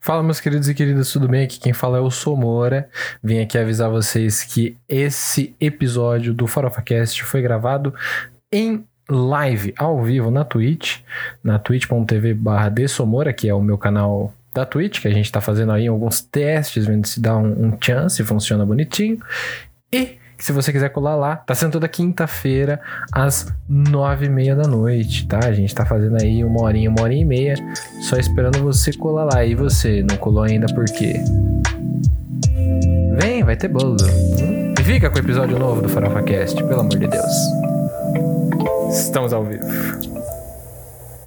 Fala, meus queridos e queridas, tudo bem? Aqui quem fala é o Somora. Vim aqui avisar vocês que esse episódio do FarofaCast foi gravado em live, ao vivo, na Twitch, na twitch.tv barra Dessomora, que é o meu canal da Twitch, que a gente tá fazendo aí alguns testes, vendo se dá um, um chance, funciona bonitinho. E se você quiser colar lá, tá sendo toda quinta-feira, às nove e meia da noite, tá? A gente tá fazendo aí uma horinha, uma hora e meia, só esperando você colar lá. E você, não colou ainda por quê? Vem, vai ter bolo. Hum? E fica com o episódio novo do Farofa Cast, pelo amor de Deus. Estamos ao vivo.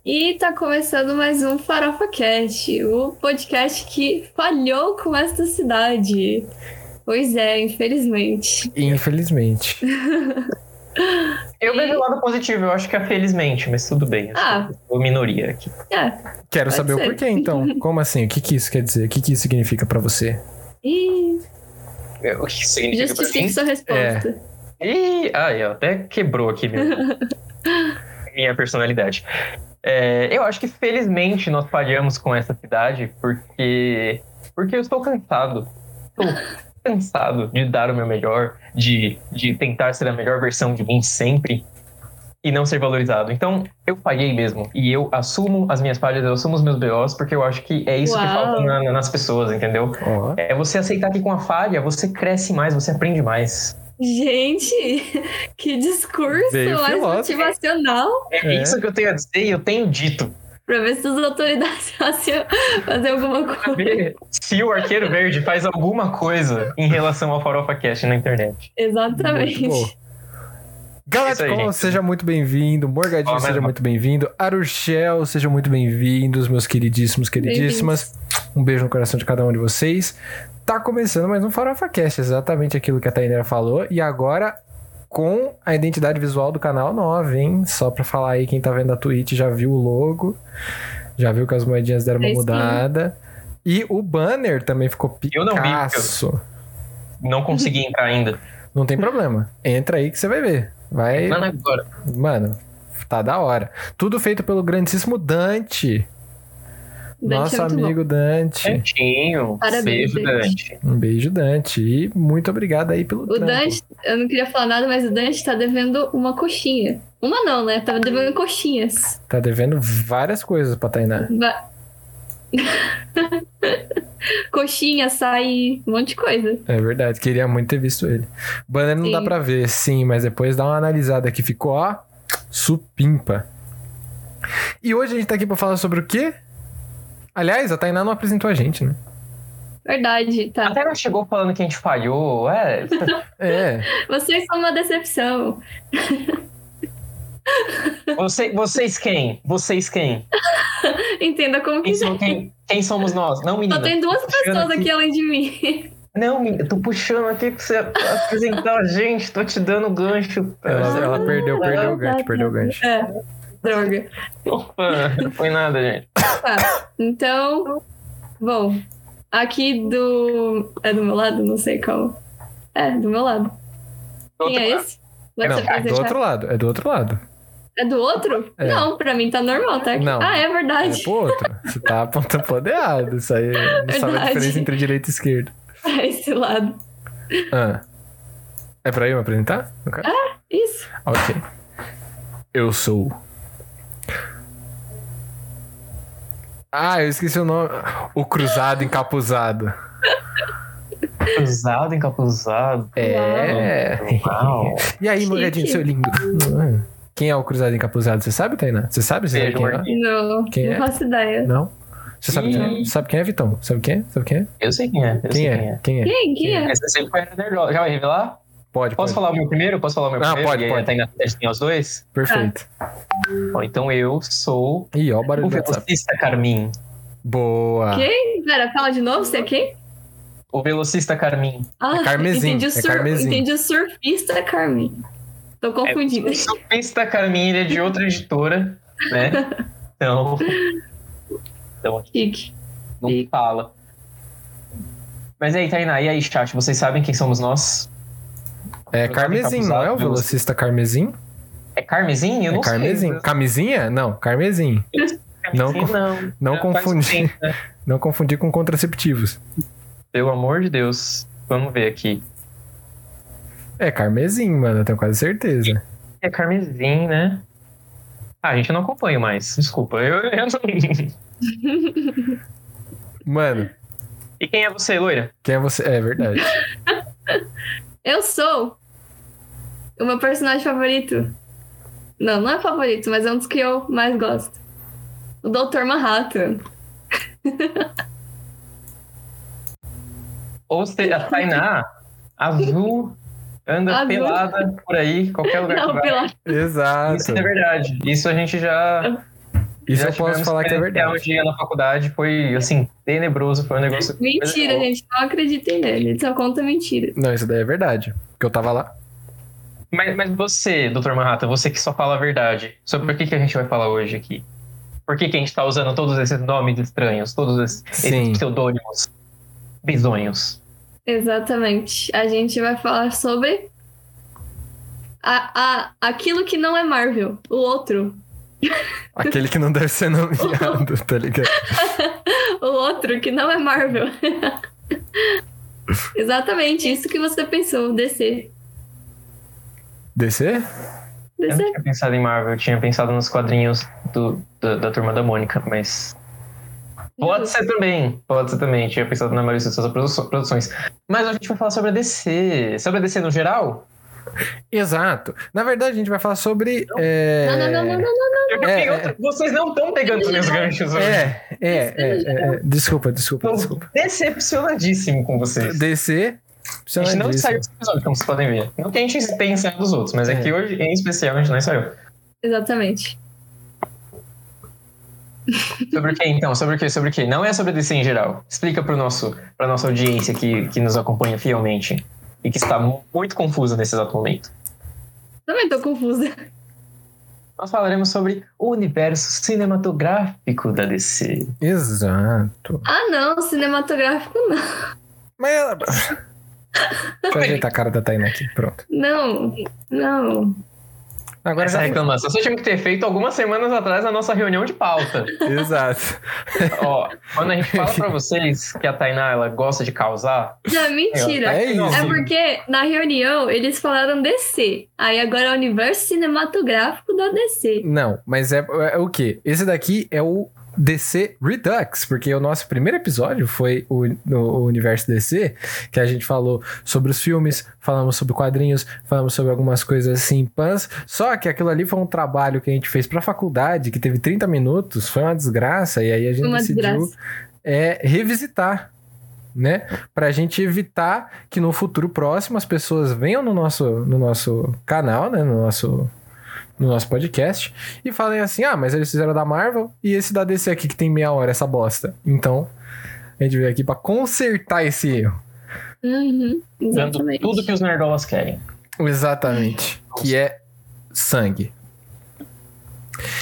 E tá começando mais um Farofa Cast, o podcast que falhou com esta cidade. Pois é, infelizmente. Infelizmente. Eu vejo o lado positivo, eu acho que é felizmente, mas tudo bem. Eu Ah. sou minoria aqui. É. Quero Pode saber o ser. porquê, então. Como assim? O que, que isso quer dizer? O que, que isso significa pra você? Ih, É, O que significa justifique sua resposta. É. pra mim? Ih, ai, ó, até quebrou aqui minha, minha personalidade. É, eu acho que felizmente nós falhamos com essa cidade porque, porque eu estou cansado. Estou cansado de dar o meu melhor, de, de tentar ser a melhor versão de mim sempre e não ser valorizado. Então, eu falhei mesmo. E eu assumo as minhas falhas, eu assumo os meus BOs, porque eu acho que é isso que Uau. falta na- na- nas pessoas, entendeu? Ó. É você aceitar que com a falha você cresce mais, você aprende mais. Gente, que discurso Veio mais filósofo. motivacional É, É. isso que eu tenho a dizer e eu tenho dito. pra ver se as autoridades faziam fazer alguma coisa. Vê Se o Arqueiro Verde faz alguma coisa em relação ao Farofa Cast na internet. Exatamente. Muito bom. Galacticon, Isso aí, gente. seja muito bem-vindo. Morgadinho, Ó, mais seja uma. muito bem-vindo. Aruchel, sejam muito bem-vindos, meus queridíssimos, queridíssimas. Um beijo no coração de cada um de vocês. Tá começando mais um Farofa Cast, exatamente aquilo que a Tainera falou. E agora com a identidade visual do canal 9, hein? Só pra falar aí, quem tá vendo a Twitch já viu o logo, já viu que as moedinhas deram uma É isso aí. mudada. E o banner também ficou Eu não vi, porque eu- picaço. Não consegui entrar ainda. Não tem problema. Entra aí que você vai ver. Vai. Mas agora. Mano, tá da hora. Tudo feito pelo grandíssimo Dante. Dante Nosso é muito bom. É. amigo É. Dante. Cantinho. Parabéns, Beijo, Dante. Um beijo, Dante. E muito obrigado aí pelo O trampo. Dante, eu não queria falar nada, mas o Dante tá devendo uma coxinha. Uma não, né? Tava devendo coxinhas. Tá devendo várias coisas pra Tainá. Va- coxinha, açaí, um monte de coisa. É verdade, queria muito ter visto ele. Banner não Sim. dá pra ver, sim, mas depois dá uma analisada que ficou, ó, supimpa. E hoje a gente tá aqui pra falar sobre o quê? Aliás, a Tainá não apresentou a gente, né? Verdade, tá. Até ela chegou falando que a gente falhou. É, É, Vocês são uma decepção. você- vocês quem? Vocês quem? Entenda como Quem, quiser. são- quem- quem somos nós? Não, menina. Só tem duas Tô puxando pessoas aqui. aqui além de mim. Não, menina, tô puxando aqui pra você apresentar a gente. Tô te dando gancho. ela, ela perdeu, perdeu o tá, gancho, tá. perdeu o gancho. É, droga. é um Opa, não foi nada, gente. Tá, então, bom, aqui do. É do meu lado? Não sei qual. É, do meu lado. Quem é esse? Vai Não, se é do É do apresentar. outro lado, é do outro lado. É do outro? É. Não, pra mim tá normal, tá? aqui. Não. Ah, é É verdade. pro outro. Você tá apontando pro lado errado. Isso aí não sabe a Verdade. diferença entre direita e esquerda. É esse lado. Ah. É pra eu me apresentar? No caso? Isso. Ok. Eu sou. Ah, eu esqueci o nome. O Cruzado Encapuzado. Encapuzado, encapuzado. É. Uau. E aí, Chique. molegadinho, seu lindo? Quem é o Cruzado Encapuzado? Você sabe, Tainá? Você sabe? Você sabe Beijo, quem é? Marquinhos. Não, Quem não é? faço ideia. Não? Você sabe quem é? Ih. Sabe quem é, Vitão? Sabe quem é? Sabe quem é? Eu sei quem é. Eu Quem sei é? Quem é? Quem? Quem é? Essa sempre foi a Nerdola. Já vai revelar? Pode, pode. Posso falar o meu primeiro? Posso falar o meu Ah, primeiro? pode, E aí pode. Tá ainda tem os dois? Perfeito. Bom, então eu sou Ih, ó o o barulho do WhatsApp. velocista Carmin. Boa. Quem? Pera, fala de novo, você é quem? O velocista Carmin. Ah, Carmesim, entendi, é o sur... Carmesim. É entendi o surfista Carmen. Tô confundindo. O surfista Carmin, ele é de outra editora, né? Então, Chique. não Sim. fala. Mas e aí, Tainá, e aí, chat, vocês sabem quem somos nós? É carmesim, não né? é o velocista carmesim? É Carmesim? Eu É não carmesim. sei. Camisinha? Não, carmesim. Não, Sim, con- não. não Já faz confundir. tempo, né? não confundir com contraceptivos. Pelo amor de Deus. Vamos ver aqui. É carmesim, mano, eu tenho quase certeza. É carmesim, né? Ah, a gente não acompanha mais. Desculpa. Eu, eu não... Mano, E quem é você, loira? quem é você? É verdade. Eu sou o meu personagem favorito. Não, não é favorito, mas é um dos que eu mais gosto. O Dr. Manhattan. Ou seja, a Tainá, azul, anda Azul. pelada por aí, qualquer lugar Não, que vai. pela... Exato. Isso é verdade. Isso a gente já. Isso já eu posso tivemos falar que é presencial verdade. Um dia na faculdade foi, assim, tenebroso. Foi um negócio. Mentira, é coisa- gente. Não acreditem nele. Ele só conta mentira. Não, isso daí é verdade. Porque eu tava lá. Mas, mas você, Dr. Manhattan, você que só fala a verdade, sobre o que, que a gente vai falar hoje aqui? Por que, que a gente tá usando todos esses nomes estranhos, todos esses, Sim. esses pseudônimos bizonhos? Exatamente. A gente vai falar sobre a, a, aquilo que não é Marvel, o outro. Aquele que não deve ser nomeado, tá ligado? O outro que não é Marvel. Exatamente, isso que você pensou, DC. Descer? Eu não DC. tinha pensado em Marvel, eu tinha pensado nos quadrinhos do, do- da Turma da Mônica, mas. Pode ser também, pode ser também. Tinha pensado na maioria das suas produ- produções. Mas a gente vai falar sobre a DC. Sobre a DC no geral? Exato. Na verdade, a gente vai falar sobre. é, Não, não, não, não, não, não. Eu É, peguei é. outra- Vocês não estão pegando meus ganchos hoje. É, é, é, é, é. Desculpa, desculpa, Tô desculpa. decepcionadíssimo com vocês. Descer. A gente não disso. saiu desse episódio, como vocês podem ver. Não que a gente tenha ensaiado dos outros, mas É. é. que hoje, em especial, a gente não ensaiou. Exatamente. Sobre o que então? Sobre o que? Sobre o que? Não é sobre a DC em geral. Explica pro nosso, pra nossa audiência que, que nos acompanha fielmente e que está mu- muito confusa nesse exato momento. Também tô confusa. Nós falaremos sobre o universo cinematográfico da DC. Exato. Ah, não, cinematográfico não. Mas ela. Deixa eu ajeitar a cara da Tainá aqui. Pronto. Não, não. Agora Essa já. reclamação você tinha que ter feito algumas semanas atrás na nossa reunião de pauta. Exato. Ó, quando a gente fala pra vocês que a Tainá ela gosta de causar, Não, mentira. É isso. É porque na reunião eles falaram DC. Aí agora é o universo cinematográfico da DC. Não, mas é, é o quê? Esse daqui é o DC Redux, porque o nosso primeiro episódio foi o, no, o universo DC, que a gente falou sobre os filmes, falamos sobre quadrinhos, falamos sobre algumas coisas assim, pans. Só que aquilo ali foi um trabalho que a gente fez pra faculdade, que teve 30 minutos, foi uma desgraça, e aí a gente Uma decidiu desgraça. é, revisitar. Né? Pra gente evitar que no futuro próximo as pessoas venham no nosso, no nosso canal, né? no, nosso, no nosso podcast, e falem assim: ah, mas eles fizeram da Marvel e esse da DC aqui que tem meia hora, essa bosta. Então, a gente veio aqui pra consertar esse erro. Uhum, dando exatamente. é tudo que os nerdolas querem. Exatamente. Que é sangue.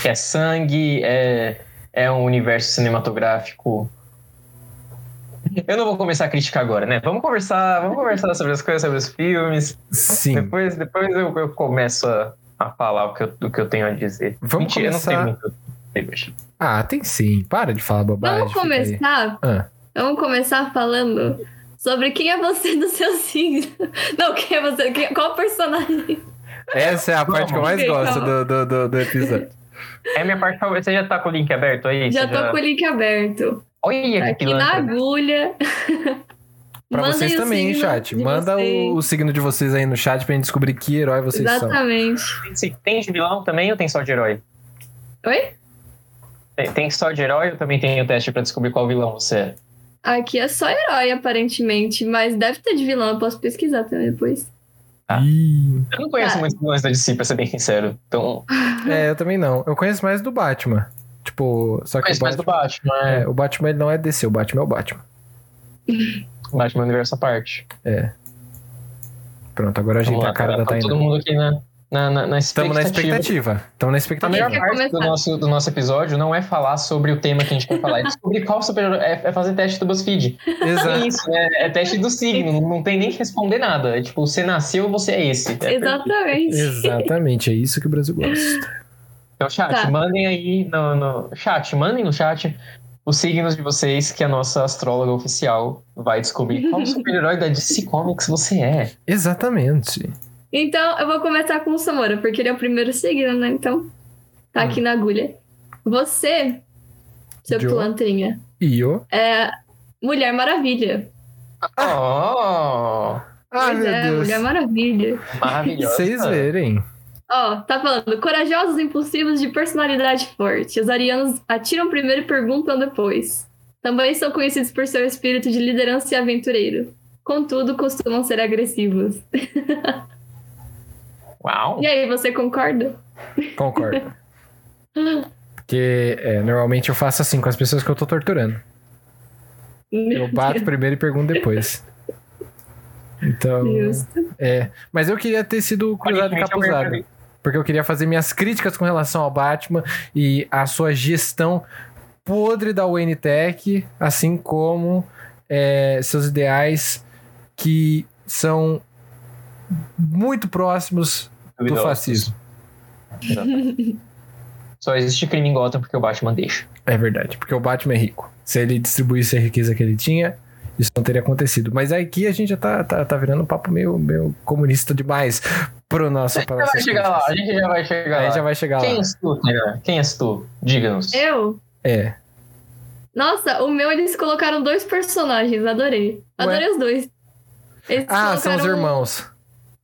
Que é sangue, é, é um universo cinematográfico. Eu não vou começar a criticar agora, né? Vamos conversar, vamos conversar sobre as coisas, sobre os filmes. Sim. Depois, depois eu, eu começo a, a falar o que, eu, o que eu tenho a dizer. Vamos Mentira, eu começar- não tenho muito. hoje. Ah, tem sim. Para de falar bobagem. Vamos fica aí. começar? Ah. Vamos começar falando sobre quem é você do seu signo. Não, quem é você? quem- qual personagem? Essa é a parte que eu mais Ok, gosto calma. do, do, do, do episódio. É a minha parte favorita. Você já tá com o link aberto aí? Já Você tô com o link aberto. Tá Olha que aqui na pilantra. agulha. é Pra Mandem vocês o também, hein, signo chat. de Manda vocês. o, o signo de vocês aí no chat pra gente descobrir que herói vocês são. Exatamente. Se Tem de vilão também ou tem só de herói? Oi? Tem, tem só de herói ou também tem o teste pra descobrir qual vilão você é? Aqui é só herói, aparentemente, mas deve ter de vilão, eu posso pesquisar também depois. Ah. Ih. Eu não conheço Ah. muitos vilões da DC, pra ser bem sincero. Então, É, eu também não. Eu conheço mais do Batman. Tipo, só que o conheço mais do Batman, Batman. é. é, o Batman ele não é DC, o Batman é o Batman. Batman Universo à parte. Pronto, agora a gente Vamos tá lá, a cara da tá todo Tainá. mundo aqui na, na, na, na Estamos expectativa. na expectativa. Estamos na A expectativa. melhor Quem quer parte do começar? nosso, do nosso episódio não é falar sobre o tema que a gente quer falar, é descobrir qual super é, é fazer teste do BuzzFeed. É Exato. isso, né? É teste do signo, não tem nem que responder nada. É tipo, você nasceu, você é esse. É Exatamente. Exatamente, é isso que o Brasil gosta. Então, chat, Tá. mandem aí no, no- Chat, mandem no chat os signos de vocês que a nossa astróloga oficial vai descobrir qual super-herói da DC Comics você é. Exatamente. Então, eu vou começar com o Samora, porque ele é o primeiro signo, né? Então, tá Hum. aqui na agulha. Você, seu Jo. plantrinha, E eu. é Mulher Maravilha. Oh! Ah, Pois meu é, Deus. Mulher Maravilha. Maravilhosa. Vocês verem. Ó, tá falando, corajosos, impulsivos, de personalidade forte. Os arianos atiram primeiro e perguntam depois. Também são conhecidos por seu espírito de liderança e aventureiro. Contudo, costumam ser agressivos. Uau! E aí, você concorda? Concordo. Porque é, normalmente eu faço assim com as pessoas que eu tô torturando. Eu bato primeiro e pergunto depois. Então. Justo. É. Mas eu queria ter sido cruzado e Aparentemente é o capuzado. Mercúrio. Porque eu queria fazer minhas críticas com relação ao Batman e a sua gestão podre da UNTech, assim como é, seus ideais que são muito próximos do Duvidosos. fascismo. Só existe crime em Gotham porque o Batman deixa. É verdade, porque o Batman é rico. Se ele distribuísse a riqueza que ele tinha, isso não teria acontecido. Mas aqui a gente já tá, tá, tá virando um papo meio, meio comunista demais pro nosso... A gente já vai chegar lá, a gente já vai chegar Aí lá. já vai chegar Quem lá. és tu, Tainá? Quem és tu? Diga-nos. Eu? É. Nossa, o meu eles colocaram dois personagens, adorei. Adorei os dois. Eles Ah, são os colocaram- um- irmãos.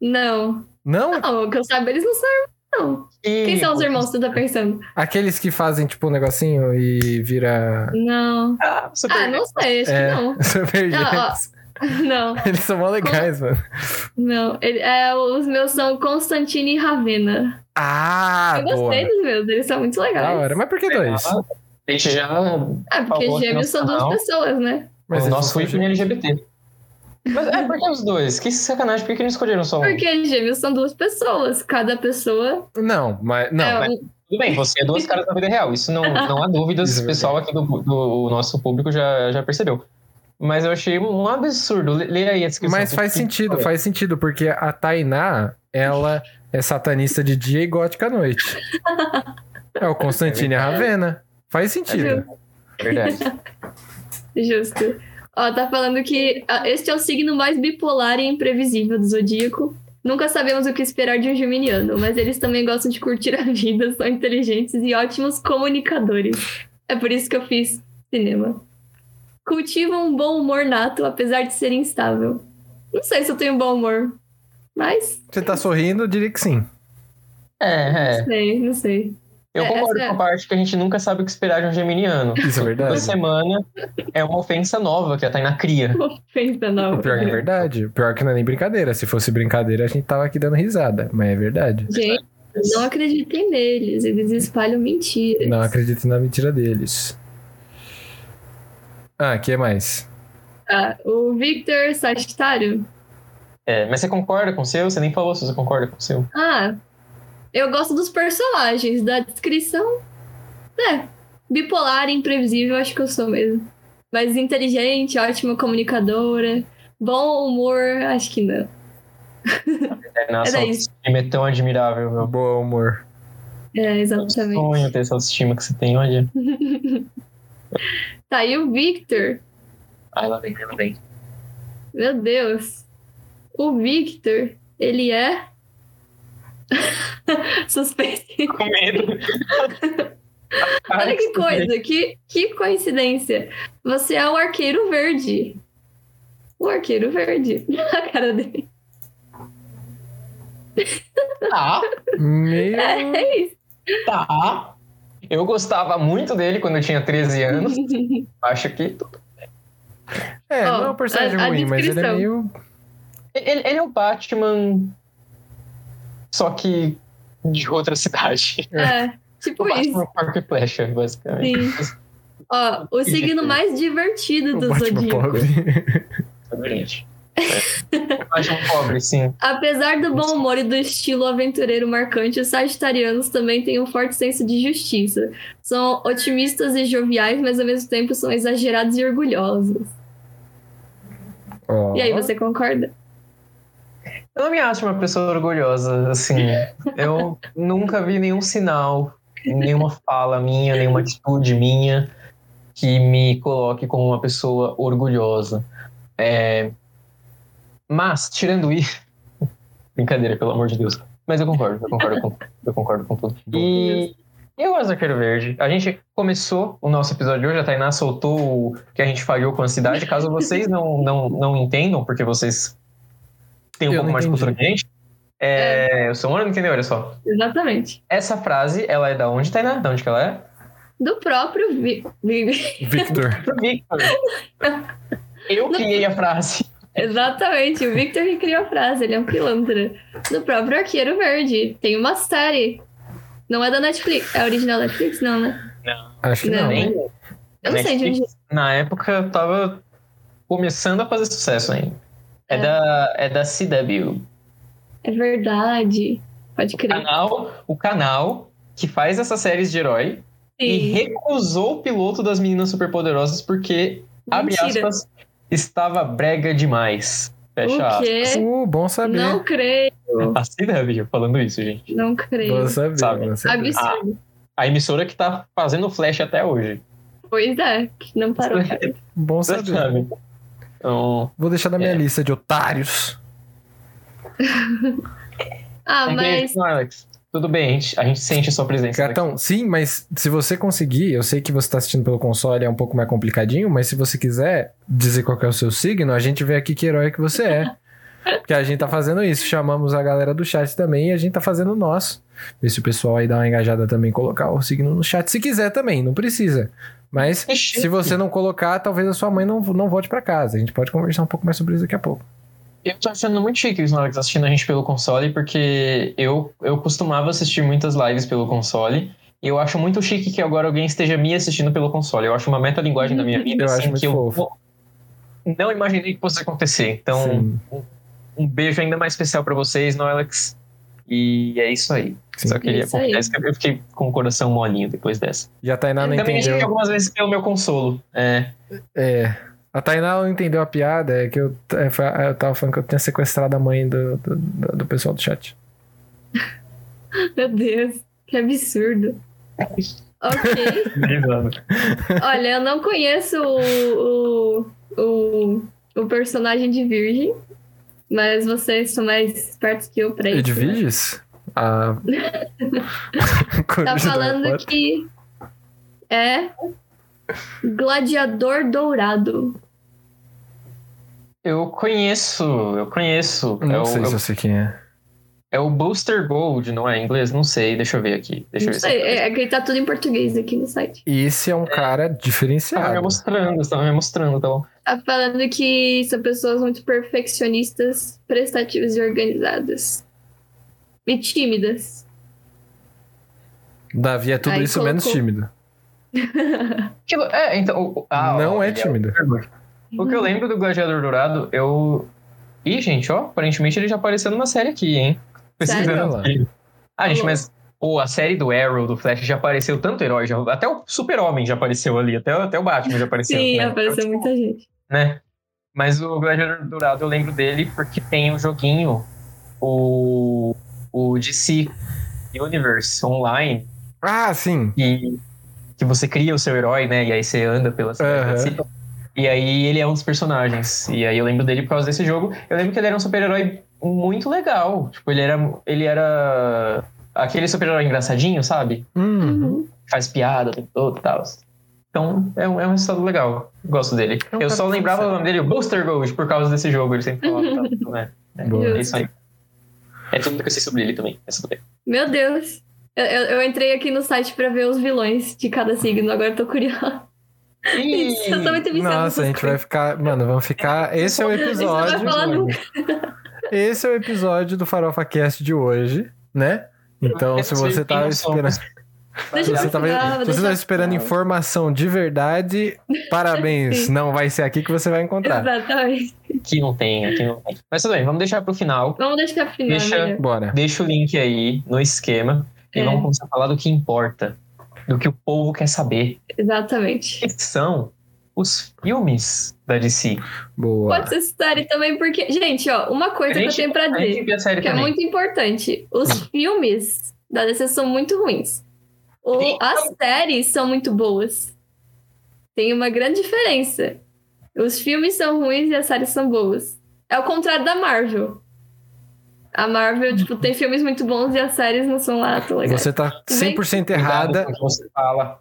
Não. Não? Não, que eu saiba, eles não são irmãos, não. Quem são os irmãos? que Você tá pensando? Aqueles que fazem, tipo, um negocinho e vira. Não. Ah, super. Ah, não sei, acho É. que não. Super Não, ó. Gêmeos. Não, Eles são mó legais, mano. não. Ele- é, os meus são Constantino e Ravena. Ah, eu boa. gostei dos meus, eles são muito legais. Da hora. Mas por que dois? A gente já. Ah, porque Favor, gêmeos são duas não. pessoas, né? Mas o eles nosso não são ícone é LGBT. Mas é, por que os dois? Que sacanagem, por que que não escolheram só um? Porque gêmeos são duas pessoas. Cada pessoa Não, mas. Não. é mas- um. Tudo bem, você é duas caras da vida real, isso não, não há dúvidas, Isso é o pessoal aqui do, do nosso público já, já percebeu. Mas eu achei um absurdo. Lê- Lê aí a descrição. É, Mas faz sentido, faz sentido, porque a Tainá, ela é satanista de dia e gótica à noite. É o Constantine e a Ravena. Faz É sentido. Verdade. Justo. Ó, tá falando que ah, este é o signo mais bipolar e imprevisível do zodíaco. Nunca sabemos o que esperar de um geminiano, mas eles também gostam de curtir a vida, são inteligentes e ótimos comunicadores. É por isso que eu fiz cinema. Cultivam um bom humor nato, apesar de ser instável. Não sei se eu tenho bom humor, mas Você tá sorrindo, eu diria que sim. É, é. não sei, não sei. Eu É, concordo essa- com a parte que a gente nunca sabe o que esperar de um geminiano. Isso é Toda verdade. semana é uma ofensa nova que a Tainá cria. Ofensa O não. pior que é verdade. O pior que não é nem brincadeira. Se fosse brincadeira, a gente tava aqui dando risada. Mas é verdade. Gente, não acreditem neles, eles espalham mentiras. Não acredito na mentira deles. Ah, que mais? Tá, o Victor Sagitário. É, mas você concorda com o seu? Você nem falou se você concorda com o seu. Ah, eu gosto dos personagens, da descrição. É, bipolar, imprevisível, acho que eu sou mesmo. Mas inteligente, ótima comunicadora, bom humor, acho que não. Tainá, É sua daí. autoestima é tão admirável, meu. Bom humor. É, Sonho exatamente. ter essa autoestima que você tem, olha. Tá, e o Victor. Ah, Ai, lá vem, lá vem. Meu Deus. O Victor, ele é. Suspeito. Com medo. Olha que coisa, que, que coincidência. Você é o arqueiro verde. O arqueiro verde. A cara dele. Tá, Meu... É isso. tá. Eu gostava muito dele quando eu tinha 13 anos. Acho que. É, Ó, não é um personagem a- a ruim, mas ele é descrição. meio. Ele, ele é o Batman. Só que de outra cidade. É, O tipo isso. Batman com arco e flecha, basicamente. Ó, o signo mais divertido O do Batman zodíaco. pobre. É verdade. É. O Batman pobre, sim. Apesar do bom humor e do estilo aventureiro marcante, os sagitarianos também têm um forte senso de justiça. São otimistas e joviais, mas ao mesmo tempo são exagerados e orgulhosos. Ó. E aí, você concorda? Eu não me acho uma pessoa orgulhosa, assim. Eu nunca vi nenhum sinal nenhuma fala minha, nenhuma atitude minha que me coloque como uma pessoa orgulhosa. É, Mas, tirando isso. Brincadeira, pelo amor de Deus. Mas eu concordo, eu concordo com, eu concordo com tudo. E eu gosto da Quero Verde. A gente começou o nosso episódio de hoje, a Tainá soltou o que a gente falhou com a cidade. Caso vocês não, não, não entendam, porque vocês têm um Eu pouco não mais de cultura que entendi. a gente. É, Eu sou um ano, entendeu? Olha só. Exatamente. Essa frase, ela é da onde, Tainá? Da onde que ela é? Do próprio Vi- Vi- Victor. Do Victor. Eu criei a frase. Exatamente, o Victor que criou a frase, ele é um pilantra. Do próprio Arqueiro Verde. Tem uma série. Não é da Netflix. É original da Netflix, não, né? Acho que Não, não. Nem- Eu não sei de onde. Né? Na época, eu tava começando a fazer sucesso ainda. É, É. Da, é da CW. É verdade. Pode O crer. canal, o canal que faz essas séries de herói e Sim. recusou o piloto das meninas superpoderosas porque, abre Mentira. aspas, estava brega demais. Fecha O aspas. quê? Uh, bom saber. É, Não creio. A CW falando isso, gente. Não creio. Bom saber. Sabe? bom saber. Absurdo. A emissora que tá fazendo flash até hoje. Pois é, que não parou. cara. Bom Você saber. sabe? Então, Vou deixar na minha É. lista de otários. Ah, um mas. beijo, Alex. Tudo bem, a gente, a gente sente a sua presença. aqui. Gatão, sim, mas se você conseguir, eu sei que você tá assistindo pelo console, é um pouco mais complicadinho, mas se você quiser dizer qual que é o seu signo, a gente vê aqui que herói que você é. Porque a gente tá fazendo isso, chamamos a galera do chat também e a gente tá fazendo o nosso. Vê se o pessoal aí dá uma engajada também, colocar o signo no chat, se quiser também, não precisa. Mas Que chique. se você não colocar, talvez a sua mãe não, não volte pra casa. A gente pode conversar um pouco mais sobre isso daqui a pouco. Eu tô achando muito chique os Alex tá assistindo a gente pelo console, porque eu, eu costumava assistir muitas lives pelo console. E eu acho muito chique que agora alguém esteja me assistindo pelo console. Eu acho uma metalinguagem da minha vida Eu assim, acho muito que eu fofo. não- não imaginei que fosse acontecer. Então, Sim, um beijo ainda mais especial pra vocês, não, Alex? E é isso aí. sim. Só queria É Isso aí. confessar isso, que eu fiquei com o coração molinho depois dessa. E a Tainá não Também acho que entendeu. algumas vezes pelo meu consolo. É. É. A Tainá ela não entendeu a piada, é que eu, é, foi- eu tava falando que eu tinha sequestrado a mãe do, do, do- do pessoal do chat. Meu Deus, que absurdo. Ok. Olha, eu não conheço o, o, o, o personagem de Virgem, mas vocês são mais espertos que eu É pra isso. né? Edviges? A. Tá falando que é Gladiador Dourado. Eu conheço, eu conheço. Não é, o, sei é o- se eu sei quem é. é o Booster Gold, não é em inglês? Não sei, deixa eu ver aqui. Deixa eu Não ver sei, se eu- é, é que tá tudo em português aqui no site. E esse é um cara Tava me diferenciado. mostrando, você tava me mostrando, tá bom. Tá falando que são pessoas muito perfeccionistas, prestativas e organizadas. E tímidas. Davi é tudo Aí isso colocou- menos tímido. Tipo, é, então. o- o- ah, não ó, é ele o tímido. Booster Gold. O que eu lembro do Gladiador Dourado, eu. Ih, gente, ó, aparentemente ele já apareceu numa série aqui, hein? Sério? Pesquisando. aqui. Ah, gente, mas. Pô, a série do Arrow, do Flash, já apareceu tanto herói, já- até o Super-Homem já apareceu ali, até, até o Batman já apareceu. Sim, né? apareceu Então, muita gente. né? Mas o Gladiador Dourado eu lembro dele porque tem um joguinho, o, o DC Universe Online, Ah, sim. que, que você cria o seu herói, né? E aí você anda pela Aham. cidade. E aí ele é um dos personagens. E aí eu lembro dele por causa desse jogo. Eu lembro que ele era um super-herói muito legal. Tipo, ele era. Ele era. Aquele super-herói engraçadinho, sabe? Hum, Uhum. faz piada o tempo todo e tal. Então, é um, é um resultado legal. Gosto dele. É um eu só cara lembrava o sincero. nome dele, o Booster Gold, por causa desse jogo. Ele sempre falava, tá, então, né? É, Boa. é isso aí. É tudo que eu sei sobre ele também. É tudo bem. Meu Deus. Eu, eu- eu entrei aqui no site pra ver os vilões de cada signo, agora eu tô curiosa. Eu tô muito viciada Nossa, a gente vai ficar. Mano, vamos ficar. Esse é o gente não vai episódio. falar mano. Esse é o episódio do Farofa Cast de hoje, né? Então, Eu se não sei você quem tá nós somos. esperando. Deixa Se eu você tava, procurar, vou se você deixar tá esperando procurar. informação de verdade, parabéns. Sim. Não vai ser aqui que você vai encontrar. Exatamente. Aqui não tem, aqui não tem. Mas tudo bem, vamos deixar pro final. Vamos deixar pro final, né? Deixa- melhor. Bora. Deixa o link aí no esquema e É. vamos começar a falar do que importa. Do que o povo quer saber. Exatamente. Que são os filmes da DC. Boa. Pode ser série também, porque... Gente, ó, uma coisa que eu Gente, tenho pra A dizer, gente vê a série que é também. muito importante. Os filmes da DC são muito ruins. Ou Sim. as séries são muito boas. Tem uma grande diferença. Os filmes são ruins e as séries são boas. É o contrário da Marvel. A Marvel, tipo, tem filmes muito bons e as séries não são lá tão legais. Você tá 100% Cuidado errada. com o que Você fala.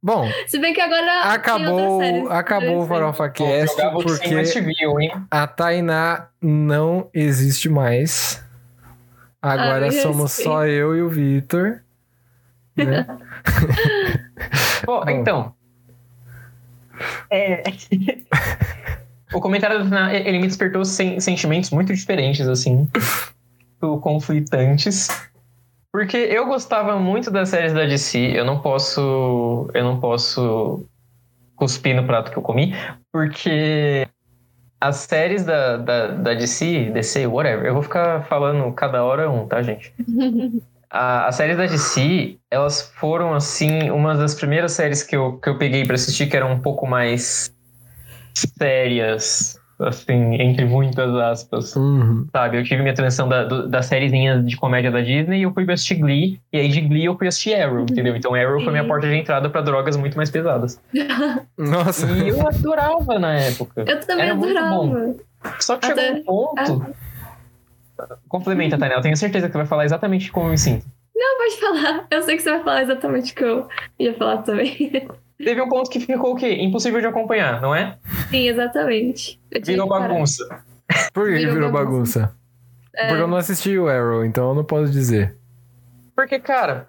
Bom, Se bem que agora tem outras séries acabou, acabou o interessantes. Farofa Bom, Cast jogava o Steam é porque Westview, hein? a Tainá não existe mais. Agora Ah, eu somos sei. só eu e o Vitor. né? Bom, Bom. então. É... o comentário do Renan, ele me despertou sen- sentimentos muito diferentes, assim. muito conflitantes. Porque eu gostava muito das séries da DC, eu não posso. Eu não posso cuspir no prato que eu comi, porque as séries da, da, da DC, DC, whatever, eu vou ficar falando cada hora um, tá, gente? A, as séries da DC, elas foram, assim, uma das primeiras séries que eu, que eu peguei pra assistir que eram um pouco mais sérias, assim, entre muitas aspas. Uhum. Sabe, eu tive minha transição da, do- das sériezinhas de comédia da Disney e eu fui pra assistir Glee, e aí de Glee eu fui assistir Arrow, entendeu? Então Arrow foi minha Uhum. Sim. porta de entrada pra drogas muito mais pesadas. Nossa. E eu adorava na época. Eu também Era muito adorava. Só que Até- Ah. chegou um ponto. Complementa, Tainá, eu tenho certeza que você vai falar exatamente como eu me sinto. Não, pode falar. Eu sei que você vai falar exatamente o que eu ia falar também. Teve um ponto que ficou o quê? Impossível de acompanhar, não é? Sim, exatamente. Eu tinha Virou que parar. bagunça. Por que que Virou virou bagunça? É. Porque eu não assisti o Arrow, então eu não posso dizer. Porque, cara,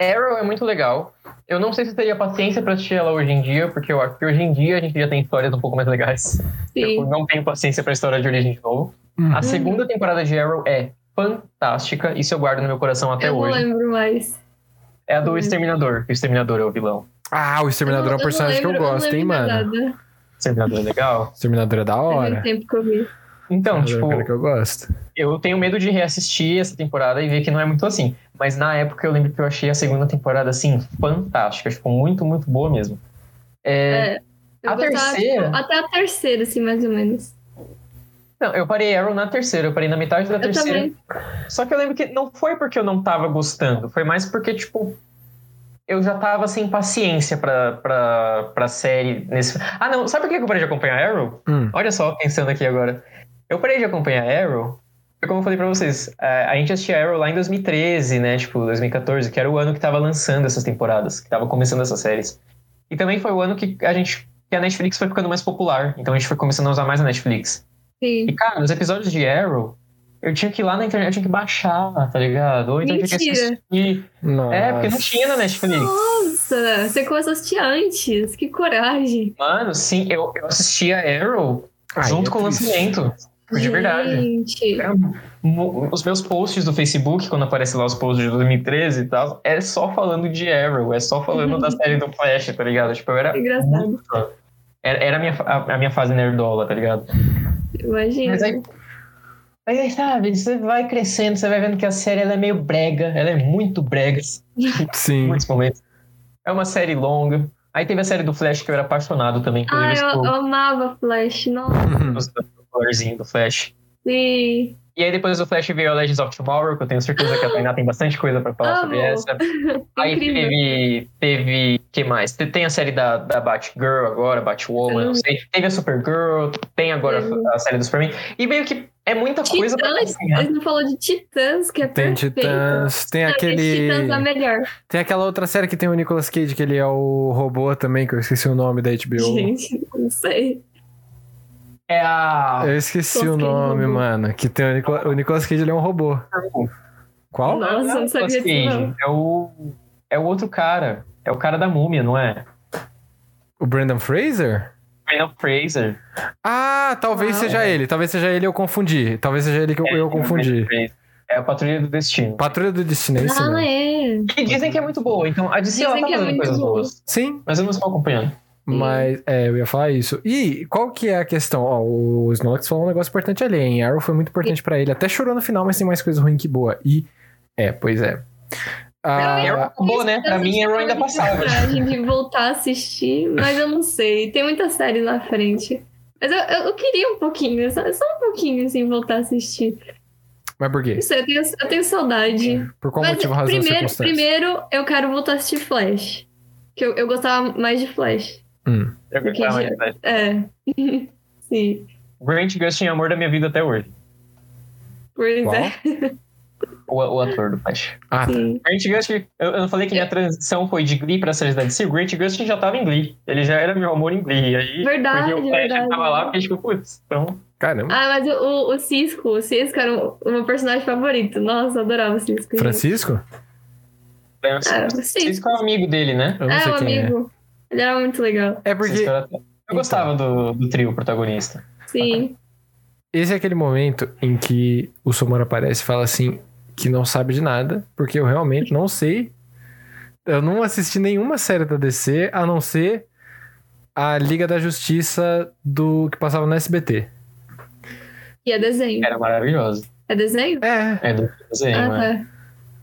Arrow é muito legal. Eu não sei se eu teria paciência pra assistir ela hoje em dia, porque eu acho que hoje em dia a gente já tem histórias um pouco mais legais. Eu Sim. não tenho paciência pra história de origem de novo. Uhum. A segunda temporada de Arrow é fantástica, isso eu guardo no meu coração até Eu não hoje. lembro mais. É a Eu do lembro. Exterminador, que o Exterminador é o vilão. Ah, o Exterminador é um não personagem que eu lembro- não gosto, hein, lembro mano? Nada. O Exterminador é legal. O Exterminador é da Faz hora. muito tempo que eu vi. Exterminador é Então, um tipo, cara que eu gosto. eu tenho medo de reassistir essa temporada e ver que não é muito assim. Mas na época eu lembro que eu achei a segunda temporada, assim, fantástica. Tipo, muito, muito boa mesmo. É, Eu A terceira? tipo, até a terceira, assim, mais ou menos. Não, eu parei Arrow na terceira, eu parei na metade da Eu terceira. também. Só que eu lembro que não foi porque eu não tava gostando, foi mais porque, tipo, eu já tava sem paciência pra, pra, pra série nesse. Ah, não, sabe por que eu parei de acompanhar Arrow? Hum. Olha só, pensando aqui agora. Eu parei de acompanhar Arrow, porque como eu falei pra vocês, é, a, a gente assistia Arrow lá em 2013, né? Tipo, 2014, que era o ano que tava lançando essas temporadas, que tava começando essas séries. E também foi o ano que a gente. que a Netflix foi ficando mais popular, então a gente foi começando a usar mais a Netflix. Sim. E, cara, os episódios de Arrow, eu tinha que ir lá na internet, eu tinha que baixar, tá ligado? Ou então eu tinha que Mentira. assistir. É, porque não tinha na Netflix. Nossa, você começou a assistir antes. Que coragem. Mano, sim, eu, eu assistia Arrow é junto com o lançamento. De verdade. Gente. Era mu- Os meus posts do Facebook, quando aparece lá os posts de 2013 e tal, é só falando de Arrow, é só falando da série do Flash, tá ligado? Tipo, eu era. Engraçado. muito fã. Era, era a, minha, fa- a, a minha fase nerdola, tá ligado? Imagina. Mas aí. Mas aí, sabe, você vai crescendo, você vai vendo que a série ela é meio brega, ela é muito brega em Sim. muitos momentos. É uma série longa. Aí teve a série do Flash que eu era apaixonado também, Ah, inclusive eu, eu ah, amava Flash. Nossa, Uhum. o colorzinho do Flash. sim. E aí depois do Flash veio a Legends of Tomorrow, que eu tenho certeza que a Tainá tem bastante coisa pra falar sobre Amo. essa. Aí Incrível. teve. Teve. que mais? Te- Tem a série da, da Batgirl agora, Batwoman, não Sim. sei. Teve a Supergirl, tem agora Sim. a, a série do Superman. E meio que é muita coisa pra Titãs, acompanhar. ele não falou de Titãs, que é Tem perfeito. Titãs, tem Não, aquele. Titãs é melhor. Tem aquela outra série que tem o Nicolas Cage, que ele é o robô também, que eu esqueci o nome da HBO. Gente, não sei. É a. Eu esqueci Nicolas o Cage é um nome, robô. mano. Que tem o Nicolas, o Nicolas Cage, ele é um robô. Qual? Nossa, é o não sabia Nicolas disso, Cage, não. É o, é o outro cara. É o cara da múmia, não é? O Brandon Fraser? Brandon Fraser. Ah, talvez Não. seja ele. Talvez seja ele eu confundi. Talvez seja ele que eu, eu confundi. É a Patrulha do Destino. Patrulha do Destino, é isso Ah, mesmo? é. Que dizem que é muito boa, então a DC ela Dizem tá que é fazendo muito coisas boa. boas. Sim, Mas eu não estou acompanhando. mas é, eu ia falar isso. E qual que é a questão? Ó, o Snorlax falou um negócio importante ali, hein? Arrow foi muito importante pra ele. Até chorou no final, mas tem mais coisa ruim que boa. E é, pois é. Ah, Arrow acabou, né? Pra mim, Arrow ainda passava. coragem de voltar a assistir, mas eu não sei. Tem muita série na frente. Mas eu, eu, eu queria um pouquinho, só, só um pouquinho, assim, voltar a assistir. Mas por quê? Isso, eu tenho, eu tenho saudade. Por qual Mas motivo, razão e primeiro, circunstância? primeiro, eu quero voltar a assistir Flash. Que eu, eu gostava mais de Flash. Hum. Eu Porque gostava já- mais, né? É. Sim. Grant Gustin é o amor da minha vida até hoje. Pois Qual? é. O, o ator do Flash. Ah, tá. Sim. Grant Gustin, eu, eu não falei que minha transição foi de Glee pra série da DC. O Grant Gustin já tava em Glee. Ele já era meu amor em Glee. Aí, Verdade, porque o Flash verdade. tava lá, porque tipo, putz, então... Caramba. Ah, mas o, o Cisco, o Cisco era o o meu personagem favorito. Nossa, eu adorava o Cisco. gente. Francisco? né, Ah, o Cisco Cisco. é o amigo dele, né? Eu não É, sei o quem amigo. Ele era muito legal. é. É porque Cisco era- Eu gostava do, do trio protagonista. Sim. esse é aquele momento em que o Somor aparece e fala assim que não sabe de nada, porque eu realmente não sei. Eu não assisti nenhuma série da DC, a não ser a Liga da Justiça do que passava no SBT. E é desenho. Era maravilhoso. É desenho? É. É do desenho, ah, né? tá.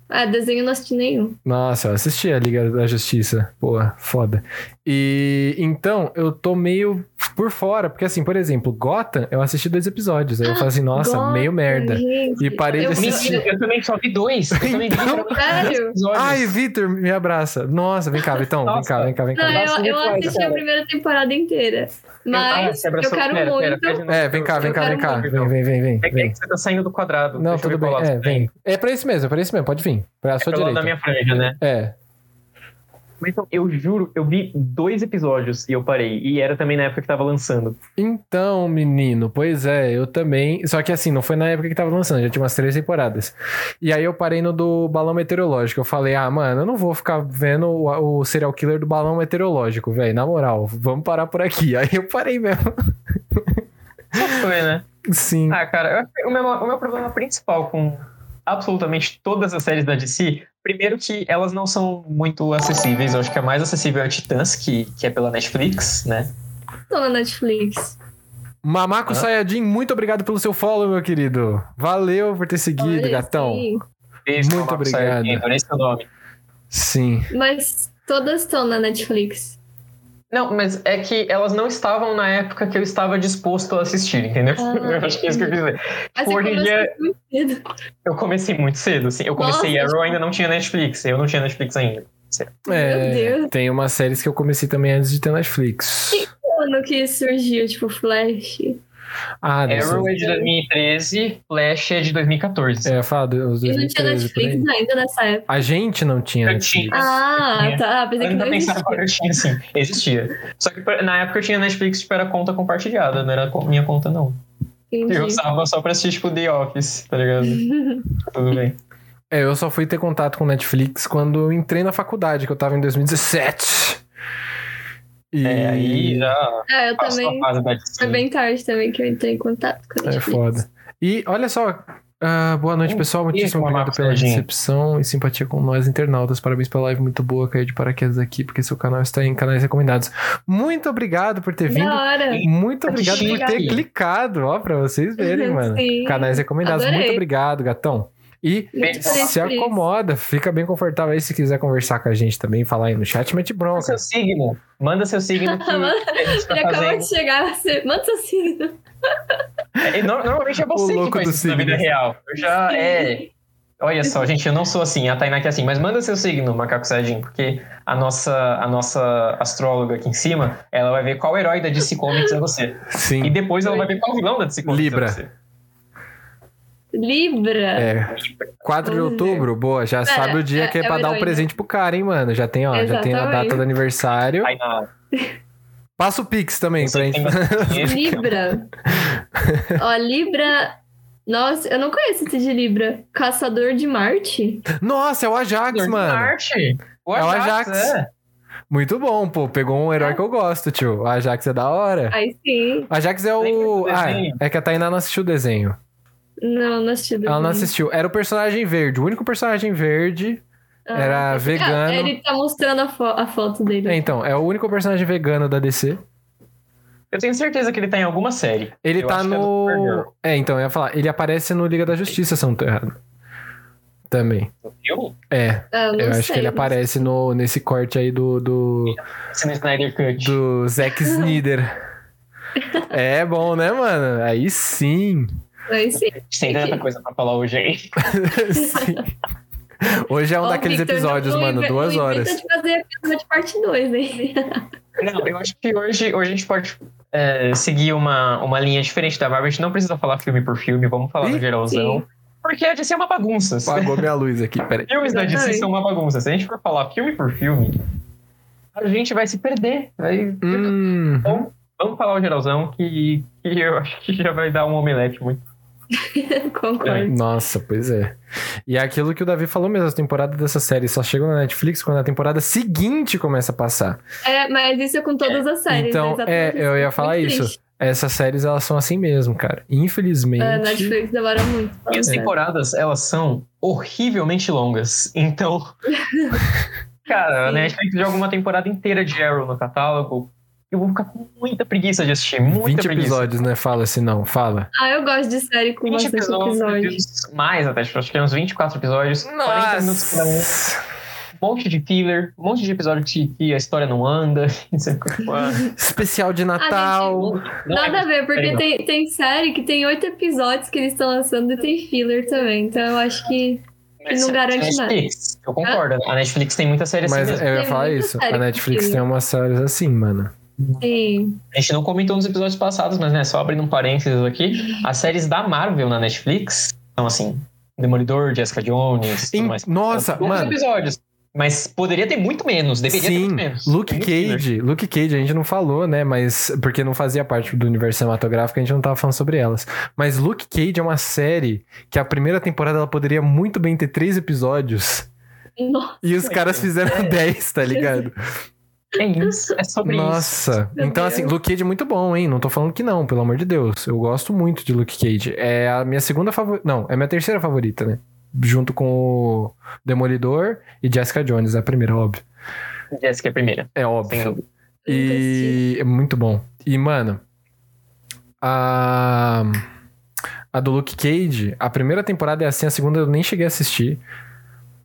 Ah, desenho eu não assisti nenhum. Nossa, eu assisti a Liga da Justiça. Porra, foda. E então eu tô meio por fora, porque assim, por exemplo, Gotham, eu assisti dois episódios. Aí eu falo assim, nossa, Gotham, meio merda. gente. E parei de Eu vi- assistir. Mentira, assim, eu também só vi dois. Eu também vi Então- Sério? episódios. Ai, Vitor, me abraça. Nossa, vem cá, Vitão, vem Nossa. cá, vem cá, vem cá. Não, eu, eu Flash, assisti cara. a primeira temporada inteira. Ah, Mas você abraçou- eu quero pera, muito. pera, pera, É, vem cá, vem cá, vem cá. Vem, vem, vem, vem. É que é vem. que você tá saindo do quadrado. Não, Deixa eu tudo bem. decolar É, você. vem. É pra isso mesmo, é pra isso mesmo. Pode vir. Pra sua Pelo lado da direita. minha franja, né? É. Mas então, eu juro, eu vi dois episódios e eu parei. E era também na época que tava lançando. Então, menino, pois é, eu também. Só que assim, não foi na época que tava lançando, já tinha umas três temporadas. E aí eu parei no do balão meteorológico. Eu falei, ah, mano, eu não vou ficar vendo o, o serial killer do balão meteorológico, velho. Na moral, vamos parar por aqui. Aí eu parei mesmo. Só foi, né? Sim. Ah, cara, eu acho que o meu, o meu problema principal com absolutamente todas as séries da DC, primeiro que elas não são muito acessíveis. Eu acho que a mais acessível é a Titãs, que, que é pela Netflix, né? Tô na Netflix. Mamaco Hã? Sayajin, muito obrigado pelo seu follow, meu querido. Valeu por ter seguido, Olha, gatão. sim. Beijo, Muito Marcos obrigado. Sargento, Adorei seu nome. Sim. Mas todas estão na Netflix. Não, mas é que elas não estavam na época que eu estava disposto a assistir, entendeu? Ah, eu acho que é isso que eu quis dizer. Assim Hoje em como eu dia- assisti muito cedo. Eu comecei muito cedo, assim. Eu comecei Nossa, Arrow, ainda não tinha Netflix. Eu não tinha Netflix ainda. É, Deus. Tem umas séries que eu comecei também antes de ter Netflix. Quando que surgiu, tipo, Flash. Ah, deve Arrow ser- é de 2013, Flash é de 2014. É, fala dos E não tinha 2013 por aí. Netflix ainda nessa época. A gente não tinha Eu Netflix. tinha. Ah, tinha. tá. Eu Pensei que ainda não pensava existia. que eu tinha, sim. Existia. Só que pra- na época eu tinha Netflix, tipo, era conta compartilhada, não era co- minha conta, não. Eu Entendi. usava só pra assistir, tipo, The Office, tá ligado? Tudo bem. É, eu só fui ter contato com Netflix quando eu entrei na faculdade, que eu tava em 2017. E... É, Hum. aí já É, eu passou também. a fase da Foi DC. bem tarde também que eu entrei em contato com a É Netflix. foda. E olha só. ah, boa noite, Um pessoal. Muitíssimo beijo, obrigado Marcos pela Serginho. recepção e simpatia com nós, internautas. Parabéns pela live muito boa, caí de paraquedas aqui, porque seu canal está em canais recomendados. Muito obrigado por ter vindo. Da hora. Muito obrigado por Chique. ter clicado, ó, pra vocês verem, mano. Uhum, Sim. Canais recomendados. Adorei. Muito obrigado, gatão. E Muito feliz se por isso. acomoda, fica bem confortável aí se quiser conversar com a gente também, falar aí no chat, mete Manda bronca. seu signo. Manda seu signo que a gente Ele tá acabou fazendo. de chegar. Você... Manda seu signo. É, no- Normalmente é você O que louco faz do isso na signo. vida real. Eu já é. Olha só, gente, eu não sou assim, a Tainá que é assim, mas manda seu signo, Macaco Sadinho, porque a nossa, a nossa astróloga aqui em cima, ela vai ver qual herói da DC Comics é você. E Sim. depois ela vai ver qual vilão da DC Comics Libra. é você. Libra. É, 4 de Vamos outubro, boa, já Pera, sabe o dia é- que é, é pra o dar o herói, presente pro cara, hein, mano. Já tem, ó, já tem a Exatamente. data do aniversário. Tainá, Passa o Pix também pra você gente. tem bastante É. dinheiro. Libra. Ó, Libra. Nossa, eu não conheço esse de Libra. Caçador de Marte? Nossa, é o Ajax, mano. Marte. O É o Ajax, Ajax. é. Muito bom, pô. Pegou um É. herói que eu gosto, tio. O Ajax é da hora. Aí sim. O Ajax é Lembra o. do Ah, desenho? é que a Tainá não assistiu o desenho. Não, não assisti. Ela não dormir. assistiu. Era o personagem verde. O único personagem verde. Ah, era tá. vegano. Ah, ele tá mostrando a, fo- a foto dele. É, então, é o único personagem vegano da DC. Eu tenho certeza que ele tá em alguma série. Ele Eu tá acho que é do Supergirl. no. É, então, eu ia falar. Ele aparece no Liga da Justiça, se eu não tô errado. Também. Eu? É, Ah, não eu acho sei, que ele não aparece no, nesse corte aí do. do, Esse no Snyder Cut. do Zack Snyder. é bom, né, mano? Aí sim. Mas sim. Sem tanta coisa pra falar hoje aí. Sim. Hoje é um Ó, daqueles Victor, episódios, não mano, inve- não duas inventa horas. de fazer episódio de parte 2, hein? Não, eu acho que hoje, hoje a gente pode é, seguir uma, uma linha diferente da Marvel. A gente não precisa falar filme por filme, vamos falar no Ih, geralzão. sim. Porque a DC é uma bagunça. Apagou minha luz aqui, peraí. Filmes da DC Exatamente. são uma bagunça. Se a gente for falar filme por filme, a gente vai se perder. Vai- Hum, Então, vamos falar o geralzão que, que eu acho que já vai dar um omelete muito. Concordo. nossa, pois é. E é aquilo que o Davi falou mesmo, as temporadas dessa série só chegam na Netflix quando a temporada seguinte começa a passar. É, mas isso é com todas as séries. Então, né? Exatamente é, eu ia falar Muito isso. triste. Essas séries, elas são assim mesmo, cara. Infelizmente. É, Netflix demora muito. E É. as temporadas, elas são horrivelmente longas. Então. Cara, né, a Sim. Netflix joga uma temporada inteira de Arrow no catálogo. Eu vou ficar com muita preguiça de assistir. Muita 20 preguiça. episódios, né? Fala assim, não, fala. Ah, eu gosto de série com 20 bastante episódios, episódio. mais até, acho que é uns 24 episódios, 40 minutos cada um, um monte de filler, um monte de episódio que, que a história não anda, não sei o que lá. Especial Ah, de Natal. Não, Nada a ver, porque não. tem, tem série que tem oito episódios que eles estão lançando e tem filler também. Então eu acho que. mas não a garante nada. Netflix, é Eu concordo, a Netflix tem muita série Mas é assim mesmo. eu ia Tem falar muita isso. série A Netflix que- tem umas séries assim, mano. Sim. A gente não comentou nos episódios passados, mas né, só abrindo um parênteses aqui, as séries da Marvel na Netflix são assim, Demolidor, Jessica Jones, tudo Em- mais. Nossa, Poucos mano. episódios. Mas poderia ter muito menos, deveria ter Sim, muito menos. É Luke Tem muito filler. Cage, Luke Cage a gente não falou, né? Mas porque não fazia parte do universo cinematográfico, a gente não tava falando sobre elas. Mas Luke Cage é uma série que a primeira temporada ela poderia muito bem ter três episódios Nossa, e os Mas caras fizeram dez, tá ligado? É isso, é sobre isso. Nossa, Meu então Deus. assim, Luke Cage é muito bom, hein? Não tô falando que não, pelo amor de Deus. Eu gosto muito de Luke Cage. É a minha segunda favorita. Não, é a minha terceira favorita, né? Junto com o Demolidor e Jessica Jones, é a primeira, óbvio. Jessica é a primeira. É Sem óbvio. dúvida. E é muito bom. E, mano, a. A do Luke Cage, a primeira temporada é assim, a segunda eu nem cheguei a assistir.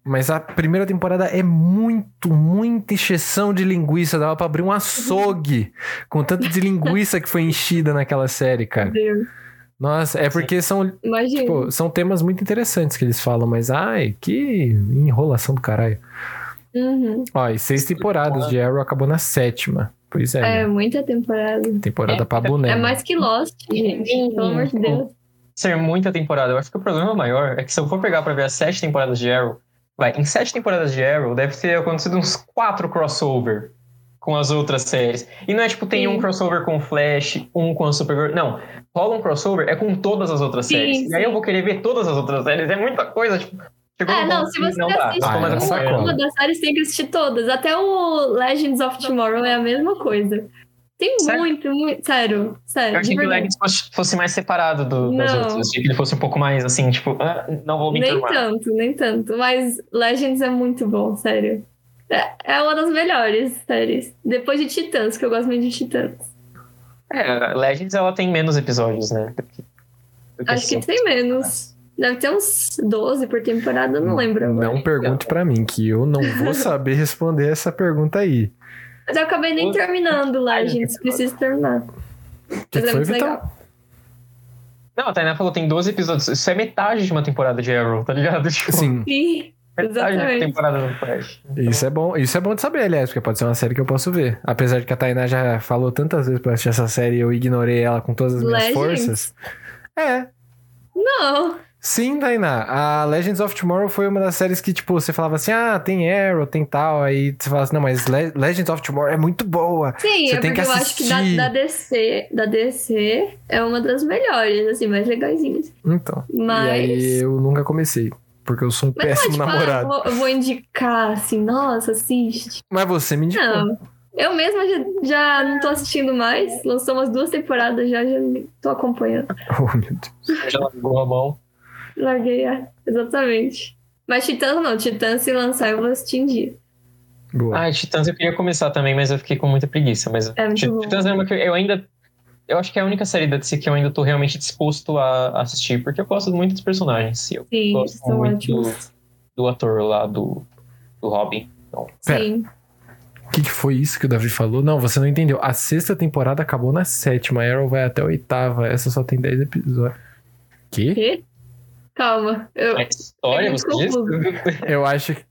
Mas a primeira temporada é muito, muita encheção de linguiça. Dava pra abrir um açougue com o tanto de linguiça que foi enchida naquela série, meu cara. Deus. Nossa, é porque são, Imagina. tipo, são temas muito interessantes que eles falam, mas ai, que enrolação do caralho. Uhum. Ó, e seis temporadas de Arrow acabou na sétima. Pois é, né? É muita temporada. Temporada É, pra boneco. É mais que Lost, gente. Pelo amor de Deus. ser muita temporada. Eu acho que o problema maior é que se eu for pegar pra ver as sete temporadas de Arrow, vai, em sete temporadas de Arrow deve ter acontecido uns quatro crossover com as outras séries. E não é tipo, tem Sim. um crossover com o Flash, um com a Supergirl. Não, rola um crossover, é com todas as outras Sim, séries. E aí sim. eu vou querer ver todas as outras séries. É muita coisa, tipo. Chegou É, num não, ponto se que você dá, assiste não tô Ah, mais é uma acompanhando. sacola. uma das séries, tem que assistir todas. Até o Legends of Tomorrow é a mesma coisa. Tem Sério? muito, muito. Sério, Eu sério. de achei que o verdade. Legends fosse, fosse mais separado do, das Não. outras. Eu achei que ele fosse um pouco mais assim, tipo, ah, não vou me Nem enturmar. tanto, nem tanto. Mas Legends é muito bom, sério. É, é uma das melhores séries. Depois de Titãs, que eu gosto muito de Titãs. É, Legends ela tem menos episódios, né? Do que- do É Acho que tem menos. Deve ter uns 12 por temporada, eu não lembro. agora. Hum, Não pergunte pra mim, que eu não vou saber responder essa pergunta aí. Mas eu acabei nem terminando Legends, preciso terminar. O que Mas é foi, muito Vitão? legal. Não, a Tainá falou tem 12 episódios. Isso é metade de uma temporada de Arrow, tá ligado? Tipo, Sim, Sim, metade da exatamente. temporada do Flash. isso é bom. Isso é bom de saber, aliás, porque pode ser uma série que eu posso ver. Apesar de que a Tainá já falou tantas vezes pra assistir essa série e eu ignorei ela com todas as minhas Legends? forças. É. Não. Sim, Tainá. A Legends of Tomorrow foi uma das séries que, tipo, você falava assim: ah, tem Arrow, tem tal. Aí você falava assim: não, mas Le- Legends of Tomorrow é muito boa. Sim, Você é tem porque que eu acho que da, assistir. da DC, da DC é uma das melhores, assim, mais legaisinhas. Então. Mas. E aí eu nunca comecei, porque eu sou um Mas não é péssimo tipo, ah, namorado. eu vou- eu vou indicar, assim, nossa, assiste. Mas você me indicou. Não. Eu mesma já, já não tô assistindo mais. Lançou umas duas temporadas já, já não tô acompanhando. Oh, meu Deus. Já largou a mão. Larguei a. Exatamente. Mas Titãs não, Titãs se lançar eu vou assistir em dia. Boa. Ah, Titãs eu queria começar também, mas eu fiquei com muita preguiça. Mas É, muito bom. Titãs é uma que eu ainda. Eu acho que é a única série da DC que eu ainda tô realmente disposto a assistir, porque eu gosto muito dos personagens. Eu Sim, gosto são muito ótimos. do ator lá do, do Robin. Pera. Sim. O que, que foi isso que o Davi falou? Não, você não entendeu. A sexta temporada acabou na sétima. Arrow vai até a oitava. Essa só tem dez episódios. Que? Quê? Calma. Eu, A história, É você muito disse? Eu acho que.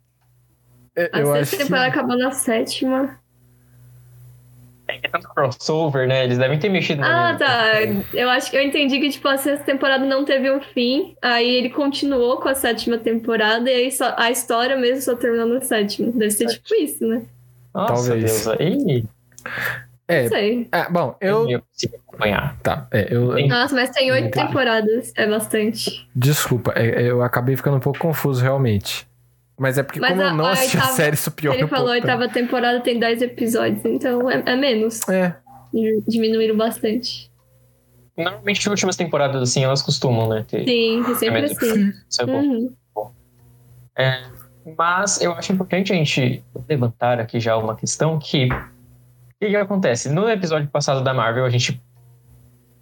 é, a Eu acho sexta temporada que. acabou na sétima. É tanto crossover, né? Eles devem ter mexido no Ah, nome. tá. Eu acho que eu entendi que, tipo, a sexta temporada não teve um fim. Aí ele continuou com a sétima temporada e aí só, a história mesmo só terminou na sétima. Deve ser tipo isso, né? Nossa, Talvez. Deus. Aí É, Não sei. ah, bom, eu eu. não consigo acompanhar. Tá, é, eu, eu- Nossa, mas tem oito Tá. temporadas. É bastante. desculpa, é, eu acabei ficando um pouco confuso realmente. Mas é porque, Mas como a- eu não a assisti a oitava- série, isso piora ele um falou, a pouco. pra mim. oitava temporada tem dez episódios, então é, é menos. É, Diminuíram bastante. Normalmente, as últimas temporadas, assim, elas costumam, né? Ter... Sim, é sempre menos. assim. Isso é bom. Uhum. Mas eu acho importante a gente levantar aqui já uma questão que. O que, que acontece? No episódio passado da Marvel, a gente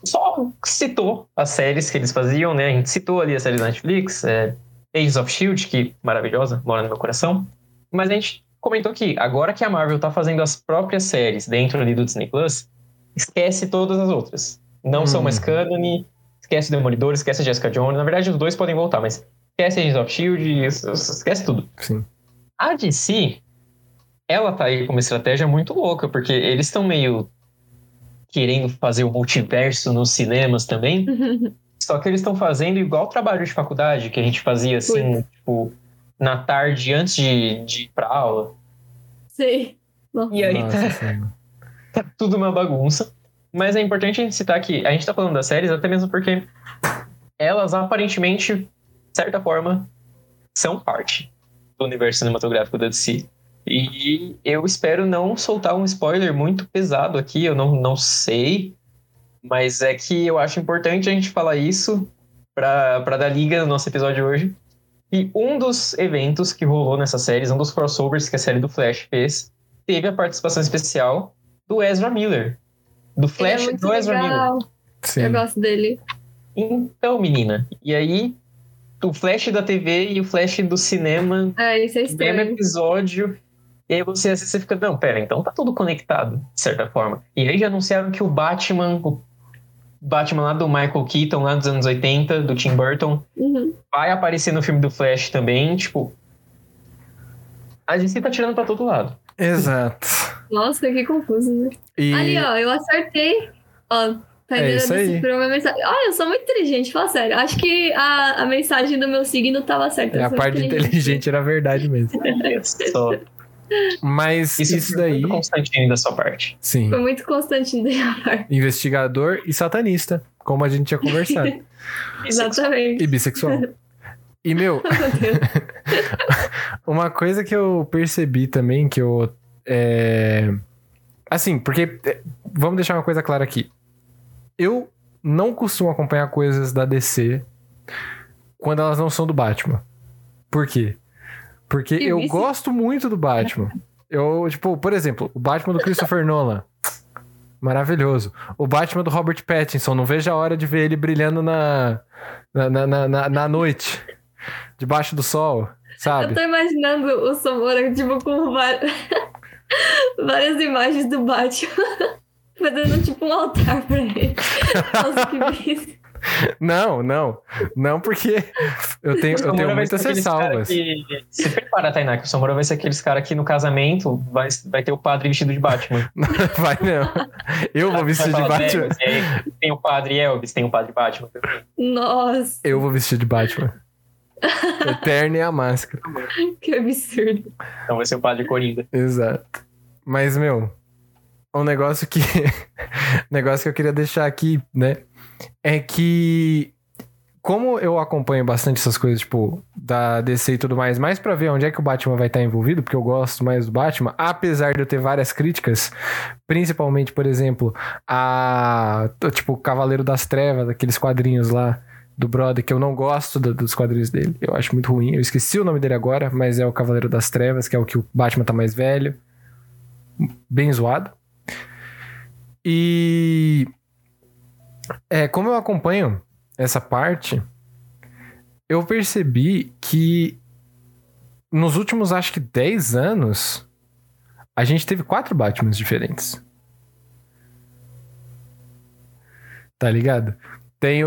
só citou as séries que eles faziam, né? A gente citou ali a série da Netflix, é, Agents of Shield, que maravilhosa, mora no meu coração. Mas a gente comentou que agora que a Marvel tá fazendo as próprias séries dentro ali do Disney Plus, esquece todas as outras. Não são Hum. mais cânone, esquece o Demolidor, esquece a Jessica Jones. Na verdade, os dois podem voltar, mas esquece Agents of Shield, es- es- esquece tudo. sim. A DC, ela tá aí com uma estratégia muito louca, porque eles estão meio querendo fazer o multiverso nos cinemas também. Uhum. Só que eles estão fazendo igual o trabalho de faculdade que a gente fazia assim, tipo, na tarde antes de, de ir pra aula. Sei. E aí tá Nossa, sim. tudo uma bagunça. Mas é importante a gente citar que a gente tá falando das séries até mesmo porque elas aparentemente, de certa forma, são parte do universo cinematográfico da DC. E eu espero não soltar um spoiler muito pesado aqui, eu não, não sei. Mas é que eu acho importante a gente falar isso pra, pra dar liga no nosso episódio de hoje. E um dos eventos que rolou nessa série, um dos crossovers que a série do Flash fez, teve a participação especial do Ezra Miller. Do Flash Ele é muito do Ezra Miller. legal. Sim. Eu gosto dele. Então, menina, e aí o Flash da TV e o Flash do cinema É, isso é no mesmo estranho. então tá Uhum. tipo, tá né? tá é É né? é, é assim, tipo, tipo, um né, é tipo, é tá tipo, é tá é, Tá Tem o tipo, um é, Então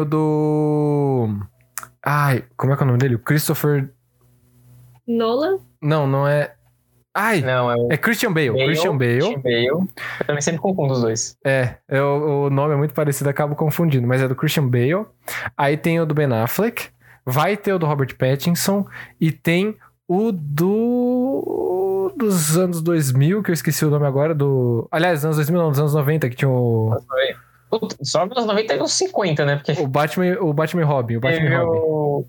do. Ai, como é que é o nome dele? O Christopher. Nola? Não, não é. Ai, Não, é o é Christian Bale. Christian Bale. Christian Bale. Eu também sempre confundo os dois. É, é o, o nome é muito parecido, acabo confundindo, mas é do Christian Bale. Aí tem o do Ben Affleck, vai ter o do Robert Pattinson e tem o do dos anos 2000, que eu esqueci o nome agora, do, aliás, anos 2000, não, dos anos 90 que tinha o, Puta, Só nos 90 e uns 50, né? Porque o Batman, o Batman e Robin, o Batman e teve Robin, o...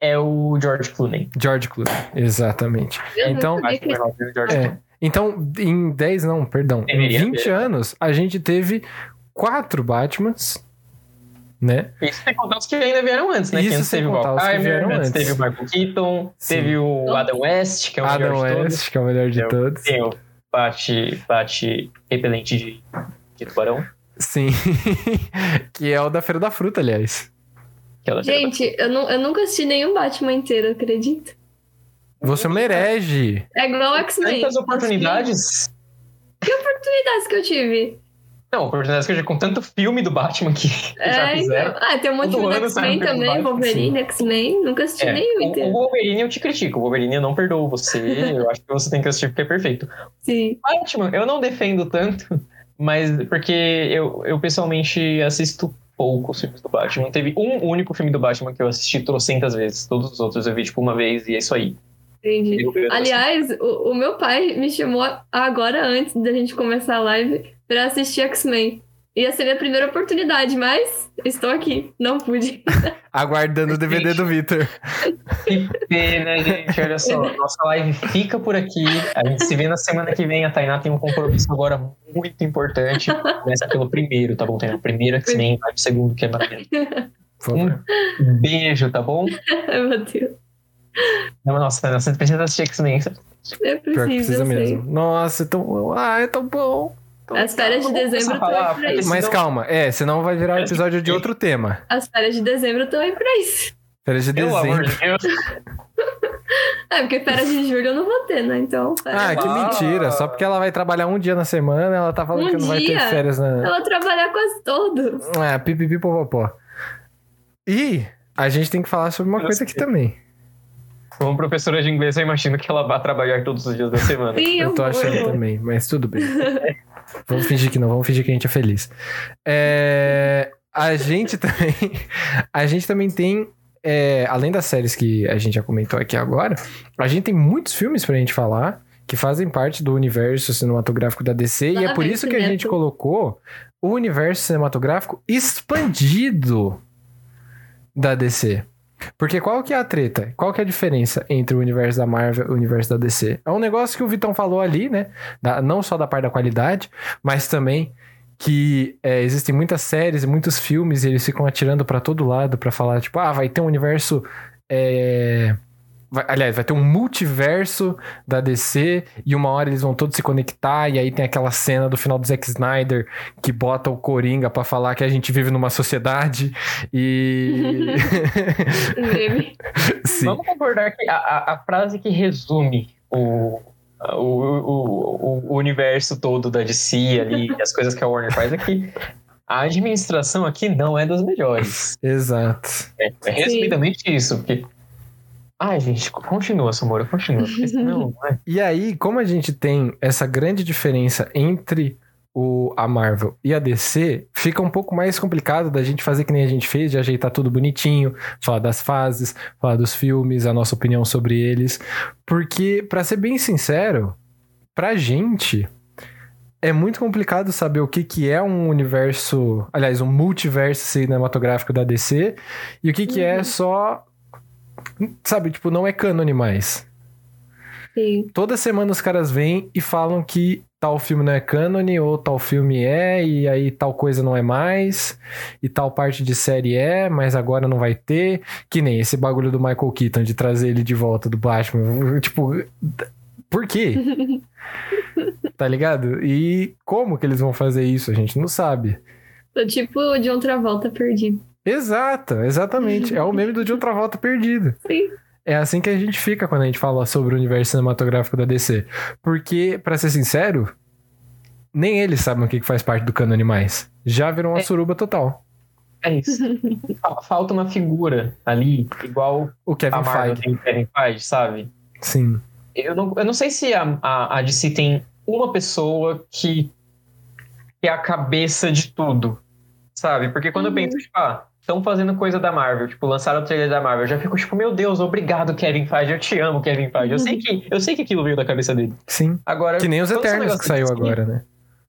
é o George Clooney. George Clooney. Exatamente. Eu Então, não sabia Acho que que... foi o nome do George É. Clooney. Então, em 10 não, perdão, em Deveria 20 ter. né? anos a gente teve quatro Batmans, né? Isso tem que contar os que ainda vieram antes, né? Isso que antes sem teve o contar os que Alzheimer, vieram antes antes. teve o Michael Keaton, Sim. teve o Adam West, que é o melhor Adam de todos. West, que é o melhor de Eu- todos. Tem o bate, bate repelente de, de tubarão. Sim. que é o da Feira da Fruta, aliás. Que ela Gente, eu, nu- eu nunca assisti nenhum Batman inteiro, acredita? Você é uma herege. É igual o X-Men. tantas oportunidades. oportunidades que eu tive. Não, oportunidades que eu já com tanto filme do Batman que já É, fizeram. então- ah, tem um monte Todo de ano sai X-Men um filme do também, Batman, Wolverine, X-Men. Nunca assisti É, nenhum o, o inteiro. Wolverine eu te critico. O Wolverine eu não perdoo você. Eu acho que você tem que assistir porque é perfeito. Sim. Batman, eu não defendo tanto, mas porque eu, eu pessoalmente assisto poucos filmes do Batman. Teve um único filme do Batman que eu assisti trocentas vezes. Todos os outros eu vi tipo uma vez e é isso aí. Entendi. Eu- eu- Aliás, o, o meu pai me chamou agora, antes da gente começar a live, pra assistir X-Men. Ia ser minha primeira oportunidade, mas estou aqui, não pude. Aguardando o DVD do Victor. pena, gente. Olha só, nossa live fica por aqui. A gente se vê na semana que vem. A Tainá tem um compromisso agora muito importante. Começa pelo primeiro, tá bom, Tainá? Primeiro X-Men, vai pro segundo, que é maravilhoso. Por favor. Um beijo, tá bom? Ai, meu Deus. Não, mas nossa, Tainá, você precisa assistir X-Men. Pior Eu que É preciso, assim. precisa eu mesmo. sei. Nossa, é tão. Ah, é tão bom. Tão As férias de bom. dezembro Vamos estão falar, aí pra porque isso. Mas calma, é, senão vai virar um episódio de outro tema. As férias de dezembro estão aí pra isso. Férias de Pelo amor dezembro. de Deus. É, porque férias de julho eu não vou ter, né? Então. Ah, férias- que Ah. mentira. Só porque ela vai trabalhar um dia na semana, ela tá falando Um que não vai ter dia? férias na. Ela trabalhar quase todo. Ah, pipipi popopó. E a gente tem que falar sobre uma Eu coisa aqui também. Como professora de inglês, eu imagino que ela vai trabalhar todos os dias da semana. Sim, Eu tô vou. achando também, mas tudo bem. Vamos fingir que não, vamos fingir que a gente é feliz. É, a gente também, a gente também tem, é, além das séries que a gente já comentou aqui agora, a gente tem muitos filmes pra gente falar que fazem parte do universo cinematográfico da DC e é por Parabéns, isso que a gente Neto. colocou o universo cinematográfico expandido da DC. Porque qual que é a treta? Qual que é a diferença entre o universo da Marvel e o universo da DC? É um negócio que o Vitão falou ali, né? Da- não só da parte da qualidade, mas também que é, existem muitas séries e muitos filmes e eles ficam atirando pra todo lado pra falar, tipo, ah, vai ter um universo. é, vai- aliás, vai ter um multiverso da DC e uma hora eles vão todos se conectar e aí tem aquela cena do final do Zack Snyder que bota o Coringa pra falar que a gente vive numa sociedade e Meme. sim, Vamos concordar que a, a- a frase que resume o, a- o, o, o- o universo todo da DC ali, as coisas que a Warner faz aqui. A administração aqui não é das melhores. exato. É, é resumidamente isso, porque. Ai, gente, continua, Samora, continua. porque senão, vai. E aí, como a gente tem essa grande diferença entre o, a Marvel e a DC, fica um pouco mais complicado da gente fazer que nem a gente fez, de ajeitar tudo bonitinho, falar das fases, falar dos filmes, a nossa opinião sobre eles. Porque, pra ser bem sincero, pra gente. É muito complicado saber o que, que é um universo, aliás, um multiverso cinematográfico da DC e o que, que é Uhum. só. Sabe, tipo, não é cânone mais Sim. toda semana os caras vêm e falam que tal filme não é cânone, ou tal filme é, e aí tal coisa não é mais, e tal parte de série é, mas agora não vai ter. Que nem esse bagulho do Michael Keaton de trazer ele de volta do Batman. Tipo, por quê? tá ligado? E como que eles vão fazer isso? A gente não sabe. Tô tipo o John Travolta perdido. Exato, exatamente. É o meme do de outra volta perdido. Sim. É assim que a gente fica quando a gente fala sobre o universo cinematográfico da DC. Porque, pra ser sincero, nem eles sabem o que que faz parte do cânone mais. Já virou uma É. suruba total. É isso. Fa- Falta uma figura ali, igual O Kevin a Marvel Feige. tem o Kevin Feige, sabe? Sim. Eu não, eu não sei se a, a, a DC tem uma pessoa que, que é a cabeça de tudo, sabe? Porque quando eu Uhum. penso, tipo, ah, estão fazendo coisa da Marvel, tipo, lançaram o trailer da Marvel, eu já fico tipo, meu Deus, obrigado, Kevin Feige, eu te amo, Kevin Feige. Eu sei Uhum. que, eu sei que aquilo veio da cabeça dele. Sim. Agora, Que nem os quando são Eternos negócios que saiu assim, agora, né?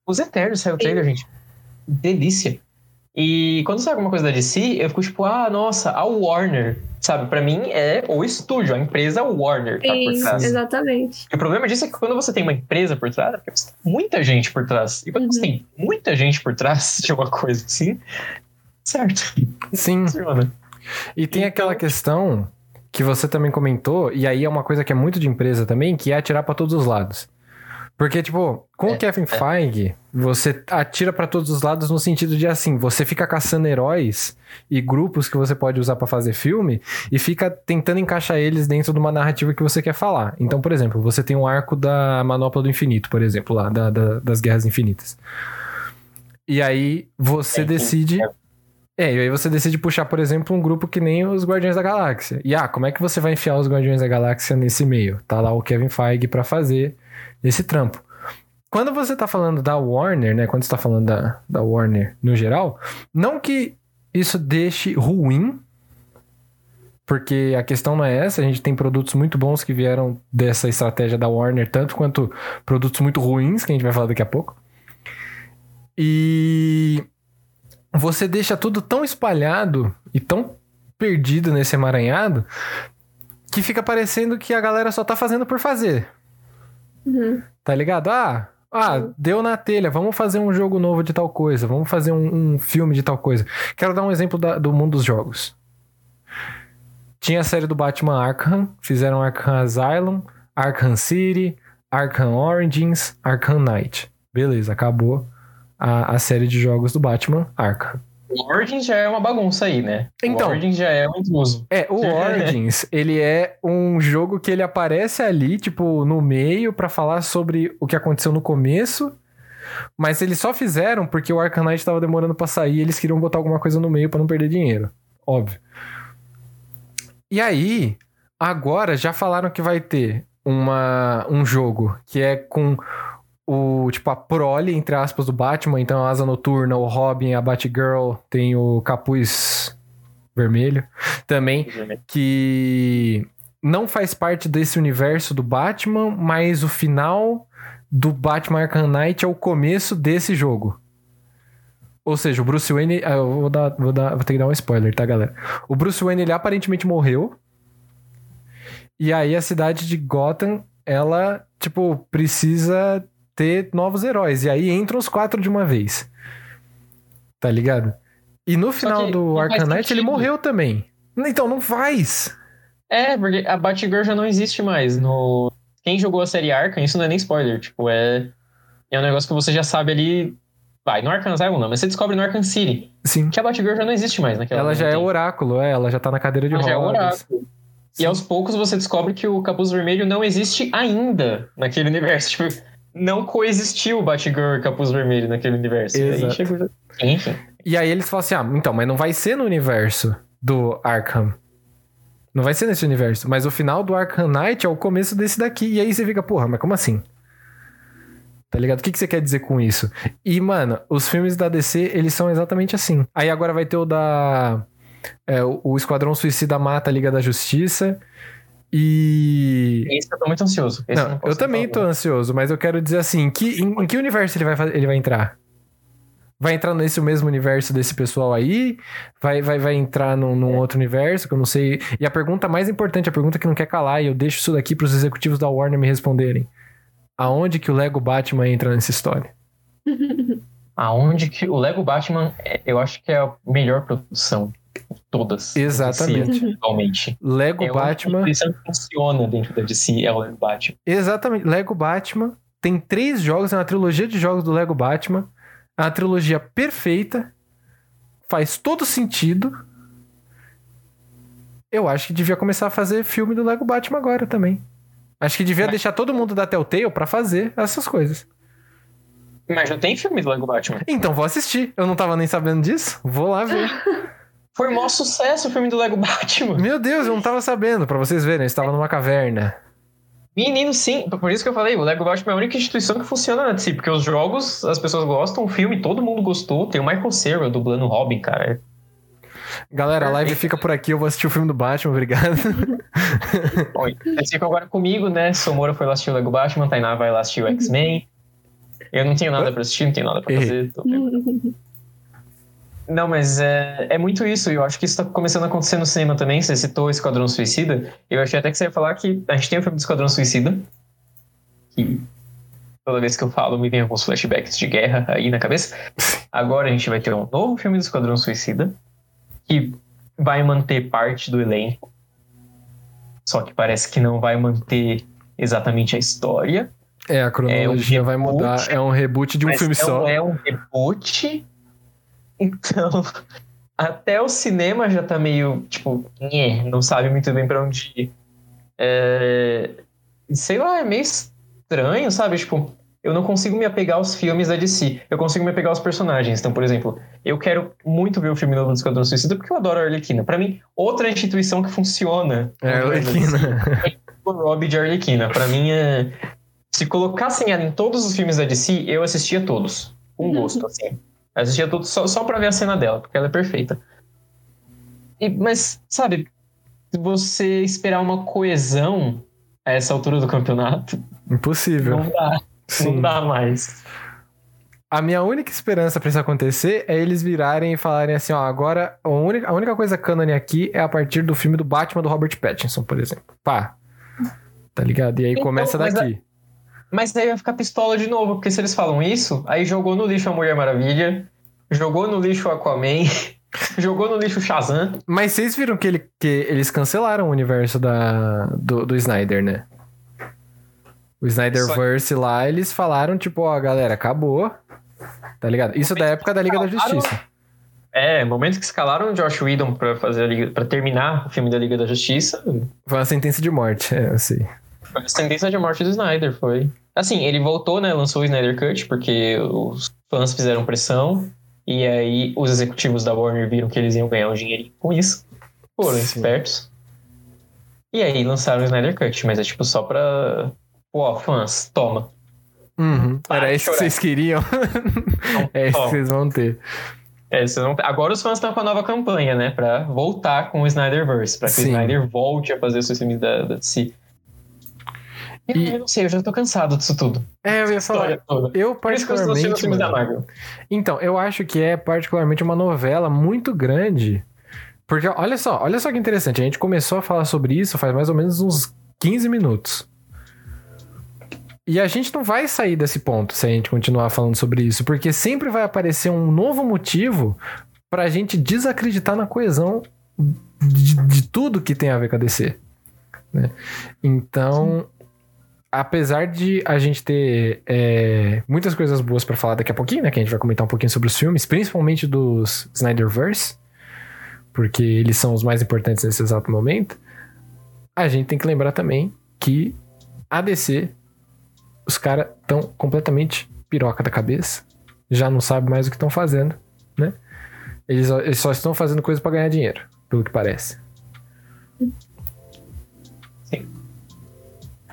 Os Eternos saiu o trailer, gente. Delícia. E quando sai alguma coisa da DC, eu fico tipo, ah, nossa, a Warner. Sabe, pra mim é o estúdio, a empresa Warner tá por Sim, trás. exatamente. E o problema disso é que quando você tem uma empresa por trás, é porque você tem muita gente por trás. E quando você Uhum. tem muita gente por trás de uma coisa assim, certo, Sim. funciona. E tem Então- aquela questão que você também comentou, e aí é uma coisa que é muito de empresa também, que é atirar pra todos os lados. Porque, tipo, com É, o Kevin Feige, você atira pra todos os lados no sentido de assim, você fica caçando heróis e grupos que você pode usar pra fazer filme e fica tentando encaixar eles dentro de uma narrativa que você quer falar. Então, por exemplo, você tem um arco da Manopla do Infinito, por exemplo, lá, da- da- das Guerras Infinitas. E aí você É, enfim, decide. é. É, e aí você decide puxar, por exemplo, um grupo que nem os Guardiões da Galáxia. E ah, como é que você vai enfiar os Guardiões da Galáxia nesse meio? Tá lá o Kevin Feige pra fazer esse trampo. Quando você tá falando da Warner, né? Quando você tá falando da, da Warner no geral, não que isso deixe ruim, porque a questão não é essa. A gente tem produtos muito bons que vieram dessa estratégia da Warner, tanto quanto produtos muito ruins, que a gente vai falar daqui a pouco. E você deixa tudo tão espalhado e tão perdido nesse emaranhado que fica parecendo que a galera só tá fazendo por fazer. Uhum. Tá ligado? Ah, ah Sim. deu na telha, vamos fazer um jogo novo de tal coisa, vamos fazer um, um filme de tal coisa. Quero dar um exemplo da- do mundo dos jogos. Tinha a série do Batman Arkham, fizeram Arkham Asylum, Arkham City, Arkham Origins, Arkham Knight. Beleza, acabou a, a série de jogos do Batman Arkham. O Origin já é uma bagunça aí, né? Então. O Origin já é um intruso. É, o Origins, ele é um jogo que ele aparece ali, tipo, no meio pra falar sobre o que aconteceu no começo. Mas eles só fizeram porque o Arkham Knight tava demorando pra sair, e eles queriam botar alguma coisa no meio pra não perder dinheiro, óbvio. E aí, agora já falaram que vai ter uma, um jogo que é com o tipo a prole entre aspas do Batman, então a Asa Noturna, o Robin, a Batgirl, tem o capuz vermelho também que não faz parte desse universo do Batman, mas o final do Batman Arkham Knight é o começo desse jogo. Ou seja, o Bruce Wayne. ah, eu vou, dar, vou, dar- vou ter que dar um spoiler, tá, galera? O Bruce Wayne, ele aparentemente morreu. E aí a cidade de Gotham, ela, tipo, precisa ter novos heróis. E aí entram os quatro de uma vez. Tá ligado? E no final que do não faz Arkham Knight, ele sentido. morreu também. Então, não faz. É, porque a Batgirl já não existe mais no... Quem jogou a série Arkham, isso não é nem spoiler, tipo, é... É um negócio que você já sabe ali... Vai, no Arkham Asylum não, mas você descobre no Arkham City Sim. que a Batgirl já não existe mais naquela... Ela já é não tem. oráculo, é, ela já tá na cadeira de Então, Ela já é rodas. oráculo. E Sim. aos poucos você descobre que o Capuz Vermelho não existe ainda naquele universo. Tipo, não coexistiu Batgirl e Capuz Vermelho naquele universo. E aí Exato. chega- Enfim. E aí eles falam assim: ah, então, mas não vai ser no universo do Arkham. Não vai ser nesse universo. Mas o final do Arkham Knight é o começo desse daqui. E aí você fica, porra, mas como assim? Tá ligado? O que, que você quer dizer com isso? E, mano, os filmes da DC, eles são exatamente assim. Aí agora vai ter o da. é, o o Esquadrão Suicida Mata a Liga da Justiça. E. Esse é eu tô muito ansioso. Esse Não, eu posso também falar. tô ansioso, mas eu quero dizer assim, que, em, em que universo ele vai, fa- ele vai entrar? Vai entrar nesse mesmo universo desse pessoal aí? Vai, vai, vai entrar num, num outro universo que eu não sei? E a pergunta mais importante, a pergunta que não quer calar, e eu deixo isso daqui pros executivos da Warner me responderem. Aonde que o Lego Batman entra nessa história? Aonde que o Lego Batman, é- eu acho que é a melhor produção de todas. Exatamente. Sim, Atualmente. Lego é a única Batman. produção que funciona dentro da DC é o Lego Batman. Exatamente. Lego Batman. Tem três jogos, é uma trilogia de jogos do Lego Batman. É uma trilogia perfeita. Faz todo sentido. Eu acho que devia começar a fazer filme do Lego Batman agora também. Acho que devia Mas- deixar todo mundo da Telltale pra fazer essas coisas. Mas já tem filme do Lego Batman. Então vou assistir. Eu não tava nem sabendo disso. Vou lá ver. Foi maior sucesso o filme do Lego Batman. Meu Deus, eu não tava sabendo. Pra vocês verem, eu estava numa caverna. Menino, sim. Por isso que eu falei, o Lego Batman é a única instituição que funciona assim, porque os jogos, as pessoas gostam, o filme, todo mundo gostou. Tem o Michael Cera dublando o Robin, cara. é Galera, a live fica por aqui. Eu vou assistir o filme do Batman, obrigado. Bom, vocês ficam agora comigo, né? Somora foi lá assistir o Lego Batman, Tainá vai lá assistir o X-Men. Eu não tenho nada pra assistir, não tenho nada pra Errei. fazer. tô tranquilo. Não, mas é, é muito isso. e Eu acho que isso tá começando a acontecer no cinema também. Você citou o Esquadrão Suicida. Eu achei até que você ia falar que a gente tem o filme do Esquadrão Suicida. Que toda vez que eu falo, me vem alguns flashbacks de guerra aí na cabeça. Agora a gente vai ter um novo filme do Esquadrão Suicida. Que vai manter parte do elenco. Só que parece que não vai manter exatamente a história. É, a cronologia vai reboot, mudar. É um reboot de um Mas filme não só. É um reboot. Então, até o cinema já tá meio, tipo, nhé, não sabe muito bem pra onde ir. É, sei lá, é meio estranho, sabe? Tipo, eu não consigo me apegar aos filmes da DC. Eu consigo me apegar aos personagens. Então, por exemplo, eu quero muito ver o filme novo do Esquadrão Suicida porque eu adoro a Arlequina. Pra mim, outra instituição que funciona. É a assim, Arlequina. O Rob de Arlequina. Pra mim, é... se colocassem ela em todos os filmes da DC, eu assistia todos. Com gosto, assim. Assistia todos só, só pra ver a cena dela, porque ela é perfeita. E, mas, sabe, você esperar uma coesão a essa altura do campeonato, Impossível. não dá, não Sim. dá mais. A minha única esperança pra isso acontecer é eles virarem e falarem assim, ó, agora a única, a única coisa cânone aqui é a partir do filme do Batman do Robert Pattinson, por exemplo. Pá. Tá ligado? E aí Então, começa mas a- daqui. Mas aí vai ficar pistola de novo, porque se eles falam isso, aí jogou no lixo a Mulher Maravilha, jogou no lixo o Aquaman, jogou no lixo o Shazam. Mas vocês viram que, ele- que eles cancelaram o universo da, do, do Snyder, né? O Snyderverse lá, eles falaram, tipo, ó, galera, acabou. Tá ligado? Isso da época da Liga da Acabaram- Justiça. É, momento que escalaram o Josh Whedon pra fazer a Liga- pra terminar o filme da Liga da Justiça, Foi uma sentença de morte, é, assim. foi a sentença de morte do Snyder, foi. Assim, ele voltou, né, lançou o Snyder Cut porque os fãs fizeram pressão e aí os executivos da Warner viram que eles iam ganhar um dinheirinho com isso. Foram Sim. espertos. E aí lançaram o Snyder Cut, mas é tipo só pra Pô, fãs, toma. Uhum. Para Era de isso que chorar. vocês queriam. é isso que Ó. vocês vão ter. É, vocês não- Agora os fãs estão com a nova campanha, né? Pra voltar com o Snyderverse. Pra que Sim. o Snyder volte a fazer os seus filmes da, da DC. E... E- Eu não sei, eu já tô cansado disso tudo. É, eu ia falar. História toda. Eu Por isso que eu assim, estou assistindo particularmente. os filmes da mano, Marvel. então, eu acho que é particularmente uma novela muito grande. Porque olha só, olha só que interessante. A gente começou a falar sobre isso faz mais ou menos uns 15 minutos. E a gente não vai sair desse ponto se a gente continuar falando sobre isso, porque sempre vai aparecer um novo motivo pra gente desacreditar na coesão de, de tudo que tem a ver com a DC. né? Então, apesar de a gente ter é, muitas coisas boas pra falar daqui a pouquinho, né? Que a gente vai comentar um pouquinho sobre os filmes, principalmente dos Snyderverse, porque eles são os mais importantes nesse exato momento. A gente tem que lembrar também que a DC, os caras estão completamente piroca da cabeça, já não sabem mais o que estão fazendo, né? Eles, eles só estão fazendo coisa pra ganhar dinheiro, pelo que parece.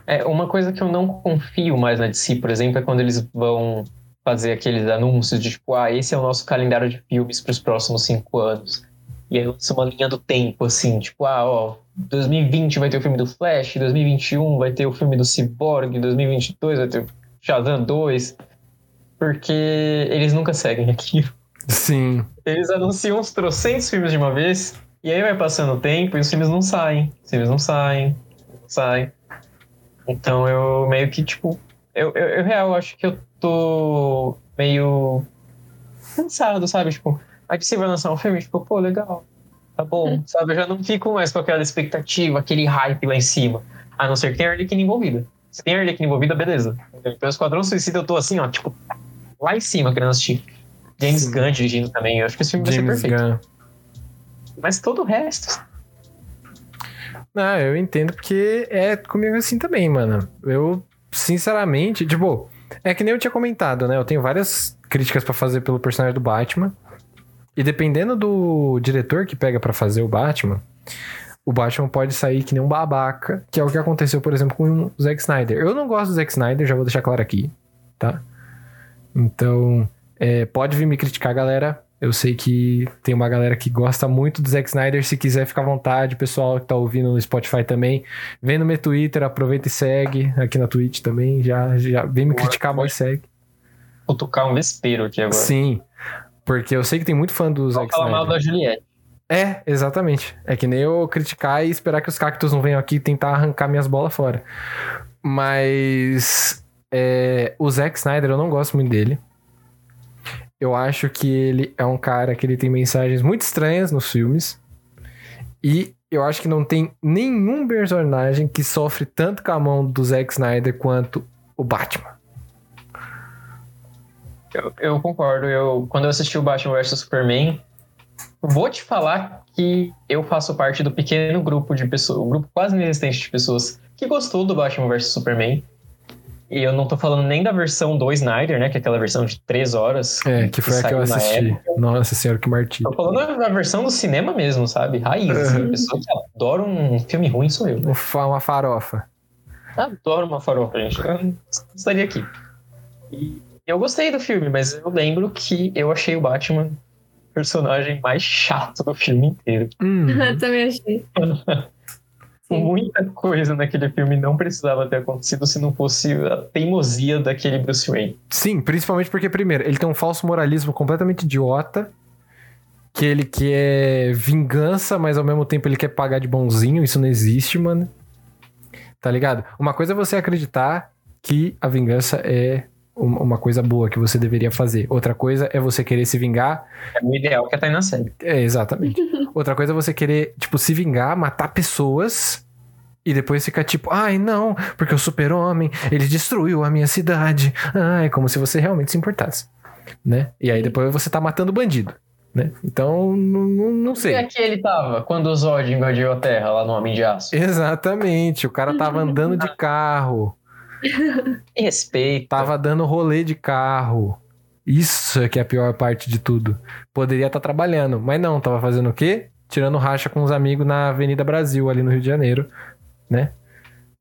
É, uma coisa que eu não confio mais na DC, por exemplo, é quando eles vão fazer aqueles anúncios de tipo, ah, esse é o nosso calendário de filmes pros próximos cinco anos. E aí lança uma linha do tempo, assim, tipo, ah, ó, 2020 vai ter o filme do Flash, 2021 vai ter o filme do Cyborg, 2022 vai ter o Shazam 2. Porque eles nunca seguem aquilo. Sim. Eles anunciam uns trocentos filmes de uma vez, e aí vai passando o tempo e os filmes não saem. Os filmes não saem, não saem. Então eu meio que, tipo, eu, eu, eu real acho que eu tô meio cansado, sabe? Tipo, a DC vai lançar um filme, tipo, pô, legal, tá bom, sabe? Eu já não fico mais com aquela expectativa, aquele hype lá em cima. A não ser que tenha Arlequina envolvida. Se tem Arlequina envolvida, beleza. Pelo Esquadrão Suicida eu tô assim, ó, tipo, lá em cima querendo assistir. James Sim. Gunn dirigindo também, eu acho que esse filme vai James ser perfeito. Gunn. Mas todo o resto. Ah, é assim É que nem eu tinha comentado, né? Eu tenho várias críticas pra fazer pelo personagem do Batman. E dependendo do diretor que pega pra fazer o Batman, o Batman pode sair que nem um babaca, que é o que aconteceu, por exemplo, com o Zack Snyder. Eu não gosto do Zack Snyder, já vou deixar claro aqui, tá? Então, é, pode vir me criticar, galera. Eu sei que tem uma galera que gosta muito do Zack Snyder. Se quiser, fica à vontade. Pessoal que tá ouvindo no Spotify também, vem no meu Twitter, aproveita e segue. Aqui na Twitch também, já, já vem me Boa, criticar, mas segue. Vou tocar um vespeiro aqui agora. Sim, porque eu sei que tem muito fã do Vou Zack falar Snyder. mal da Juliette. É, exatamente. É que nem eu criticar e esperar que os cactos não venham aqui e tentar arrancar minhas bolas fora. Mas é, o Zack Snyder, eu não gosto muito dele. Eu acho que ele é um cara que ele tem mensagens muito estranhas nos filmes. E eu acho que não tem nenhum personagem que sofre tanto com a mão do Zack Snyder quanto o Batman. Eu, eu concordo. Eu, quando eu assisti o Batman vs Superman, vou te falar que eu faço parte do pequeno grupo de pessoas, um grupo quase inexistente de pessoas que gostou do Batman vs Superman. E eu não tô falando nem da versão do Snyder, né? Que é aquela versão de três horas. É, que foi a que eu saiu na assisti. época. Nossa senhora, que martírio. Tô falando da versão do cinema mesmo, sabe? Raiz. assim, Uhum. A pessoa que adora um filme ruim sou eu. Um fa- Uma farofa. Adoro Ah, uma farofa, gente. Eu não estaria aqui. E eu gostei do filme, mas eu lembro que eu achei o Batman o personagem mais chato do filme inteiro. Hum. Também achei. Sim. Muita coisa naquele filme não precisava ter acontecido se não fosse a teimosia daquele Bruce Wayne. Sim, principalmente porque, primeiro, ele tem um falso moralismo completamente idiota. Que ele quer vingança, mas ao mesmo tempo ele quer pagar de bonzinho. Isso não existe, mano. Tá ligado? Uma coisa é você acreditar que a vingança é um- uma coisa boa que você deveria fazer. Outra coisa é você querer se vingar É o ideal que a Tainá segue. é, exatamente. Outra coisa é você querer, tipo, se vingar, matar pessoas e depois ficar tipo, ai não, porque o super-homem, ele destruiu a minha cidade. Ai, como se você realmente se importasse, né? E aí depois você tá matando bandido, né? Então, não, não- não E sei. aqui ele tava, quando o Zod invadiu a Terra lá no Homem de Aço. Exatamente, o cara tava andando de carro, Respeito. tava dando rolê de carro. Isso é que é a pior parte de tudo. Poderia estar trabalhando, mas não, tava fazendo o quê? Tirando racha com os amigos na Avenida Brasil, ali no Rio de Janeiro, né?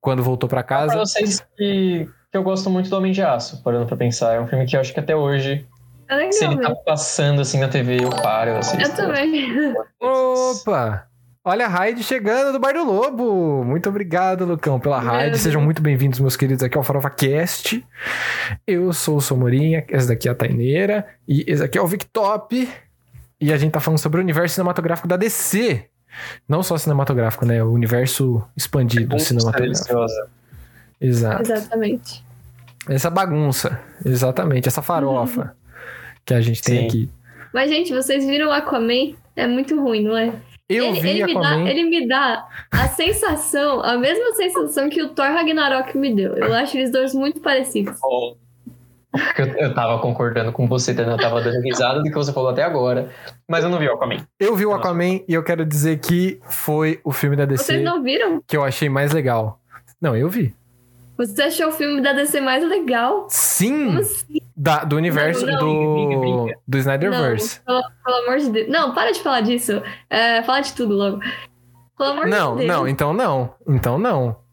Quando voltou pra Pra casa. vocês que, que eu gosto muito do Homem de Aço, parando pra pensar. É um filme que eu acho que até hoje É legal, Se ele tá velho. passando assim na TV, eu paro, eu assisto. Eu também. Opa! Olha a Raid chegando do Bar do Lobo! Muito obrigado, Lucão, pela Meu Raid. Deus. Sejam muito bem-vindos, meus queridos, aqui ao Farofa Cast. Eu sou o Somorinha, essa daqui é a Taineira, e esse aqui é o Victop. E a gente tá falando sobre o universo cinematográfico da DC. Não só cinematográfico, né? O universo expandido cinematográfico. Deliciosa. Exato. Exatamente. Essa bagunça, exatamente, essa Uhum. farofa que a gente tem Sim. aqui. Mas, gente, vocês viram Aquaman? É muito ruim, não é? Eu ele, vi ele Aquaman. Me dá, ele me dá a sensação, a mesma sensação que o Thor Ragnarok me deu. Ah. Eu acho eles dois muito parecidos. Oh. Eu, eu tava concordando com você, Tana, eu tava dando risada do que você falou até agora. Mas eu não vi o Aquaman. Eu vi o Nossa. Aquaman e eu quero dizer que foi o filme da DC Vocês não viram? que eu achei mais legal. Não, eu vi. Você achou o filme da DC mais legal? Sim, Como assim? da- do universo Não, não. Brinca, brinca, do, brinca. do Snyderverse. Não, pelo, pelo amor de Deus. Não, para de falar disso. É, fala de tudo logo. Pelo amor Não, de Deus. não, então não. Então não.